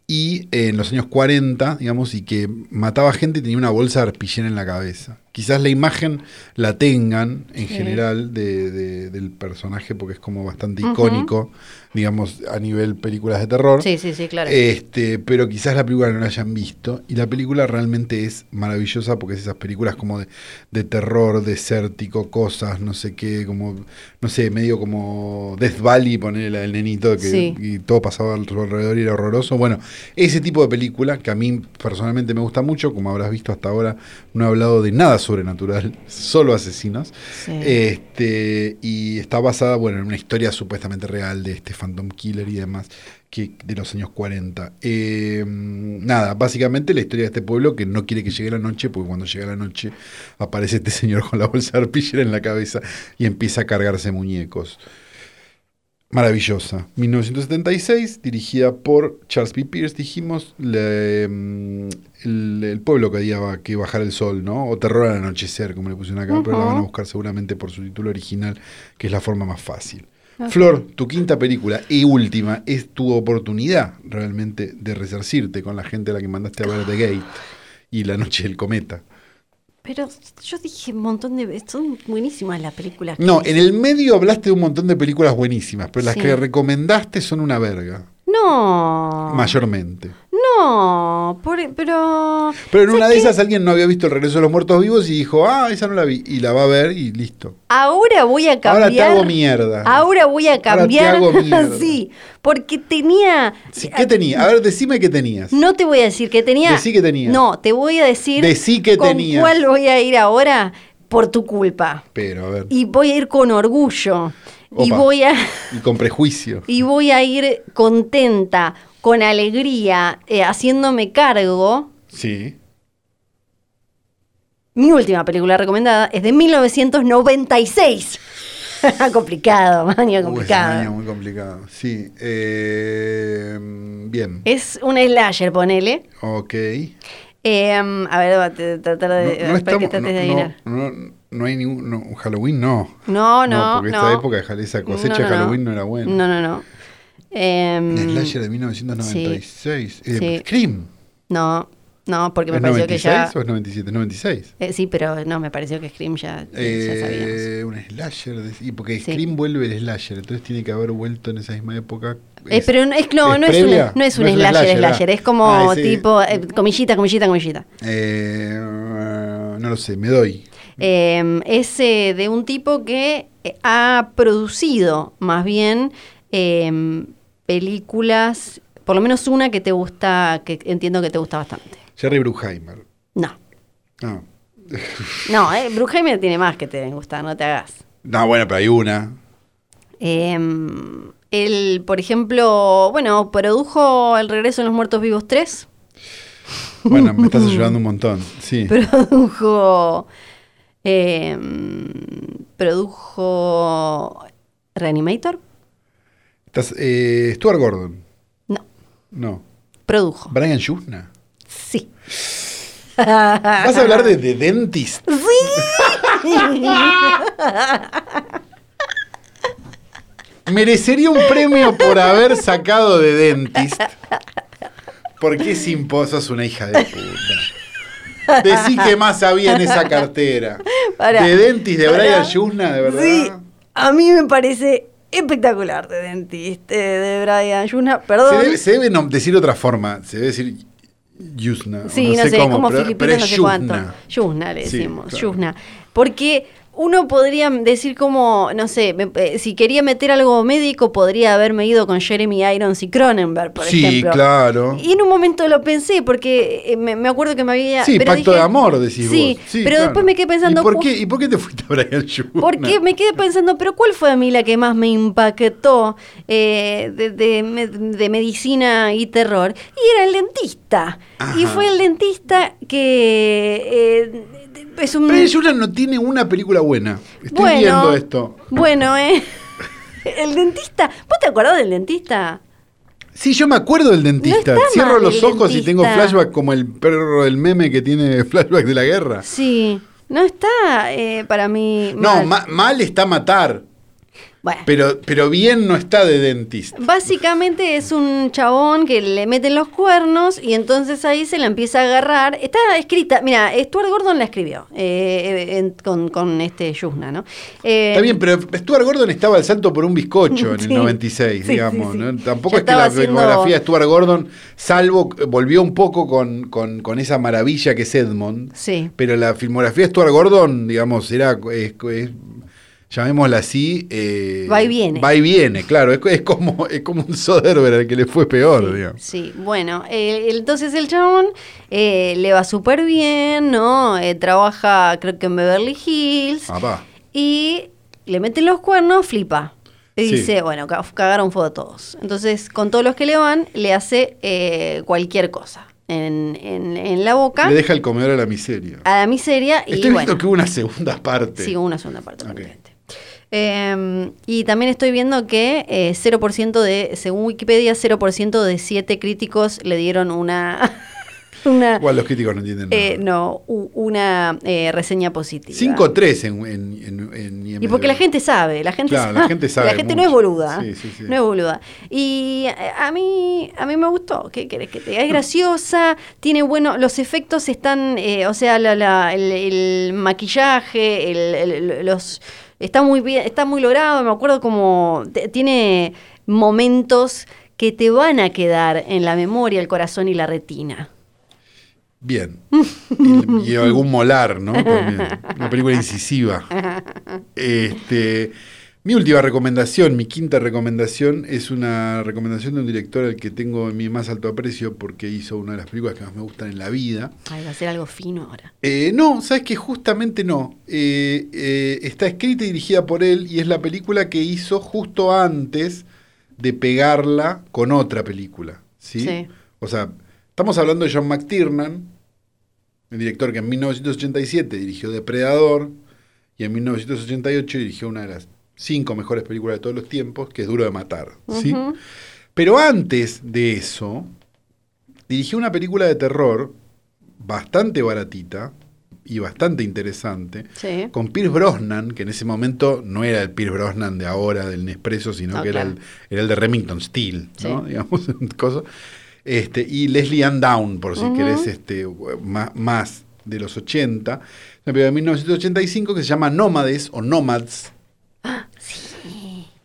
Speaker 2: Y eh, en los años 40, digamos, y que mataba gente y tenía una bolsa de arpillera en la cabeza. quizás la imagen la tengan en
Speaker 1: Sí.
Speaker 2: general de- de- del personaje porque es como bastante
Speaker 1: Ujú.
Speaker 2: icónico, digamos, a nivel películas de terror.
Speaker 1: Sí, sí, sí, claro.
Speaker 2: Este, pero quizás la película no la hayan visto. Y la película realmente es maravillosa porque es esas películas como de, de terror, desértico, cosas, no sé qué, como, no sé, medio como Death Valley, ponerle el nenito que
Speaker 1: Sí.
Speaker 2: y todo pasaba al- a su alrededor y era horroroso. Bueno, ese tipo de película que a mí personalmente me gusta mucho, como habrás visto hasta ahora, no he hablado de nada sobrenatural, solo asesinos.
Speaker 1: Sí.
Speaker 2: eh, Este, y está basada, bueno, en una historia supuestamente real de este Phantom Killer y demás, que, de los años 40. Eh, nada, básicamente la historia de este pueblo que no quiere que llegue la noche, porque cuando llega la noche aparece este señor con la bolsa de arpillera en la cabeza y empieza a cargarse muñecos. Maravillosa. 1976, dirigida por Charles B. Pierce, dijimos, le- mm, el, el pueblo que había que bajar el sol, ¿no? O terror al anochecer, como le pusieron acá, pero la van a
Speaker 1: Ujú.
Speaker 2: buscar seguramente por su título original, que es la forma más fácil.
Speaker 1: Ok.
Speaker 2: Flor, tu quinta película y última es tu oportunidad realmente de resarcirte con la gente a la que mandaste a ver The Gate y La Noche del Cometa.
Speaker 1: Pero yo dije un montón de... Son buenísimas las películas. que
Speaker 2: No,
Speaker 1: hice.
Speaker 2: en el medio hablaste de un montón de películas buenísimas, pero las
Speaker 1: Sí. Ah.
Speaker 2: que recomendaste son una verga,
Speaker 1: No.
Speaker 2: mayormente.
Speaker 1: No, por- e, pero...
Speaker 2: Pero en
Speaker 1: ¿sabes
Speaker 2: una de
Speaker 1: qué?
Speaker 2: esas alguien no había visto El regreso de los muertos vivos y dijo, ah, esa no la vi. Y la va a ver y listo.
Speaker 1: Ahora voy a cambiar.
Speaker 2: Ahora te hago mierda.
Speaker 1: Ahora voy a
Speaker 2: te
Speaker 1: cambiar.
Speaker 2: hago mierda.
Speaker 1: sí, porque tenía...
Speaker 2: Sí, ¿Qué tenía? A ver, decime qué tenías.
Speaker 1: No te voy a decir que tenía.
Speaker 2: Decí que tenías.
Speaker 1: No, te voy a decir.
Speaker 2: Decí que
Speaker 1: con
Speaker 2: tenías.
Speaker 1: ¿Cuál voy a ir ahora? Por tu culpa.
Speaker 2: Pero, a ver. Y,
Speaker 1: Y voy a ir con orgullo. Y
Speaker 2: Opa.
Speaker 1: voy a
Speaker 2: con prejuicio.
Speaker 1: y voy a ir contenta, con alegría, eh, haciéndome cargo.
Speaker 2: Sí.
Speaker 1: Mi última película recomendada es de 1996. complicado,
Speaker 2: Uy,
Speaker 1: año
Speaker 2: es un año
Speaker 1: complicado.
Speaker 2: muy complicado. Sí. eh, bien.
Speaker 1: Es un slasher, ponele.
Speaker 2: Ok.
Speaker 1: Eh, a ver, va, te- tratar
Speaker 2: No,
Speaker 1: de.
Speaker 2: no
Speaker 1: para que
Speaker 2: estamos.
Speaker 1: trates de
Speaker 2: No,
Speaker 1: adivinar.
Speaker 2: no, no- no hay ningún. no, Halloween no.
Speaker 1: No, no.
Speaker 2: porque
Speaker 1: no.
Speaker 2: esta época, de Hall- esa cosecha
Speaker 1: No,
Speaker 2: de
Speaker 1: no, no.
Speaker 2: Halloween no, era buena.
Speaker 1: No, no, no. Em,
Speaker 2: Slasher de 1996. Eh,
Speaker 1: Sí.
Speaker 2: Scream.
Speaker 1: no, no, porque me
Speaker 2: ¿Es
Speaker 1: pareció que
Speaker 2: 96
Speaker 1: ya.
Speaker 2: o es 97? 96.
Speaker 1: Eh, sí, pero no, me pareció que Scream ya, ya sabíamos.
Speaker 2: Eh, un slasher. de- y porque
Speaker 1: Sí.
Speaker 2: Scream vuelve el slasher, entonces tiene que haber vuelto en esa misma época.
Speaker 1: Eh, pero no es, no,
Speaker 2: ¿es
Speaker 1: no es, un,
Speaker 2: previa?
Speaker 1: no es un slasher, slasher,
Speaker 2: ah.
Speaker 1: es como
Speaker 2: Ah, ese-
Speaker 1: tipo eh, comillita, comillita, comillita.
Speaker 2: Eh, no lo sé, me doy.
Speaker 1: Eh, es eh, de un tipo que eh, ha producido más bien eh, películas, por lo menos una que te gusta, que entiendo que te gusta bastante.
Speaker 2: Jerry Bruheimer.
Speaker 1: No,
Speaker 2: No.
Speaker 1: no, eh, Bruckheimer tiene más que te gusta, no te hagas.
Speaker 2: No, bueno, pero hay una.
Speaker 1: Eh, él, por ejemplo, bueno, produjo El regreso de los muertos vivos 3,
Speaker 2: Bueno, me estás ayudando un montón. Sí.
Speaker 1: produjo eh, produjo Reanimator,
Speaker 2: Estás- eh, Stuart Gordon.
Speaker 1: no,
Speaker 2: No.
Speaker 1: produjo,
Speaker 2: Brian Shusna.
Speaker 1: sí.
Speaker 2: ¿Vas a hablar de The Dentist? Merecería un premio por haber sacado de Dentist. Porque es imposo, sos una hija de puta. Decí que más había en esa cartera.
Speaker 1: Pará.
Speaker 2: de Dentist, de
Speaker 1: Pará.
Speaker 2: Brian Yuzna, de verdad.
Speaker 1: Sí, a mí me parece espectacular de dentista de Brian Yuna, perdón.
Speaker 2: Se debe, se debe nom- decir otra forma. Se debe decir Yuzna.
Speaker 1: Sí, no, sé, como
Speaker 2: pero,
Speaker 1: filipino,
Speaker 2: pero es
Speaker 1: no sé cuánto.
Speaker 2: Yuzna.
Speaker 1: Yuzna le
Speaker 2: Sí,
Speaker 1: decimos,
Speaker 2: claro.
Speaker 1: Yuzna. Porque uno podría decir como, no sé, me- eh, si quería meter algo médico, podría haberme ido con Jeremy Irons y Cronenberg, por
Speaker 2: Sí,
Speaker 1: ejemplo.
Speaker 2: claro.
Speaker 1: Y en un momento lo pensé, porque eh, me, me acuerdo que me había...
Speaker 2: Sí,
Speaker 1: pero
Speaker 2: pacto
Speaker 1: dije-
Speaker 2: de amor, decís
Speaker 1: sí,
Speaker 2: vos.
Speaker 1: pero
Speaker 2: claro.
Speaker 1: después me quedé pensando...
Speaker 2: ¿Y por,
Speaker 1: "Uf,
Speaker 2: qué, ¿Y por qué te fuiste a Brian Yuzna?
Speaker 1: porque me quedé pensando, pero ¿cuál fue a mí la que más me impactó eh, de, de me- de medicina y terror? Y era el dentista. Y
Speaker 2: Ajá.
Speaker 1: fue el dentista que eh, de- de- es un...
Speaker 2: Brian Yuzna no tiene una película buena. Estoy
Speaker 1: bueno,
Speaker 2: viendo esto.
Speaker 1: Bueno, eh. El dentista. ¿Vos te acordás del dentista?
Speaker 2: Sí, yo me acuerdo del dentista.
Speaker 1: No está
Speaker 2: Cierro
Speaker 1: mal
Speaker 2: los
Speaker 1: el
Speaker 2: ojos y
Speaker 1: dentista.
Speaker 2: tengo flashback como el perro del meme que tiene flashback de la guerra.
Speaker 1: Sí. No está eh, para mí.
Speaker 2: Ah. No,
Speaker 1: mal.
Speaker 2: ma- mal está matar.
Speaker 1: Bueno.
Speaker 2: Pero, pero bien no está de dentista.
Speaker 1: Básicamente es un chabón que le meten los cuernos y entonces ahí se la empieza a agarrar. Está escrita, mira, Stuart Gordon la escribió eh, en- con, con este Yuzna, ¿no? Eh,
Speaker 2: Está bien, pero Stuart Gordon estaba al salto por un bizcocho en
Speaker 1: Sí.
Speaker 2: el 96,
Speaker 1: Sí,
Speaker 2: digamos.
Speaker 1: sí, sí.
Speaker 2: ¿no? Tampoco
Speaker 1: Ya
Speaker 2: es que la
Speaker 1: estaba haciendo-
Speaker 2: filmografía de Stuart Gordon, salvo, eh, volvió un poco con, con- con esa maravilla que es Edmond.
Speaker 1: Sí.
Speaker 2: Pero la filmografía de Stuart Gordon, digamos, era. es- es- llamémosla así. eh,
Speaker 1: Va y viene.
Speaker 2: Va y viene, claro. Es, es como, es como un Soderbergh al que le fue peor,
Speaker 1: Sí,
Speaker 2: digamos.
Speaker 1: Sí, bueno, eh, el- entonces el chabón eh, le va súper bien, ¿no? Eh, trabaja, creo que en Beverly Hills.
Speaker 2: Apá.
Speaker 1: Y le meten los cuernos, flipa. Y
Speaker 2: Sí.
Speaker 1: dice, bueno, ca- cagaron fuego todos. Entonces, con todos los que le van, le hace eh, cualquier cosa en, en- en la boca,
Speaker 2: Le deja el comedor a la miseria.
Speaker 1: a la miseria Ah, y
Speaker 2: Estoy
Speaker 1: bueno.
Speaker 2: viendo que hubo una segunda parte.
Speaker 1: Sí, una segunda parte.
Speaker 2: Ok.
Speaker 1: pendiente. Eh, y también estoy viendo que eh, 0% de, según Wikipedia, 0% de 7 críticos le dieron una, una
Speaker 2: Igual los críticos no entienden nada.
Speaker 1: eh, no, u- una eh, reseña positiva.
Speaker 2: 5-3 en, en, en, en
Speaker 1: Y porque la gente sabe, la gente
Speaker 2: Claro,
Speaker 1: sabe.
Speaker 2: la gente sabe
Speaker 1: La gente no es
Speaker 2: mucho.
Speaker 1: boluda.
Speaker 2: Sí, sí, sí.
Speaker 1: No es boluda. Y eh, a mí, a mí me gustó. ¿Qué querés que te diga? Es graciosa, tiene bueno, los efectos están, eh, o sea, la- la- el, el maquillaje, el- el- los está muy bien, está muy logrado. Me acuerdo como te- tiene momentos que te van a quedar en la memoria, el corazón y la retina.
Speaker 2: Bien. Y, y algún molar, ¿no? También. Una película incisiva. Este, mi última recomendación, mi quinta recomendación, es una recomendación de un director al que tengo mi más alto aprecio porque hizo una de las películas que más me gustan en la vida.
Speaker 1: Ay, va a ser algo fino ahora.
Speaker 2: Eh, no, sabes que justamente no. Eh, eh, está escrita y dirigida por él y es la película que hizo justo antes de pegarla con otra película. ¿sí?
Speaker 1: Sí.
Speaker 2: O sea, estamos hablando de John McTiernan, el director que en 1987 dirigió Depredador y en 1988 dirigió una de las cinco mejores películas de todos los tiempos, que es Duro de Matar. ¿sí?
Speaker 1: Ujú.
Speaker 2: Pero antes de eso, dirigió una película de terror bastante baratita y bastante interesante,
Speaker 1: Sí.
Speaker 2: con Pierce Brosnan, que en ese momento no era el Pierce Brosnan de ahora, del Nespresso, sino
Speaker 1: Ah,
Speaker 2: que era,
Speaker 1: claro.
Speaker 2: el, era el de Remington Steel, ¿no?
Speaker 1: Sí.
Speaker 2: digamos, cosa. Este, y Leslie Ann Down, por si
Speaker 1: Ujú.
Speaker 2: querés, este, más, más de los 80. Una película de 1985 que se llama Nómades o Nomads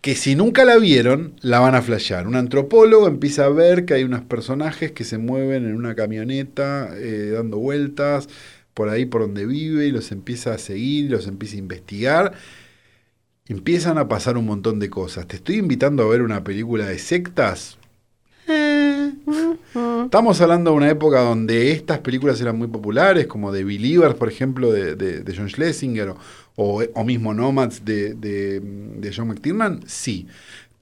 Speaker 2: que si nunca la vieron, la van a flashear. Un antropólogo empieza a ver que hay unos personajes que se mueven en una camioneta, eh, dando vueltas por ahí por donde vive, y los empieza a seguir, y los empieza a investigar. Empiezan a pasar un montón de cosas. Te estoy invitando a ver una película de sectas. Eh.
Speaker 1: Ujú.
Speaker 2: Estamos hablando de una época donde estas películas eran muy populares, como The Believers, por ejemplo, de, de- de John Schlesinger, o, o- o mismo Nomads de, de- de John McTiernan. Sí.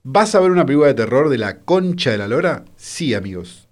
Speaker 2: ¿Vas a ver una película de terror de la concha de la lora? Sí, amigos.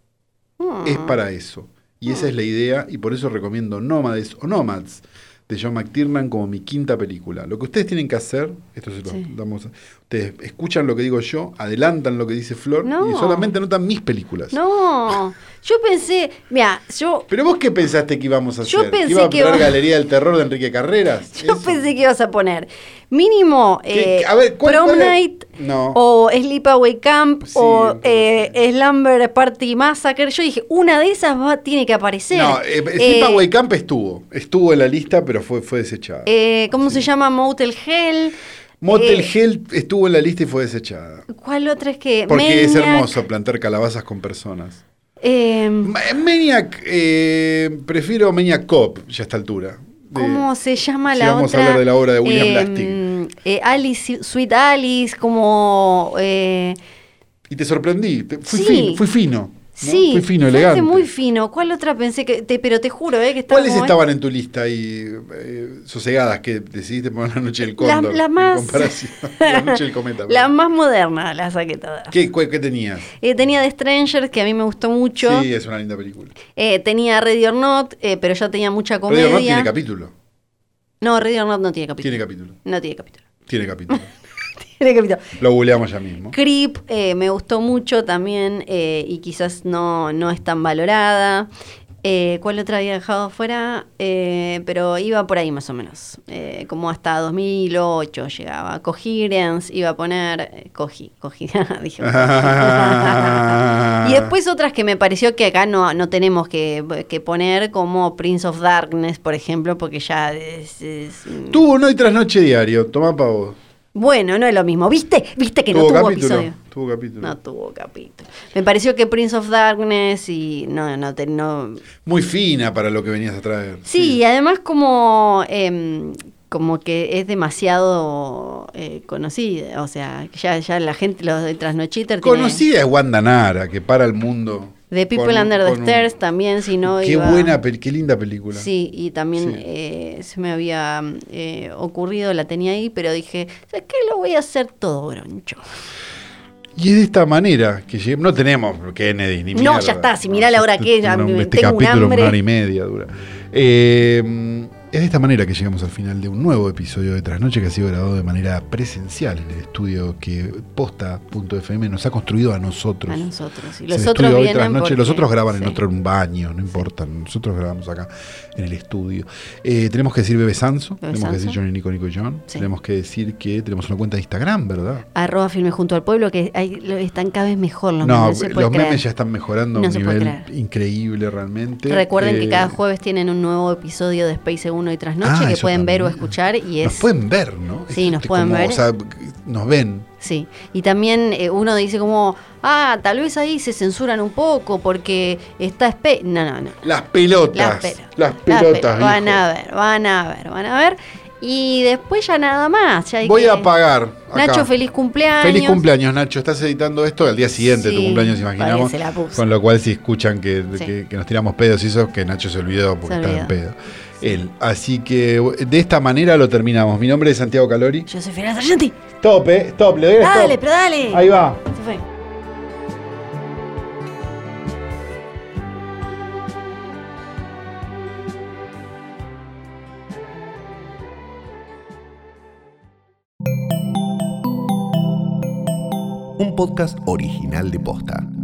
Speaker 2: Es para eso. Y esa es la idea, y por eso recomiendo Nómades o Nomads de John McTiernan como mi quinta película. Lo que ustedes tienen que hacer, esto se lo
Speaker 1: Sí.
Speaker 2: damos. a- Ustedes escuchan lo que digo yo, adelantan lo que dice Flor y
Speaker 1: No.
Speaker 2: solamente anotan mis películas.
Speaker 1: No, yo pensé, mira, yo,
Speaker 2: Pero vos qué pensaste que íbamos a hacer?
Speaker 1: Yo pensé
Speaker 2: ¿Iba a
Speaker 1: que
Speaker 2: poner
Speaker 1: va-
Speaker 2: Galería del Terror de Enrique Carreras?
Speaker 1: yo
Speaker 2: Eso.
Speaker 1: pensé que ibas a poner mínimo
Speaker 2: ¿Qué-
Speaker 1: eh,
Speaker 2: qué- a ver, ¿cuál-
Speaker 1: Prom
Speaker 2: cuál es?
Speaker 1: Night
Speaker 2: No.
Speaker 1: o Sleepaway Camp
Speaker 2: Sí, un
Speaker 1: o
Speaker 2: poco
Speaker 1: eh, Slumber Party Massacre. Yo dije, una de esas va, tiene que aparecer.
Speaker 2: No, eh, Slipa Camp estuvo. Estuvo en la lista, pero fue, fue desechada.
Speaker 1: eh, ¿Cómo se llama? Motel Hell.
Speaker 2: Motel
Speaker 1: eh,
Speaker 2: Hell estuvo en la lista y fue desechada.
Speaker 1: ¿Cuál otra es que?
Speaker 2: Porque es
Speaker 1: Maniac,
Speaker 2: hermoso plantar calabazas con personas.
Speaker 1: eh,
Speaker 2: Ma- Maniac, eh, prefiero Maniac Cop ya a esta altura. De-
Speaker 1: ¿Cómo se llama
Speaker 2: si
Speaker 1: la
Speaker 2: vamos a
Speaker 1: otra? Em,
Speaker 2: hablar de la obra de William
Speaker 1: eh, Alice, Sweet Alice, como... eh,
Speaker 2: Y te sorprendí. te- fui,
Speaker 1: Sí.
Speaker 2: fin- fui fino. ¿no?
Speaker 1: Sí,
Speaker 2: Fui fino,
Speaker 1: fuiste
Speaker 2: elegante.
Speaker 1: muy fino. ¿Cuál otra pensé que.? te- pero te juro, ¿eh? Que estaba
Speaker 2: ¿Cuáles
Speaker 1: como-
Speaker 2: estaban en tu lista ahí eh, sosegadas que decidiste poner la noche
Speaker 1: La-
Speaker 2: del cóndor?
Speaker 1: la
Speaker 2: en
Speaker 1: más-
Speaker 2: comparación? la noche del cometa.
Speaker 1: La
Speaker 2: perdón.
Speaker 1: más moderna, la saqué todas.
Speaker 2: ¿Qué, cuál- qué tenías?
Speaker 1: Eh, tenía The Strangers, que a mí me gustó mucho.
Speaker 2: Sí, es una linda película.
Speaker 1: Eh, tenía Ready or Not, eh, pero ya tenía mucha comedia.
Speaker 2: Radio Rock tiene capítulo.
Speaker 1: no, Ready or Not no tiene capítulo.
Speaker 2: Tiene capítulo.
Speaker 1: No tiene capítulo.
Speaker 2: Tiene capítulo.
Speaker 1: Tiene capítulo.
Speaker 2: Lo googleamos ya mismo.
Speaker 1: Creep eh, me gustó mucho también eh, y quizás no, no es tan valorada. Eh, ¿Cuál otra había dejado afuera? Eh, pero iba por ahí más o menos. Eh, como hasta 2008 llegaba. Cogí Grants, iba a poner. eh, Cogí, cogí, dije.
Speaker 2: Ah.
Speaker 1: y después otras que me pareció que acá no, no tenemos que, que poner, como Prince of Darkness, por ejemplo, porque ya es. es- mm,
Speaker 2: Tuvo un hoy tras noche diario, toma pa' vos.
Speaker 1: Bueno, no es lo mismo. ¿Viste? ¿Viste que no
Speaker 2: tuvo
Speaker 1: tuvo
Speaker 2: capítulo.
Speaker 1: episodio?
Speaker 2: Tuvo capítulo.
Speaker 1: No tuvo capítulo. Me pareció que Prince of Darkness y. No, no, te- no
Speaker 2: Muy fina para lo que venías a traer.
Speaker 1: Sí, y además como, em, como que es demasiado eh, conocida, o sea, que ya, ya la gente, los de Trasnochiter tiene-
Speaker 2: Conocida es Wanda Nara, que para el mundo.
Speaker 1: De People
Speaker 2: con-
Speaker 1: Under the
Speaker 2: con un-
Speaker 1: Stairs también, si no
Speaker 2: Qué
Speaker 1: iba-
Speaker 2: buena, pel- qué linda película.
Speaker 1: Sí, y también
Speaker 2: Sí.
Speaker 1: eh, se me había eh, ocurrido, la tenía ahí, pero dije, ¿sabes qué? Lo voy a hacer todo broncho.
Speaker 2: Y es de esta manera que llegué- no tenemos Kennedy ni
Speaker 1: No,
Speaker 2: mierda.
Speaker 1: ya está, si mirá la hora que es, ya me-
Speaker 2: este
Speaker 1: tengo un
Speaker 2: capítulo
Speaker 1: hambre.
Speaker 2: una hora y media dura. Eh, es de esta manera que llegamos al final de un nuevo episodio de Trasnoche que ha sido grabado de manera presencial en el estudio que posta.fm nos ha construido a nosotros.
Speaker 1: A nosotros. Y
Speaker 2: Es
Speaker 1: los
Speaker 2: el
Speaker 1: otros
Speaker 2: estudio
Speaker 1: vienen
Speaker 2: tras noche, los
Speaker 1: porque-
Speaker 2: otros graban
Speaker 1: sí.
Speaker 2: en otro baño, no importa. Nosotros grabamos acá en el estudio. Eh, tenemos que decir Bebe Sanso,
Speaker 1: Bebe
Speaker 2: tenemos que
Speaker 1: Sanso.
Speaker 2: decir Johnny Nico Nico y John,
Speaker 1: Sí.
Speaker 2: tenemos que decir que tenemos una cuenta de Instagram, ¿verdad?
Speaker 1: Arroba filme junto al pueblo, que hay- lo- están cada vez mejor los
Speaker 2: no,
Speaker 1: memes, se puede
Speaker 2: los
Speaker 1: creer.
Speaker 2: memes ya están mejorando a
Speaker 1: No
Speaker 2: un
Speaker 1: se puede
Speaker 2: nivel
Speaker 1: creer.
Speaker 2: increíble realmente.
Speaker 1: Recuerden
Speaker 2: Eh,
Speaker 1: que cada jueves tienen un nuevo episodio de Space 1 y Trasnoche
Speaker 2: ah,
Speaker 1: que
Speaker 2: eso
Speaker 1: pueden ver o
Speaker 2: también.
Speaker 1: escuchar y
Speaker 2: Nos
Speaker 1: es
Speaker 2: pueden ver, ¿no?
Speaker 1: Sí, nos
Speaker 2: Este,
Speaker 1: pueden
Speaker 2: como,
Speaker 1: ver.
Speaker 2: O sea, nos ven.
Speaker 1: sí. Y también eh, uno dice como, ah, tal vez ahí se censuran un poco porque está espe no, no, no.
Speaker 2: Las pelotas.
Speaker 1: Las, Ah,
Speaker 2: Las,
Speaker 1: pelotas.
Speaker 2: pelotas.
Speaker 1: Van
Speaker 2: hijo.
Speaker 1: a ver, van a ver, van a ver. Y después ya nada más. ya hay
Speaker 2: Voy
Speaker 1: que-
Speaker 2: a pagar. acá.
Speaker 1: Nacho, feliz cumpleaños.
Speaker 2: Feliz cumpleaños, Nacho. Estás editando esto al día siguiente, de tu
Speaker 1: Sí,
Speaker 2: cumpleaños, imaginamos.
Speaker 1: parece la puse.
Speaker 2: Con lo cual, si escuchan que,
Speaker 1: Sí.
Speaker 2: que- que nos tiramos pedos y eso, que Nacho se olvidó porque
Speaker 1: Se
Speaker 2: estaba en pedo. Él. Así que de esta manera lo terminamos. Mi nombre es Santiago Calori.
Speaker 1: Yo soy Fernanda Sargenti.
Speaker 2: Stop, eh. Stop, le doy el
Speaker 1: Dale,
Speaker 2: stop.
Speaker 1: pero dale.
Speaker 2: Ahí va.
Speaker 1: Se fue.
Speaker 4: Un podcast original de Posta.